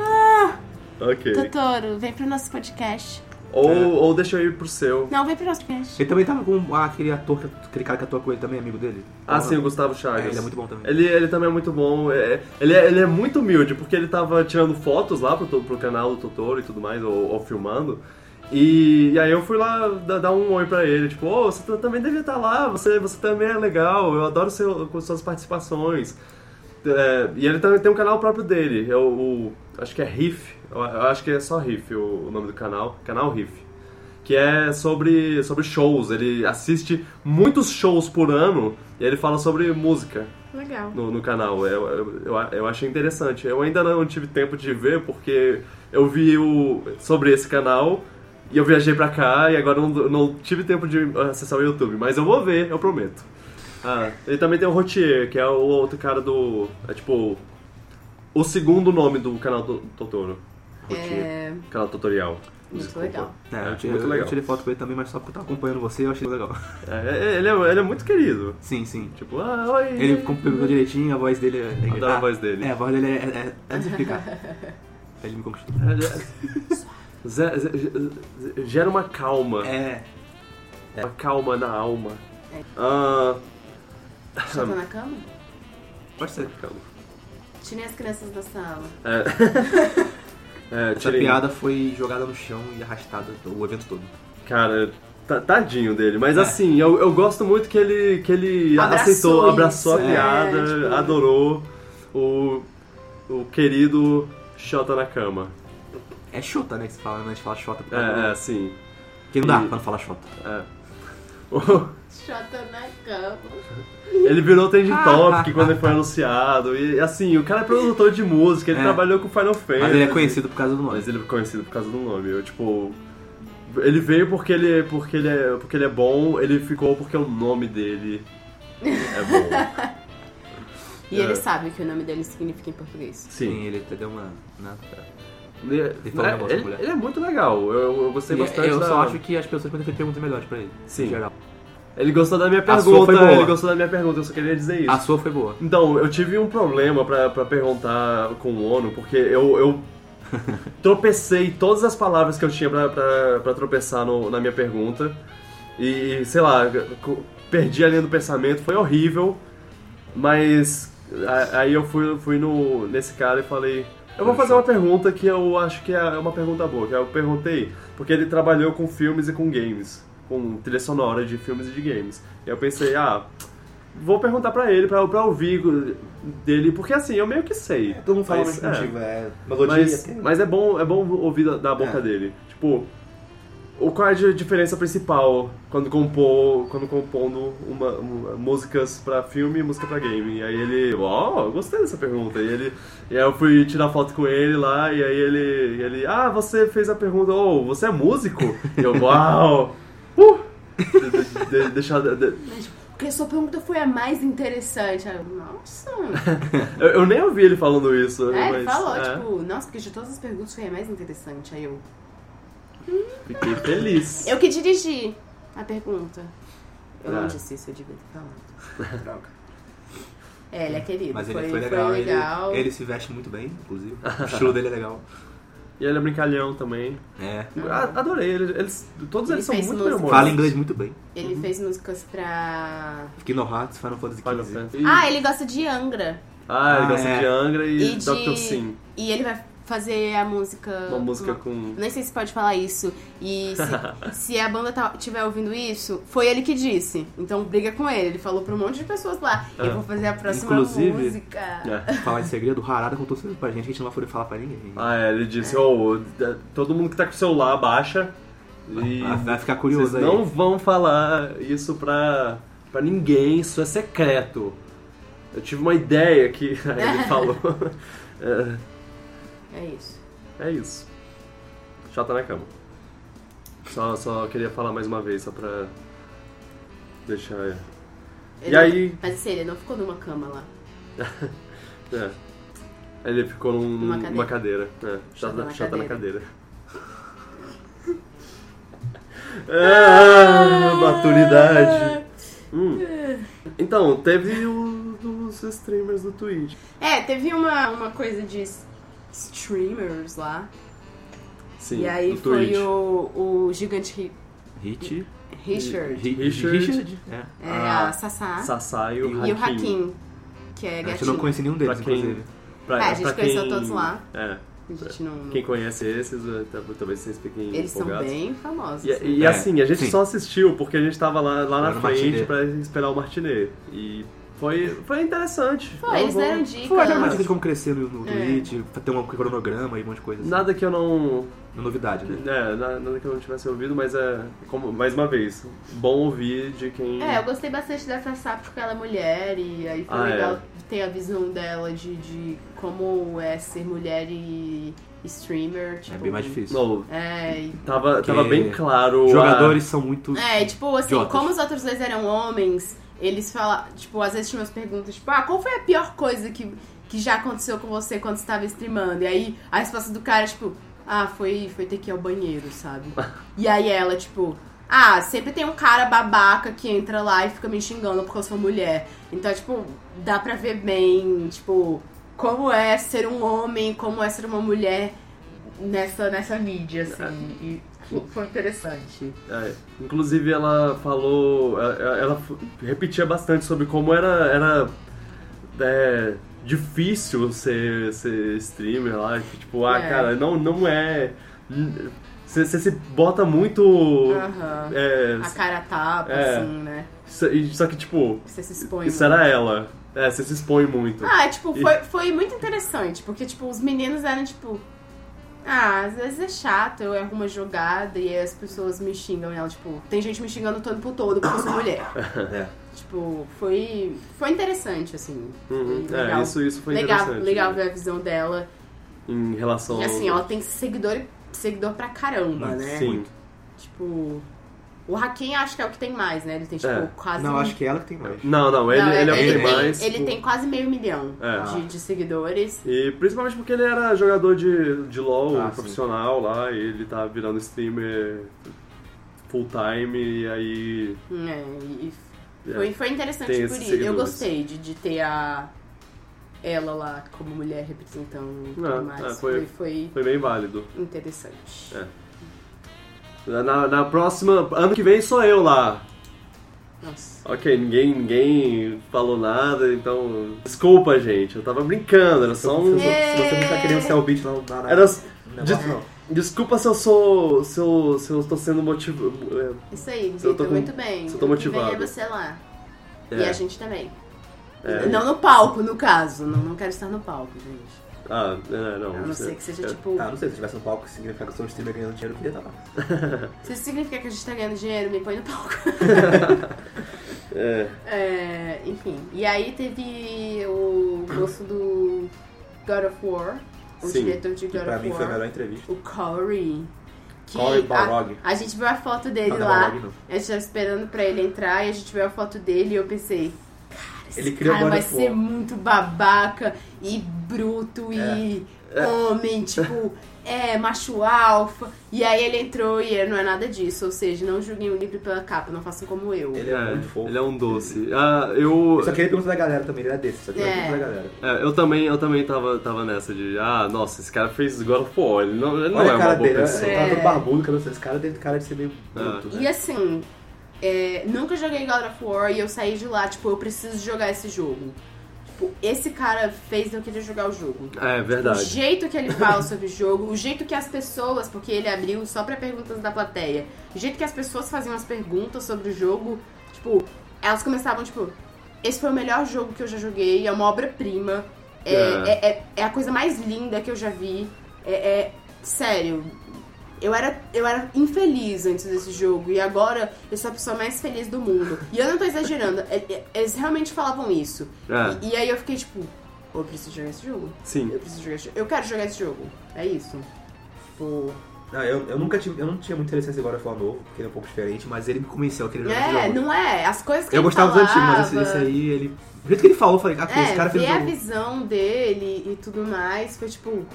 Ah, ok. Totoro, vem pro nosso podcast. Ou, É. ou deixa eu ir pro seu. Não, vem pro nosso podcast. Ele também tava com ah, aquele ator, que- aquele cara que atua com ele também, amigo dele. Ah, sim, o Gustavo Chagas. É, ele é muito bom também. Ele, ele também é muito bom. é- ele, é, ele é muito humilde, porque ele tava tirando fotos lá pro, to- pro canal do Totoro e tudo mais, ou, ou filmando. E, e aí eu fui lá da- dar um oi pra ele, tipo, ô, você tá- também devia estar lá, você, você também é legal, eu adoro seu, com suas participações. É, e ele também tem um canal próprio dele, é o, o- acho que é Riff, eu, eu acho que é só Riff o, o nome do canal, canal Riff. Que é sobre, sobre shows, ele assiste muitos shows por ano e ele fala sobre música Legal. no, no canal. Eu, eu, eu, eu achei interessante. Eu ainda não tive tempo de ver porque eu vi o, sobre esse canal e eu viajei pra cá e agora não, não tive tempo de acessar o YouTube. Mas eu vou ver, eu prometo. Ah, ele também tem o Rotier, que é o outro cara do. É tipo. O segundo nome do canal do Totoro. É, Canal tutorial. muito desculpa. tipo, legal. É, eu, tirei, muito eu legal. tirei foto com ele também, mas só porque eu tava acompanhando você eu achei legal. É, ele, é, ele é muito querido. Sim, sim. Tipo, ah, oi. Ele complementou direitinho, a voz dele é. é Adoro a ah, voz dele. É, a voz dele é. é, é, é de explicar. Ele me conquistou. Ze- ze- ze- Gera uma calma. É. Uma calma na alma. Ah, Já tá na cama? Pode ser. calma. Tirem as crianças da sala. É, Essa tirei- piada foi jogada no chão e arrastada to- o evento todo. Cara, ta- tadinho dele. Mas assim, eu, eu gosto muito que ele, que ele Abraçou aceitou, isso, abraçou a é, piada, tipo- adorou o, o querido Xota na cama. É chota, né? Que se fala, né? A gente fala chota. porque- É, é assim. Que não dá E- pra não falar chota. é. O- Chota na É. cama. Ele virou trending topic quando ele foi anunciado. E assim, o cara é produtor de música, ele É. trabalhou com Final Fantasy. Mas ele é conhecido por causa do nome. Mas ele é conhecido por causa do nome. Eu, tipo. Ele veio porque ele, porque ele, é, porque ele é bom, ele ficou porque o nome dele é bom. E É. ele sabe o que o nome dele significa em português. Sim. ele até deu uma. Né? Ele, falou um negócio é- pra ele, mulher. ele é muito legal. Eu, eu gostei E bastante. eu da- só acho que as pessoas podem ter feito perguntas melhores pra ele. Sim. Em geral. Ele gostou da minha A sua pergunta. foi boa. Ele gostou da minha pergunta, eu só queria dizer isso. A sua foi boa. Então, eu tive um problema pra, pra perguntar com o ONU, porque eu, eu tropecei todas as palavras que eu tinha pra, pra, pra tropeçar no- na minha pergunta. E, sei lá, co- perdi a linha do pensamento, foi horrível, mas A- Aí eu fui, fui no, nesse cara e falei. Eu vou fazer uma pergunta que eu acho que é uma pergunta boa, que eu perguntei, porque ele trabalhou com filmes e com games, com trilha sonora de filmes e de games. E eu pensei, ah, vou perguntar pra ele, pra, pra ouvir dele, porque assim, eu meio que sei. É, Todo mundo fala Mas, mais contigo, é. Melodia mas, tem- mas é bom, é bom ouvir da, da boca É. dele. Tipo, o qual é a di- diferença principal quando compor, quando compondo uma, uma- músicas pra filme e música pra game? E aí ele, ó, eu gostei dessa pergunta. E ele, e aí eu fui tirar foto com ele lá e aí ele, e ele, ah, você fez a pergunta, oh, você é músico? E eu, uau. Uh! De- de- de- deixar de- Mas porque sua pergunta foi a mais interessante. Aí eu, nossa. eu, eu nem ouvi ele falando isso. É, mas, ele falou, é, tipo, nossa, porque de todas as perguntas foi a mais interessante. Aí eu. Fiquei feliz. Eu que dirigi a pergunta. Eu É. não disse isso, eu devia ter falado. Droga. É, ele é querido. Mas ele foi, foi, legal, foi ele- legal. Ele, se veste muito bem, inclusive. O estilo dele é legal. E ele é brincalhão também. É. A- Adorei, eles, eles- todos Ele eles são fez muito bem música. humorados. Fala inglês muito bem. Ele fez músicas pra. Kingdom Hearts, Final Fantasy Final XV. Fantasy. Ah, ele gosta de Angra. Ah, ele Ah, gosta é. de Angra e, E de- Dr. Sim. E ele vai fazer a música. Uma música uma- com. Nem sei se pode falar isso. E se, se a banda tá, tiver ouvindo isso, foi ele que disse. Então briga com ele. Ele falou pra um monte de pessoas lá. Ah. Eu vou fazer a próxima Inclusive- música. É. Falar de segredo, o Harada contou tudo pra gente, que a gente não vai falar pra ninguém. Ah, é, ele disse, ô, d- todo mundo que tá com o celular baixa e Vai- vai ficar vocês Ah, tá curioso aí. não vão falar isso pra, pra ninguém, isso é secreto. Eu tive uma ideia que aí ele falou. é, É isso. é isso. Chata na cama. Só, só queria falar mais uma vez, só pra deixar... é. Ele E não- aí? Mas assim, ele não ficou numa cama lá. É. Ele ficou num- Numa cadeira. numa cadeira. É. Chata Chata, na chata na cadeira. cadeira. ah, maturidade. Hum. Então, teve o dos streamers do Twitch. É, teve uma, uma coisa de s- streamers lá. Sim, e aí do foi Twitch. o, o gigante Ri- Hit. Richard. Ri- Richard. Richard. É. É, Ah, a Sassá. Sassai e o E o Hakim, que é A gente gatinho. não conhecia nenhum deles, Pra quem- inclusive. Pra, É, a gente pra conheceu quem- todos lá. É. A gente não... Quem conhece esses, eh, tá- talvez vocês fiquem Eles são empolgados. bem famosos. E, né? e É, assim, a gente sim. só assistiu porque a gente tava lá, lá na Era o frente matinê. pra esperar o Martinet. E foi, foi interessante. Foi, Eu eles vou- deram dicas. Foi aquela dica de como crescer no, no É. Twitch, ter um cronograma e um monte de coisa. Assim. Nada que eu não. Uma novidade, né? É, na- nada que eu não tivesse ouvido, mas é. Como, mais uma vez, bom ouvir de quem. É, eu gostei bastante da Sassá porque ela é mulher e aí foi Ah, legal ter a visão dela de, de como é ser mulher e streamer. Tipo, É bem mais difícil. Não, É, e- tava, tava Que bem claro. a- Jogadores são muito. é, tipo assim, Idiotas. como os outros dois eram homens, eles falavam, tipo, às vezes tinham umas perguntas, tipo, ah, qual foi a pior coisa que, que já aconteceu com você quando você tava streamando? E aí a resposta do cara, tipo, ah, foi, foi ter que ir ao banheiro, sabe? E aí ela, tipo, ah, sempre tem um cara babaca que entra lá e fica me xingando porque eu sou mulher. Então, tipo, dá pra ver bem, tipo, como é ser um homem, como é ser uma mulher nessa, nessa mídia, assim. E fo- foi interessante. é, inclusive, ela falou. Ela, ela f- repetia bastante sobre como era. era é, difícil ser, ser streamer lá. que, Tipo, ah, É. cara, não, não é. Você se bota muito. Aham. É, A cara a tapa, É. assim, né? Isso- e- Só que, tipo, Você se expõe. isso muito. era ela. É, você se expõe muito. Ah, tipo, foi, foi muito interessante, porque, tipo, os meninos eram, tipo... Ah, às vezes é chato, eu erro uma jogada e as pessoas me xingam. E ela, tipo, tem gente me xingando o tempo todo porque eu sou mulher. É. Tipo, foi, foi interessante, assim. Uhum. Foi É, isso, isso foi legal, interessante. legal ver a visão dela. Em relação E assim, ao- ela tem seguidor, seguidor pra caramba, né? Sim. Tipo, o Hakim acho que é o que tem mais, né? Ele tem, tipo, É. quase... Não, acho que é ela que tem mais. Não, não, ele, Não, ele é o que tem tem- mais. ele tem quase meio milhão É. de, de seguidores. E principalmente porque ele era jogador de, de LoL Ah, sim. profissional lá, e ele tá virando streamer full time, e aí. né, e- e É, foi, foi interessante tem por esses isso. Eu seguidores. gostei de, de ter a ela lá como mulher representando e tudo É, mais. é, foi- foi... Foi, Foi bem válido. interessante. É. Na, na próxima. Ano que vem sou eu lá. Nossa. Ok, ninguém, ninguém falou nada, então. Desculpa, gente, eu tava brincando, era só um. Se você- É. se você não tá querendo ser o beat lá no um Pará, Era. não negócio não. Desculpa se eu sou. se eu, se eu tô sendo motivo. é, Isso aí, Se eu tô Vitor, com- muito bem. se eu tô Ano que vem motivado. É você lá. É, E é. a gente também. Não no palco, no caso. Não, não quero estar no palco, gente. Ah, é, Ah, não. A não você- ser que seja tipo. Tá, não sei, se eu tivesse um palco, significa que eu sou um streamer ganhando dinheiro, eu queria tá estar lá. Se isso significa que a gente tá ganhando dinheiro, me põe no palco. É. É, enfim. E aí teve o moço do God of War, o Sim, diretor de Que God pra of mim foi a War, melhor entrevista. o Corey. Que Corey a- Balrog. A, gente viu a foto dele Não, não é lá, Balrog, não. a gente tava esperando pra ele entrar e a gente viu a foto dele e eu pensei, cara, esse Ele criou cara God vai of ser War. muito babaca e bruto e É. homem, tipo, é, macho alfa. E aí ele entrou e não é nada disso, ou seja, não julguem o livro pela capa, não façam como eu. Ele é, muito fofo. Ele é um doce. Ah, eu. Eu só queria perguntar da galera também, ele é desse, só queria É. perguntar da galera. é, eu também, eu também tava, tava nessa de. Ah, nossa, esse cara fez God of War. Ele não, ele não Olha é a uma cara boa dele, pessoa. Ah. ele tá É. todo barbudo, cabelo esse cara tem cara de ser meio bruto, E né? assim, é, nunca joguei God of War e eu saí de lá, tipo, eu preciso jogar esse jogo. Tipo, esse cara fez eu querer jogar o jogo. né? É O verdade. jeito que ele fala sobre o jogo, o jeito que as pessoas, porque ele abriu só pra perguntas da plateia, o jeito que as pessoas faziam as perguntas sobre o jogo, tipo, elas começavam, tipo, esse foi o melhor jogo que eu já joguei, é uma obra-prima, é, É. é- é- é a coisa mais linda que eu já vi, é, é- sério. Eu era, eu era infeliz antes desse jogo e agora eu sou a pessoa mais feliz do mundo. E eu não tô exagerando, é- é- eles realmente falavam isso. É, E, e aí eu fiquei tipo, eu preciso jogar esse jogo. sim. Eu preciso jogar esse jogo. Eu quero jogar esse jogo. É isso. Tipo. Não, Ah, eu, eu nunca tive, eu não tinha muito interesse nesse agora falar novo, porque ele é um pouco diferente, mas ele me convenceu aquele jogo. É, não é. As coisas que Eu ele gostava dos antigos, mas esse, falava, esse aí, ele. O jeito que ele falou, eu falei, ah, É, esse cara fez ver um a jogo. visão dele e tudo mais foi tipo.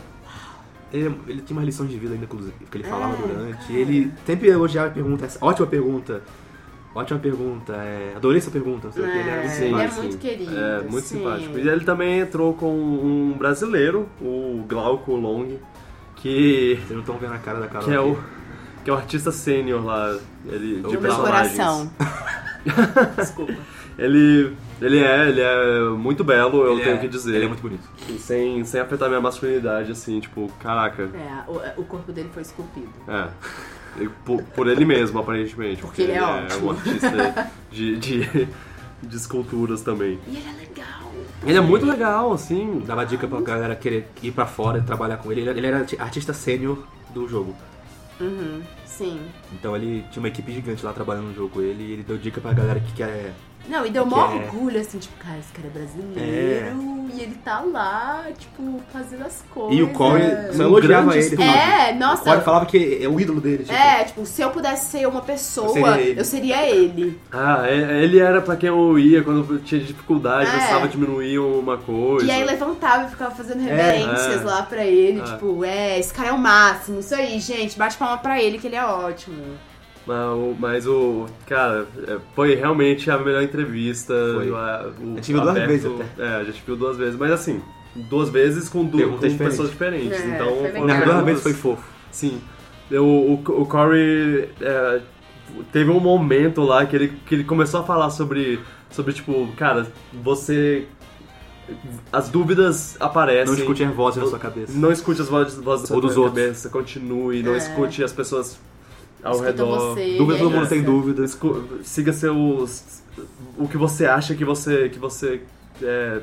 Ele, ele tinha umas lições de vida ainda, inclusive, que ele falava É, durante. cara. Ele sempre elogiava a pergunta, essa ótima pergunta. Ótima pergunta, é, adorei essa pergunta, não sei o que, ele era muito É, ele é simpático. muito querido. É, muito sim. simpático. E ele também entrou com um brasileiro, o Glauco Long, que, Vocês não estão vendo a cara da Carol. que é o. aqui. que é o artista sênior lá. Ele, é de Do meu personagens. coração. Desculpa. Ele. Ele é, ele é muito belo, eu Ele tenho é- que dizer. Ele é muito bonito. sem, sem afetar minha masculinidade, assim, tipo, caraca. É, o, o corpo dele foi esculpido. É. E Por, por ele mesmo, aparentemente. Porque ele é ótimo. um artista de, de, de esculturas também. E ele é legal. Ele é muito legal, assim. Dava dica pra galera querer ir pra fora e trabalhar com ele. Ele, ele era arti- artista sênior do jogo. Uhum, sim. Então ele tinha uma equipe gigante lá trabalhando no jogo com ele e ele deu dica pra galera que quer. Não, e deu mó Que é- orgulho, assim, tipo, cara, esse cara é brasileiro. E ele tá lá, tipo, fazendo as coisas. E o Corey só Um elogiava grande ele. estudo. É, O Corey nossa. falava que é o ídolo dele, tipo. É, tipo, se eu pudesse ser uma pessoa, seria eu seria ele. ele. Ah, é- ele era pra quem eu ia quando eu tinha dificuldade, É. precisava diminuir uma coisa. E aí levantava e ficava fazendo reverências é. lá pra ele, É. tipo, é, esse cara é o máximo, isso aí, gente, bate palma pra ele que ele é ótimo. Mas, o- mas o. Cara, é, foi realmente a melhor entrevista. Foi. a- o- A gente viu duas aberto- vezes até. É, a gente viu duas vezes. Mas assim, duas vezes com, du Perguntas com diferentes. pessoas diferentes. É, então. foi foram legal. Na Caramba. duas perguntas- vezes foi fofo. Sim. Eu, o, o Corey é, teve um momento lá que ele, que ele começou a falar sobre, sobre, tipo, cara, você. As dúvidas aparecem. Não escute as vozes na sua cabeça. Não escute as vozes, vozes Ou da dos sua outros. cabeça, continue, não É. escute as pessoas ao Escuta redor. você. Dúvida e todo é mundo tem isso. dúvida. Escu- siga seus o que você acha que você que você é,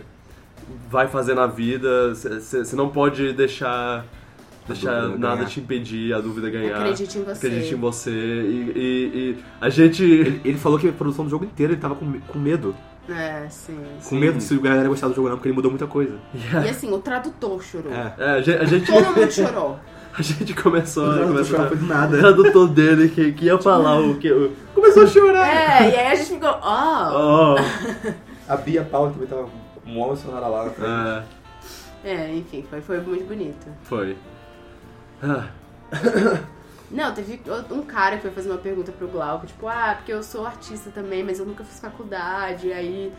vai fazer na vida você não pode deixar deixar dúvida nada ganhar. te impedir a dúvida ganhar Acredite em você. É, Acredite em você e, e- e a gente Ele, ele falou que a produção do jogo inteiro ele tava com, me- com medo. É, sim. Sim. Com medo se a galera ia gostar do jogo ou não, porque ele mudou muita coisa. E assim, o tradutor chorou. É. é, a gente a gente, Todo mundo chorou. a gente começou Não, a não, não começou a- foi do o nada. tradutor dele que, que ia falar o que o- começou a chorar É, e aí a gente ficou, ó. Oh, A Bia Paula também tava mó emocionada lá na frente. é, É, enfim, foi, foi muito bonito. foi Ah, Não, teve um cara que foi fazer uma pergunta pro Glauco, tipo, ah, porque eu sou artista também, mas eu nunca fiz faculdade, aí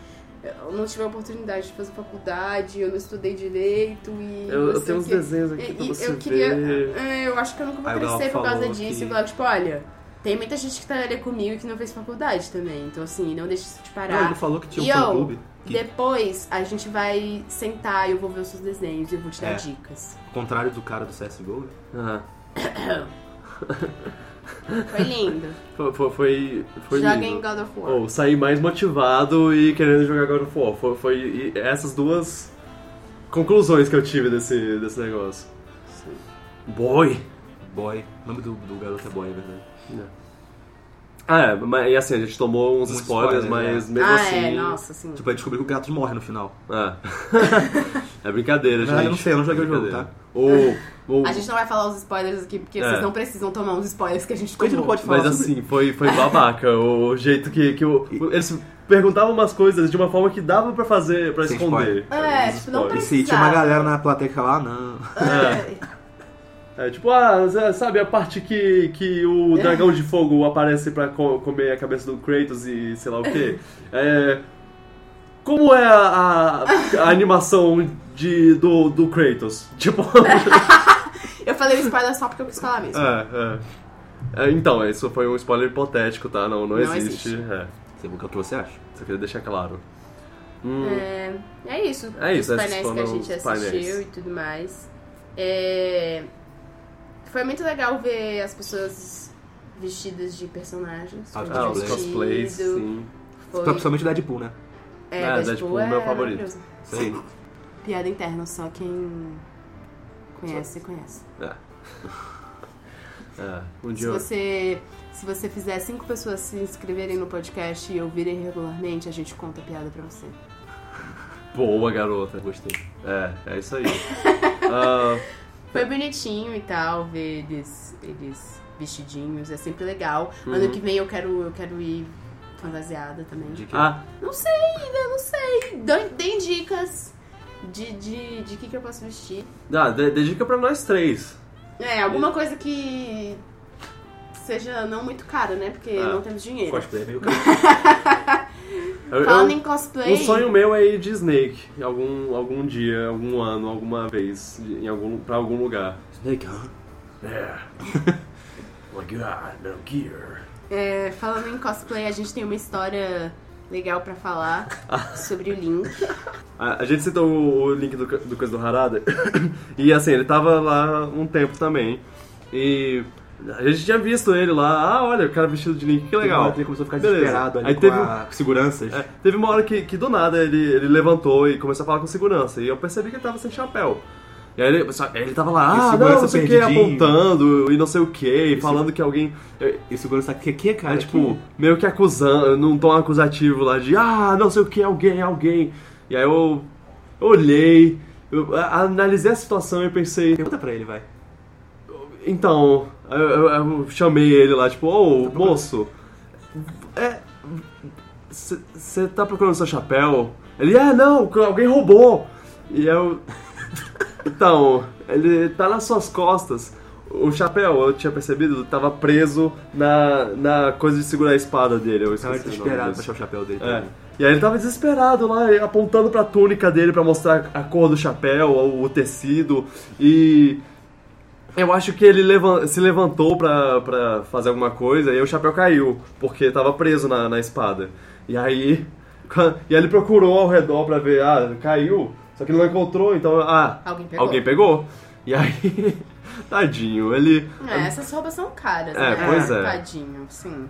eu não tive a oportunidade de fazer faculdade, eu não estudei direito e. eu, não eu sei tenho o uns quê. desenhos aqui E- pra e você eu queria. ver é, eu acho que eu nunca vou Aí o Glauco crescer por causa falou disso. que- E o Glauco, tipo, olha, Tem muita gente que trabalha comigo e que não fez faculdade também. Então, assim, não deixa isso te Não, parar. ele falou que tinha E um fã eu? clube que, Depois a gente vai sentar, eu vou ver os seus desenhos e eu vou te dar É. dicas. ao contrário do cara do CSGO, né? Ah, Foi lindo. foi, foi, foi, foi Joguem lindo. Oh, God of War. Ou saí mais motivado e querendo jogar God of War. Foi, foi e essas duas conclusões que eu tive desse, desse negócio. Boy! Boy. O nome do, do garoto é Boy, é verdade. Ah, é, mas e assim, a gente tomou uns Muitos spoilers, mas spoilers, mesmo ah, assim. ah. é, nossa, assim. Tipo, aí descobrir que o gato morre no final. É. é brincadeira, Na gente. verdade, eu não sei, eu não joguei o jogo, tá? Brincadeira. O, o, A gente não vai falar os spoilers aqui, porque É. vocês não precisam tomar os spoilers que a gente A tomou. gente não pode falar Mas sobre- assim, foi, foi babaca o jeito que, que o, eles perguntavam umas coisas de uma forma que dava pra fazer, pra Sem esconder. É, os tipo, não spoilers. E se tinha Sabe. uma galera na plateia que falava, ah, não. É. É, tipo, ah, zé, sabe a parte que, que o É. dragão de fogo aparece pra co- comer a cabeça do Kratos e sei lá o quê? É, como é a, a- a animação de, do, do Kratos? Tipo, Eu falei o spoiler só porque eu quis falar mesmo. é, é. É, Então, isso foi um spoiler hipotético, tá? Não, não, Não existe. existe. É, Sei o que é o que você acha. só queria deixar claro. Hum, É, é isso. É isso, Os esses painéis que a foram gente os assistiu painéis. e tudo mais. É, Foi muito legal ver as pessoas vestidas de personagens. Foi Ah, ah, os É, divertido, cosplays, sim. Foi... Principalmente o Deadpool, né? É, Ah, Deadpool Deadpool é é meu favorito. maravilhoso. Sei. Piada interna, só quem conhece, conhece. É, um Se dia eu- você, se você fizer cinco pessoas se inscreverem no podcast e ouvirem regularmente, a gente conta a piada pra você. Boa, garota. Gostei. É, é isso aí. Ah, Foi bonitinho e tal, ver eles, eles vestidinhos, é sempre legal. Ano Uhum. que vem eu quero, eu quero ir fantasiada também. De que? ah, Não sei ainda, não sei. Dão- Deem dicas de, de, de que, que eu posso vestir. ah, dê, dê dica pra nós três. É, alguma coisa que seja não muito cara, né? Porque Ah, não temos dinheiro. Cosplay é meio caro. Eu- eu- Falando em cosplay, um sonho meu é ir de Snake em algum, algum dia, algum ano, alguma vez, de- em algum, pra algum lugar. Snake, huh? é, falando em cosplay, a gente tem uma história legal pra falar sobre o Link. A, a gente citou o, o link do, co- do Coisa do Harada. e assim, ele tava lá um tempo também. E a gente tinha visto ele lá. Ah, olha, o cara vestido de Link, que legal. Ele começou a ficar Beleza. desesperado ali Aí com, teve a- com seguranças. É, teve uma hora que, que do nada ele, ele levantou e começou a falar com segurança. E eu percebi que ele tava sem chapéu. E aí ele, só- ele tava E o lá, ah, não, segurança não sei o que, perdidinho. apontando e não sei o que, falando que alguém. É, E o segurança tá, que que, cara? é, tipo, meio que acusando, num tom acusativo lá de, ah, não sei o que, alguém, alguém. E aí eu olhei, eu a- analisei a situação e pensei, que? Pergunta pra ele, vai. então, eu, eu- eu chamei ele lá, tipo, Tá ô, moço, é. Você tá procurando seu chapéu? Ele, é, não, alguém roubou. E eu. Então, ele tá nas suas costas. O chapéu, eu tinha percebido, tava preso na, na coisa de segurar a espada dele. Eu Tava esqueci o nome desesperado pra disso. achar o chapéu dele. É. também. E aí ele tava desesperado lá, e apontando pra túnica dele pra mostrar a cor do chapéu, o, o tecido, e eu acho que ele levan- se levantou pra, pra fazer alguma coisa e aí o chapéu caiu, porque tava preso na, na espada. E aí, quan- e aí ele procurou ao redor pra ver, ah, caiu, só que ele não encontrou, então, ah, Alguém pegou. alguém pegou. E aí, tadinho, ele... É, essas roupas são caras, É, né? pois é. Tadinho, sim.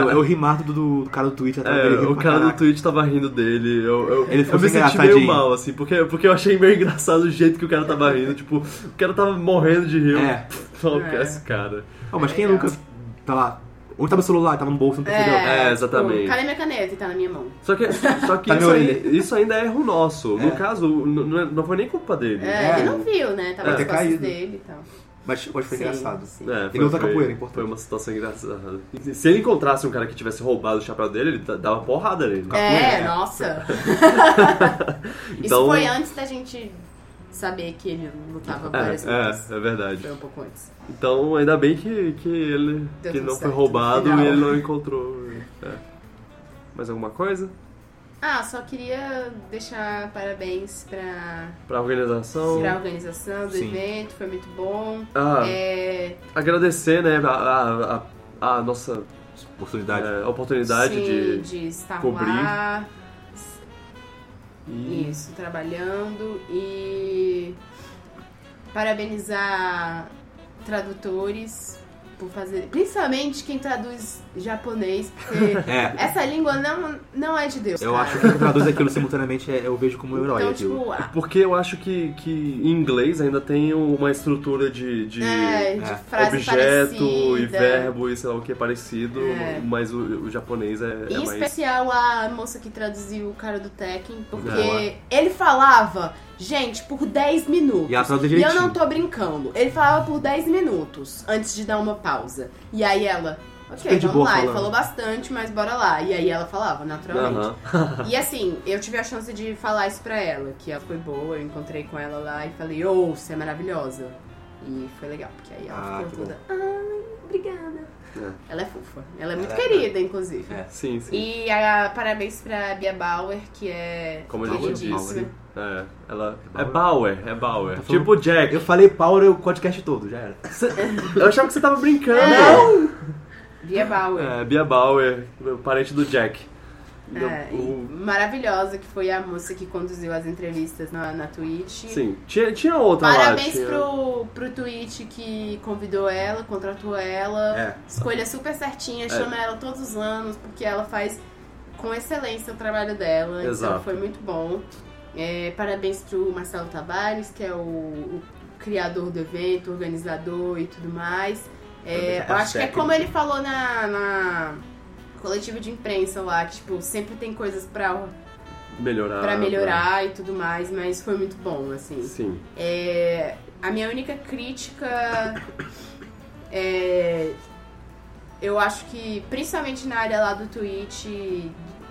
ah, eu, eu ri mais do, do cara do Twitch atrás É, dele. riu o pra cara do caraca. Twitch tava rindo dele. Eu, eu, Ele ficou eu me sem senti engraçadinho. meio mal, assim, porque, porque eu achei meio engraçado o jeito que o cara tava rindo. Tipo, o cara tava morrendo de rir. É. Não, É. esse cara. Oh, mas quem É. nunca tá lá? Onde tava o celular? Tava no bolso, não percebeu? É, exatamente. tipo, Cadê minha caneta? Tá na minha mão. Só que, só que Tá isso, na aí- orelha. isso ainda é erro nosso. No É. caso, n- n- não foi nem culpa dele. É, É. ele não viu, né? Tava Vai nas ter costas caído. dele e tal. Mas eu acho que foi Sim, engraçado. sim. É, Ele usa capoeira, é importante. Foi uma situação engraçada. E Se ele encontrasse um cara que tivesse roubado o chapéu dele, ele d- dava porrada nele. É, Capoeira. nossa. Isso Então- foi antes da gente saber que ele lutava várias lutas. É, é, é verdade. Foi um pouco antes. Então, ainda bem que, que ele Deu que tudo não foi certo, roubado no e final. ele não encontrou. É. Mais alguma coisa? Ah, só queria deixar parabéns pra, Pra organização? pra organização do Então, Sim. evento, foi muito bom. Ah, É, agradecer, né, a, a- a- a nossa Oportunidade. é, oportunidade Sim, de. estar cobrir. lá, E isso, trabalhando e parabenizar tradutores por fazer, principalmente quem traduz japonês, porque É, essa língua não, não é de Deus. eu cara. acho que quem traduz aquilo simultaneamente é- eu vejo como um herói então, aquilo. tipo, a- Porque eu acho que, que em inglês ainda tem uma estrutura de, de é, é, de frase objeto parecida. e verbo e sei lá o que é parecido, É. mas o, o japonês é, é né, Em mais. especial a moça que traduziu o cara do Tekken, porque Boa. ele falava, gente, por 10 minutos. E ela traduz tipo, E direitinho. eu não tô brincando. Ele falava por 10 minutos antes de dar uma pausa. E aí ela, ok, Super de vamos boa lá. Ele falando. falou bastante, mas bora lá. E aí ela falava, naturalmente. Aham. E assim, eu tive a chance de falar isso pra ela, que ela foi boa. Eu encontrei com ela lá e falei, ô, você é maravilhosa. E foi legal, porque aí ela Ah, que ficou bom. toda, ai, obrigada. É. Ela é fofa. Ela é muito Ela é- querida, inclusive. É. Sim, sim. E a, parabéns pra Bia Bauer, que é Como a gente queridíssima. disse. É, ela. É Bauer, é Bauer. Tá falando- tipo Jack. Eu falei Power o podcast todo, já era. Eu achava que você tava brincando. É. Bia Bauer. É, Bia Bauer, parente do Jack. É, O- e maravilhosa que foi a moça que conduziu as entrevistas na, na Twitch. Sim, tá tinha, tinha outra lá. Parabéns Tinha... pro, pro Twitch que convidou ela, contratou ela. É. Escolha super certinha, chama ela todos os anos, porque ela faz com excelência o trabalho dela. Exato. Então foi muito bom. É, parabéns pro Marcelo Tavares, que é o, o criador do evento, organizador e tudo mais. É, Parabéns à eu acho que é técnica. como ele falou na, na coletiva de imprensa lá, que, tipo, sempre tem coisas pra, Melhorar. pra melhorar e tudo mais, mas foi muito bom, assim. pra- Sim. É, a minha única crítica é. Eu acho que, principalmente na área lá do Twitch,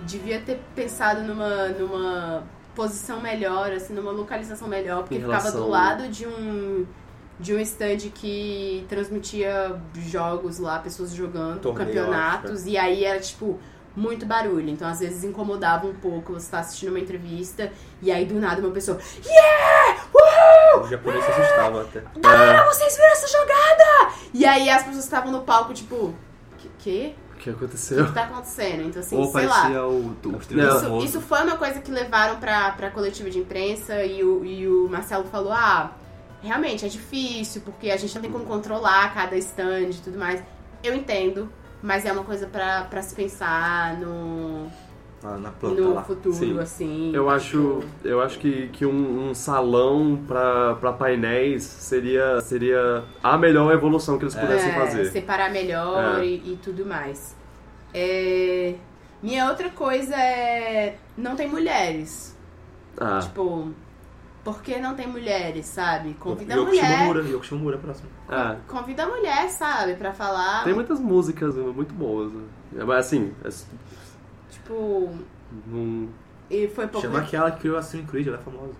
devia ter pensado numa, numa posição melhor, assim, numa localização melhor, porque Em ficava relação- do lado de um de um stand que transmitia jogos lá, pessoas jogando, Torneio, campeonatos, é. e aí era tipo muito barulho, então às vezes incomodava um pouco, você tá assistindo uma entrevista e aí do nada uma pessoa O japonês se assustava até. Cara, Ah, vocês viram essa jogada! E aí as pessoas estavam no palco, tipo, que? que? O que O aconteceu? que tá acontecendo? Então, assim, Ou sei lá. parecia o, o Não. Isso, isso foi uma coisa que levaram pra, pra coletiva de imprensa e o, e o Marcelo falou: ah, realmente é difícil, porque a gente não tem como controlar cada stand e tudo mais. Eu entendo, mas é uma coisa pra, pra se pensar no, Na, na planta no lá. futuro, Sim. assim. Eu acho, eu acho que, que um, um salão pra, pra painéis seria, seria a melhor evolução que eles pudessem É, fazer. Separar melhor É. e, e tudo mais. É, Minha outra coisa é. Não tem mulheres. Ah, Tipo, por que não tem mulheres, sabe? Convida a Yoko mulher. É Shimomura, Yoko Shimomura, próximo. ah, Convida a mulher, sabe? Pra falar. tem muitas músicas muito boas. Mas assim, é- Tipo. não. E foi pouco, Chama aquela que criou a Sin Creed, ela é famosa.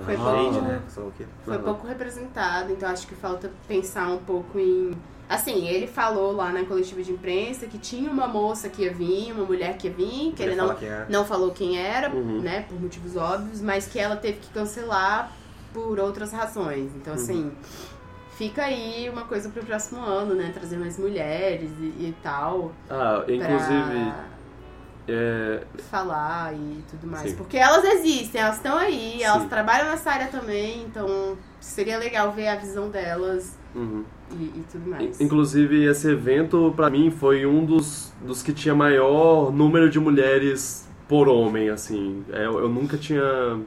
Foi Ah, bom. Jade, né? Sei lá o quê. foi pouco representado, então acho que falta pensar um pouco em. Assim, ele falou lá na coletiva de imprensa que tinha uma moça que ia vir, uma mulher que ia vir, que ele Queria não falar quem é. não falou quem era, Uhum. né, por motivos óbvios, mas que ela teve que cancelar por outras razões. Então, Uhum. assim, fica aí uma coisa pro próximo ano, né, trazer mais mulheres e, e tal, Ah, inclusive, é, pra falar e tudo mais. Sim. Porque elas existem, elas estão aí, elas Sim. trabalham nessa área também, então seria legal ver a visão delas uhum. e, e tudo In- mais. Inclusive, esse evento, pra mim, foi um dos, dos que tinha maior número de mulheres por homem, assim. É, Eu, eu nunca tinha,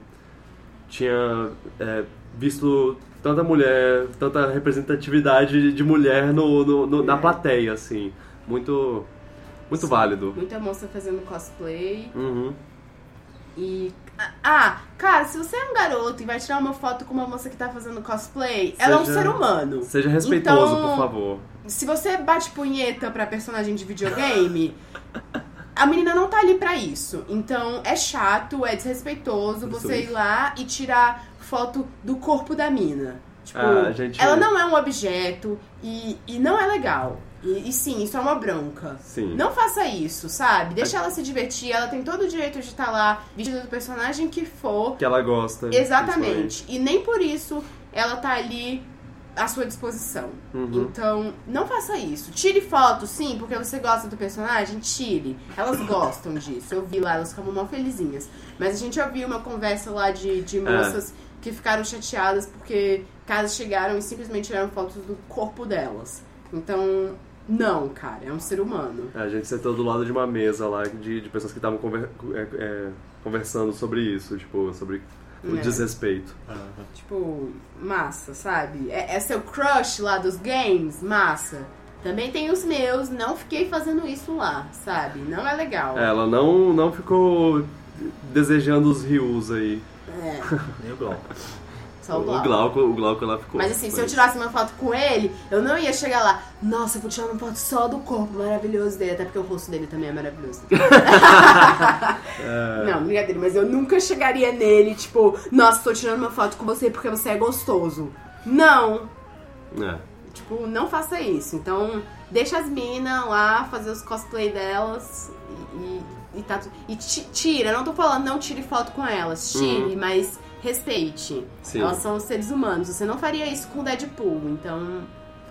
tinha é, visto tanta mulher, tanta representatividade de mulher no, no- no- na É. plateia, assim. Muito, muito Sim. válido. Muita moça fazendo cosplay. Uhum. E. Ah, cara, se você é um garoto e vai tirar uma foto com uma moça que tá fazendo cosplay, ela é um Seja- ser humano. Seja respeitoso, Então- por favor. Se você bate punheta pra personagem de videogame, a menina não tá ali pra isso. Então é chato, é desrespeitoso Isso você ir mesmo. lá e tirar foto do corpo da mina. Tipo, Ah, gente- ela não é um objeto e, e não é legal. E, e sim, isso é uma bronca. Sim. Não faça isso, sabe? Deixa ela se divertir, ela tem todo o direito de estar lá, vestida do personagem que for. Que ela gosta. Exatamente. E nem por isso ela tá ali à sua disposição. Uhum. Então, não faça isso. Tire foto, sim, porque você gosta do personagem, tire. Elas gostam disso. Eu vi lá, elas ficam mal felizinhas. Mas a gente já viu uma conversa lá de, de moças que ficaram chateadas porque caras chegaram e simplesmente tiraram fotos do corpo delas. Então, não, cara, é um ser humano. A gente sentou do lado de uma mesa lá de, de pessoas que estavam conver- é, é, conversando sobre isso, tipo, sobre o É. desrespeito. Tipo, massa, sabe? É, é seu crush lá dos games? Massa. Também tem os meus, não fiquei fazendo isso lá, sabe? Não é legal. Ela não, não ficou desejando os rios aí. É, Nem o Glau. só o o Glauco. Glauco, o Glauco ela ficou. Então tá. Mas assim, se eu tirasse uma foto com ele, eu não ia chegar lá, nossa, eu vou tirar uma foto só do corpo maravilhoso dele, até porque o rosto dele também é maravilhoso. Não, brincadeira, mas eu nunca chegaria nele, tipo, nossa, tô tirando uma foto com você porque você é gostoso. Não, É. Tipo, não faça isso. Então, deixa as minas lá fazer os cosplay delas e, e, e tá tu- E ti- tira, não tô falando não tire foto com elas, tire, mas respeite. Uhum. Sim. Elas são seres humanos. Você não faria isso com o Deadpool, então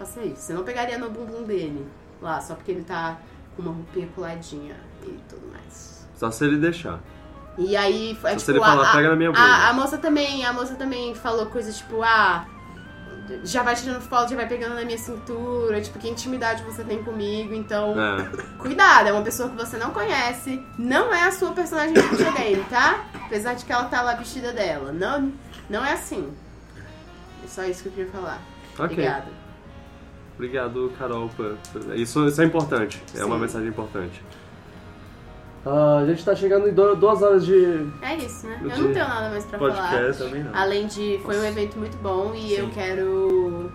faça isso. Você não pegaria no bumbum dele lá, só porque ele tá com uma roupinha coladinha e tudo mais. Só se ele deixar. E aí Só é se tipo ele a- falar, a- pega na minha bunda. a, a moça também, a moça também falou coisas tipo, ah, já vai tirando foto, já vai pegando na minha cintura, tipo, que intimidade você tem comigo, então É. cuidado, é uma pessoa que você não conhece, não é a sua personagem de videogame, tá? Apesar de que ela tá lá vestida dela, não, não é assim. É só isso que eu queria falar. Ok. Obrigada. Obrigado, Carol. por- por- Isso, isso é importante. É uma Sim. mensagem importante. Ah, a gente tá chegando em do- duas horas de É isso, né? Eu De não tenho nada mais pra falar. podcast. Também não. É, Além de, foi um evento muito bom e eu Sim. quero.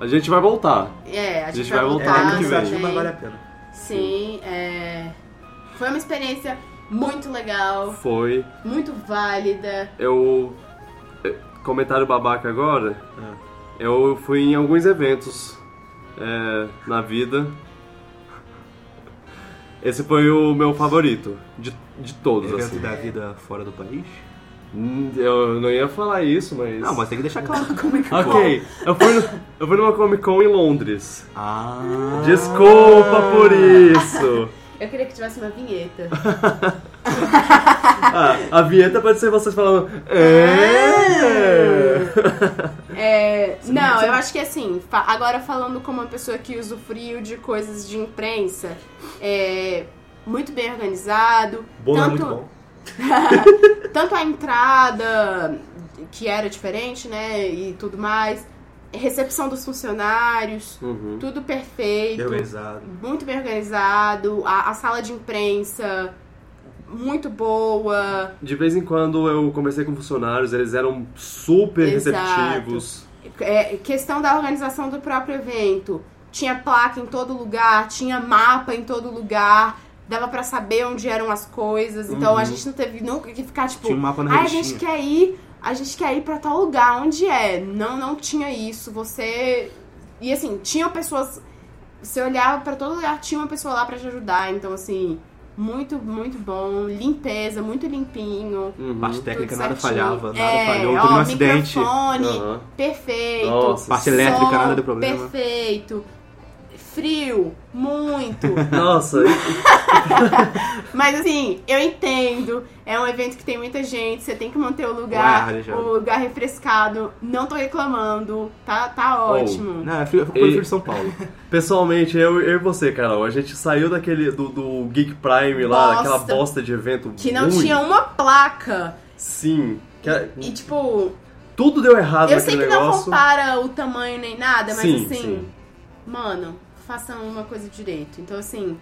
A gente vai voltar. É, a gente, gente vai vai voltar voltar. ano É que vem. cansativo, também. mas vale a pena. Sim, é... foi uma experiência muito legal, Foi. muito válida. Eu. eh, Comentário babaca agora. Ah. Eu fui em alguns eventos é, na vida. Esse foi o meu favorito. De, de todos, Evento assim. da vida fora do país? Hum, Eu não ia falar isso, mas. Não, mas tem que deixar claro. Ok, eu fui, no- eu fui numa Comic Con em Londres. Ah. Desculpa por isso! Eu queria que tivesse uma vinheta. Ah, a vinheta pode ser vocês falando. "É". É, não, eu acho que assim, fa- agora falando como uma pessoa que usufruiu de coisas de imprensa, é muito bem organizado. Bolo é tanto, muito bom. tanto a entrada, que era diferente, né, e tudo mais, recepção dos funcionários, Uhum. tudo perfeito. Bem organizado. muito bem organizado, a, a sala de imprensa muito boa. De vez em quando eu conversei com funcionários, eles eram super Exato. receptivos. É, questão da organização do próprio evento. Tinha placa em todo lugar, tinha mapa em todo lugar, dava pra saber onde eram as coisas. Então Uhum. a gente não teve nunca que ficar tipo, Tinha um mapa na ah, a revistinha. gente quer ir, a gente quer ir pra tal lugar, onde é? Não, não tinha isso. Você e assim, tinham pessoas você olhava pra todo lugar, tinha uma pessoa lá pra te ajudar, então assim, muito, muito bom, limpeza, muito limpinho. Uhum. Parte técnica, nada certinho. falhava, nada É, falhou, ó, teve um acidente. Microfone, Aham. perfeito. Nossa, Parte elétrica, som nada deu problema. Perfeito. Frio, muito. Nossa, e- Mas assim, eu entendo. É um evento que tem muita gente, você tem que manter o Ué, lugar, arejado. o lugar refrescado. Não tô reclamando, tá, tá Oh, ótimo. Não, é, eu fico eu fico com E- o perfil de São Paulo. pessoalmente, eu, eu e você, Carol, a gente saiu daquele do, do Geek Prime lá, Bosta. aquela bosta de evento. que não ruim. tinha uma placa. Sim. que a- E tipo, tudo deu errado eu sei naquele que não negócio. compara o tamanho nem nada, mas Sim, assim, sim. mano, façam uma coisa direito. Então assim,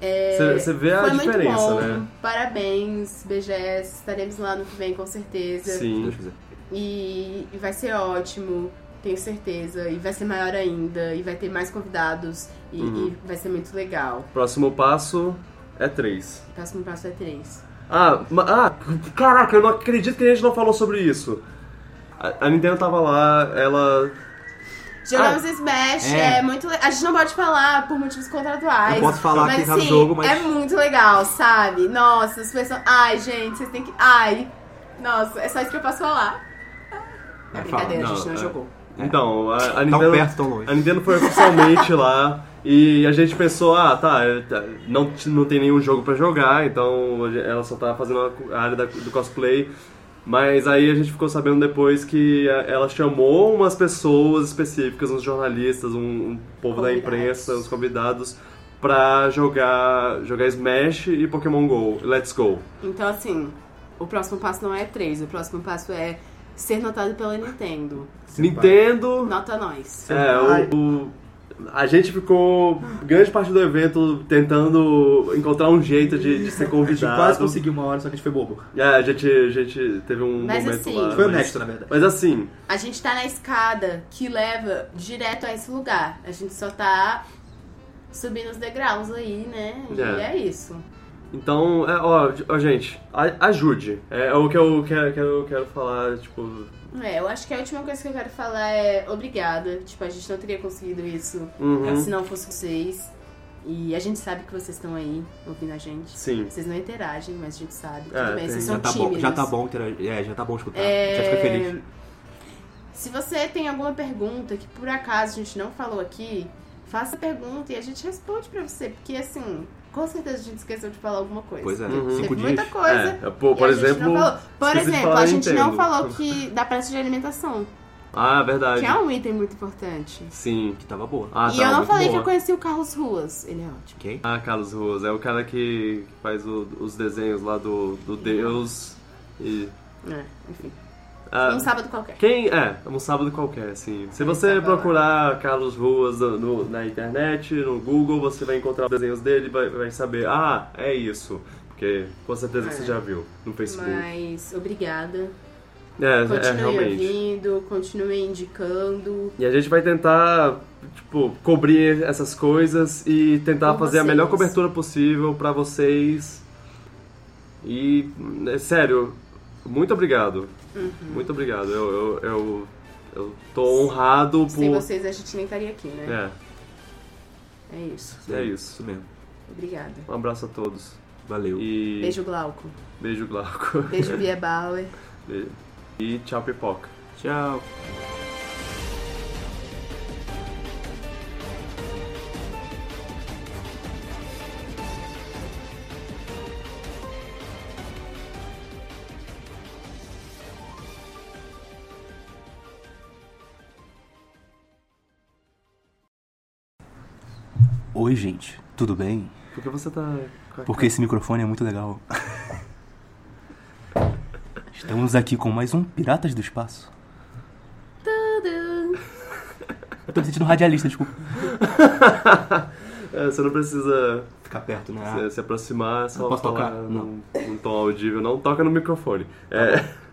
Você você vê é a foi muito diferença, bom. né? Parabéns, BGS. Estaremos lá no que vem com certeza. Se Sim. Deus quiser. E, e vai ser ótimo, tenho certeza. E vai ser maior ainda, e vai ter mais convidados, e, Uhum. e vai ser muito legal. Próximo passo é 3. O próximo passo é três. Ah, ma- ah, caraca, eu não acredito que a gente não falou sobre isso. A, a Nintendo tava lá, ela. Jogamos Smash, é, Ah, é. muito legal. A gente não pode falar por motivos contratuais. Eu posso falar mas, que tá no assim, jogo, mas- É muito legal, sabe? Nossa, as pessoas. Ai, gente, vocês têm que. Ai. Nossa, é só isso que eu posso falar. É Não, brincadeira, fala, a gente não, não é. jogou. Então, tá a, a Tão Nintendo. Tá perto, tão longe. A Nintendo foi oficialmente lá e a gente pensou, ah, tá, é, tá, não, t- não tem nenhum jogo pra jogar, então a gen- ela só tá fazendo a co- a área da- do cosplay. Mas aí a gente ficou sabendo depois que a- ela chamou umas pessoas específicas, uns jornalistas, um, um povo da Convidados. imprensa, uns convidados, pra jogar, jogar Smash e Pokémon GO, Let's Go. Então, assim, o próximo passo não é 3, o próximo passo é ser notado pela Nintendo. Nintendo... Nota nós. É, o, o- a gente ficou grande parte do evento tentando encontrar um jeito de, de A ser gente convidado. quase conseguiu uma hora, só que a gente foi bobo. É, a gente, a gente teve um Mas momento assim- lá. Foi mas- honesto, na verdade. Mas assim, A gente tá na escada que leva direto a esse lugar. A gente só tá subindo os degraus aí, né? E É. é isso. então, é, ó, ó, gente, a- ajude. É, é o que eu quero, quero, quero falar, tipo. É, eu acho que a última coisa que eu quero falar é obrigada. Tipo, a gente não teria conseguido isso uhum, se não fosse vocês. E a gente sabe que vocês estão aí ouvindo a gente. sim. Vocês não interagem, mas a gente sabe. Tudo É, bem, tem- vocês Já são tá, bom, tímidos. já tá bom ter, é, já tá bom escutar. Já fica É, feliz. Se você tem alguma pergunta que por acaso a gente não falou aqui, faça a pergunta e a gente responde pra você. Porque assim, com certeza a gente esqueceu de falar alguma coisa. Pois é, Uhum. Teve cinco dias. muita coisa. É, por, e por a gente exemplo. não falou. Por esqueci de exemplo, falar a gente não Nintendo. falou que da praça de alimentação, Ah, verdade. que é um item muito importante. Sim. Que tava boa. Ah, um? e tá, eu não muito falei que boa. eu conheci o Carlos Ruas. Ele é ótimo. Ok? Ah, Carlos Ruas, é o cara que faz o- os desenhos lá do, do Uhum. Deus e. É, enfim. Ah, Um sábado qualquer. Quem. É, é um sábado qualquer, assim. Se você sábado. procurar Carlos Ruas no- no- na internet, no Google, você vai encontrar os desenhos dele e vai, vai saber, ah, é isso. Porque com certeza É. você já viu no Facebook. Mas obrigada. É, é, Continue realmente. ouvindo, continue indicando. E a gente vai tentar, tipo, cobrir essas coisas e tentar Com fazer a melhor vocês. cobertura possível pra vocês. E, é sério, muito obrigado. Uhum. Muito obrigado. Eu, eu, eu, eu tô honrado Sem por. vocês a gente nem estaria aqui, né? É, É isso. é isso. Isso mesmo. Obrigada. Um abraço a todos. Valeu. E Beijo, Glauco. beijo Glauco. Beijo, Bia Bauer. E tchau, pipoca. Tchau. Oi, gente, tudo bem? Por que você tá. com a- Porque esse microfone é muito legal. Estamos aqui com mais um Piratas do Espaço. Tudum. Eu tô me sentindo radialista, desculpa. É, você não precisa Ficar perto, Ah. né? Tá. se, se aproximar, é só Posso falar tocar? num, num tom audível. Não toca no microfone. É.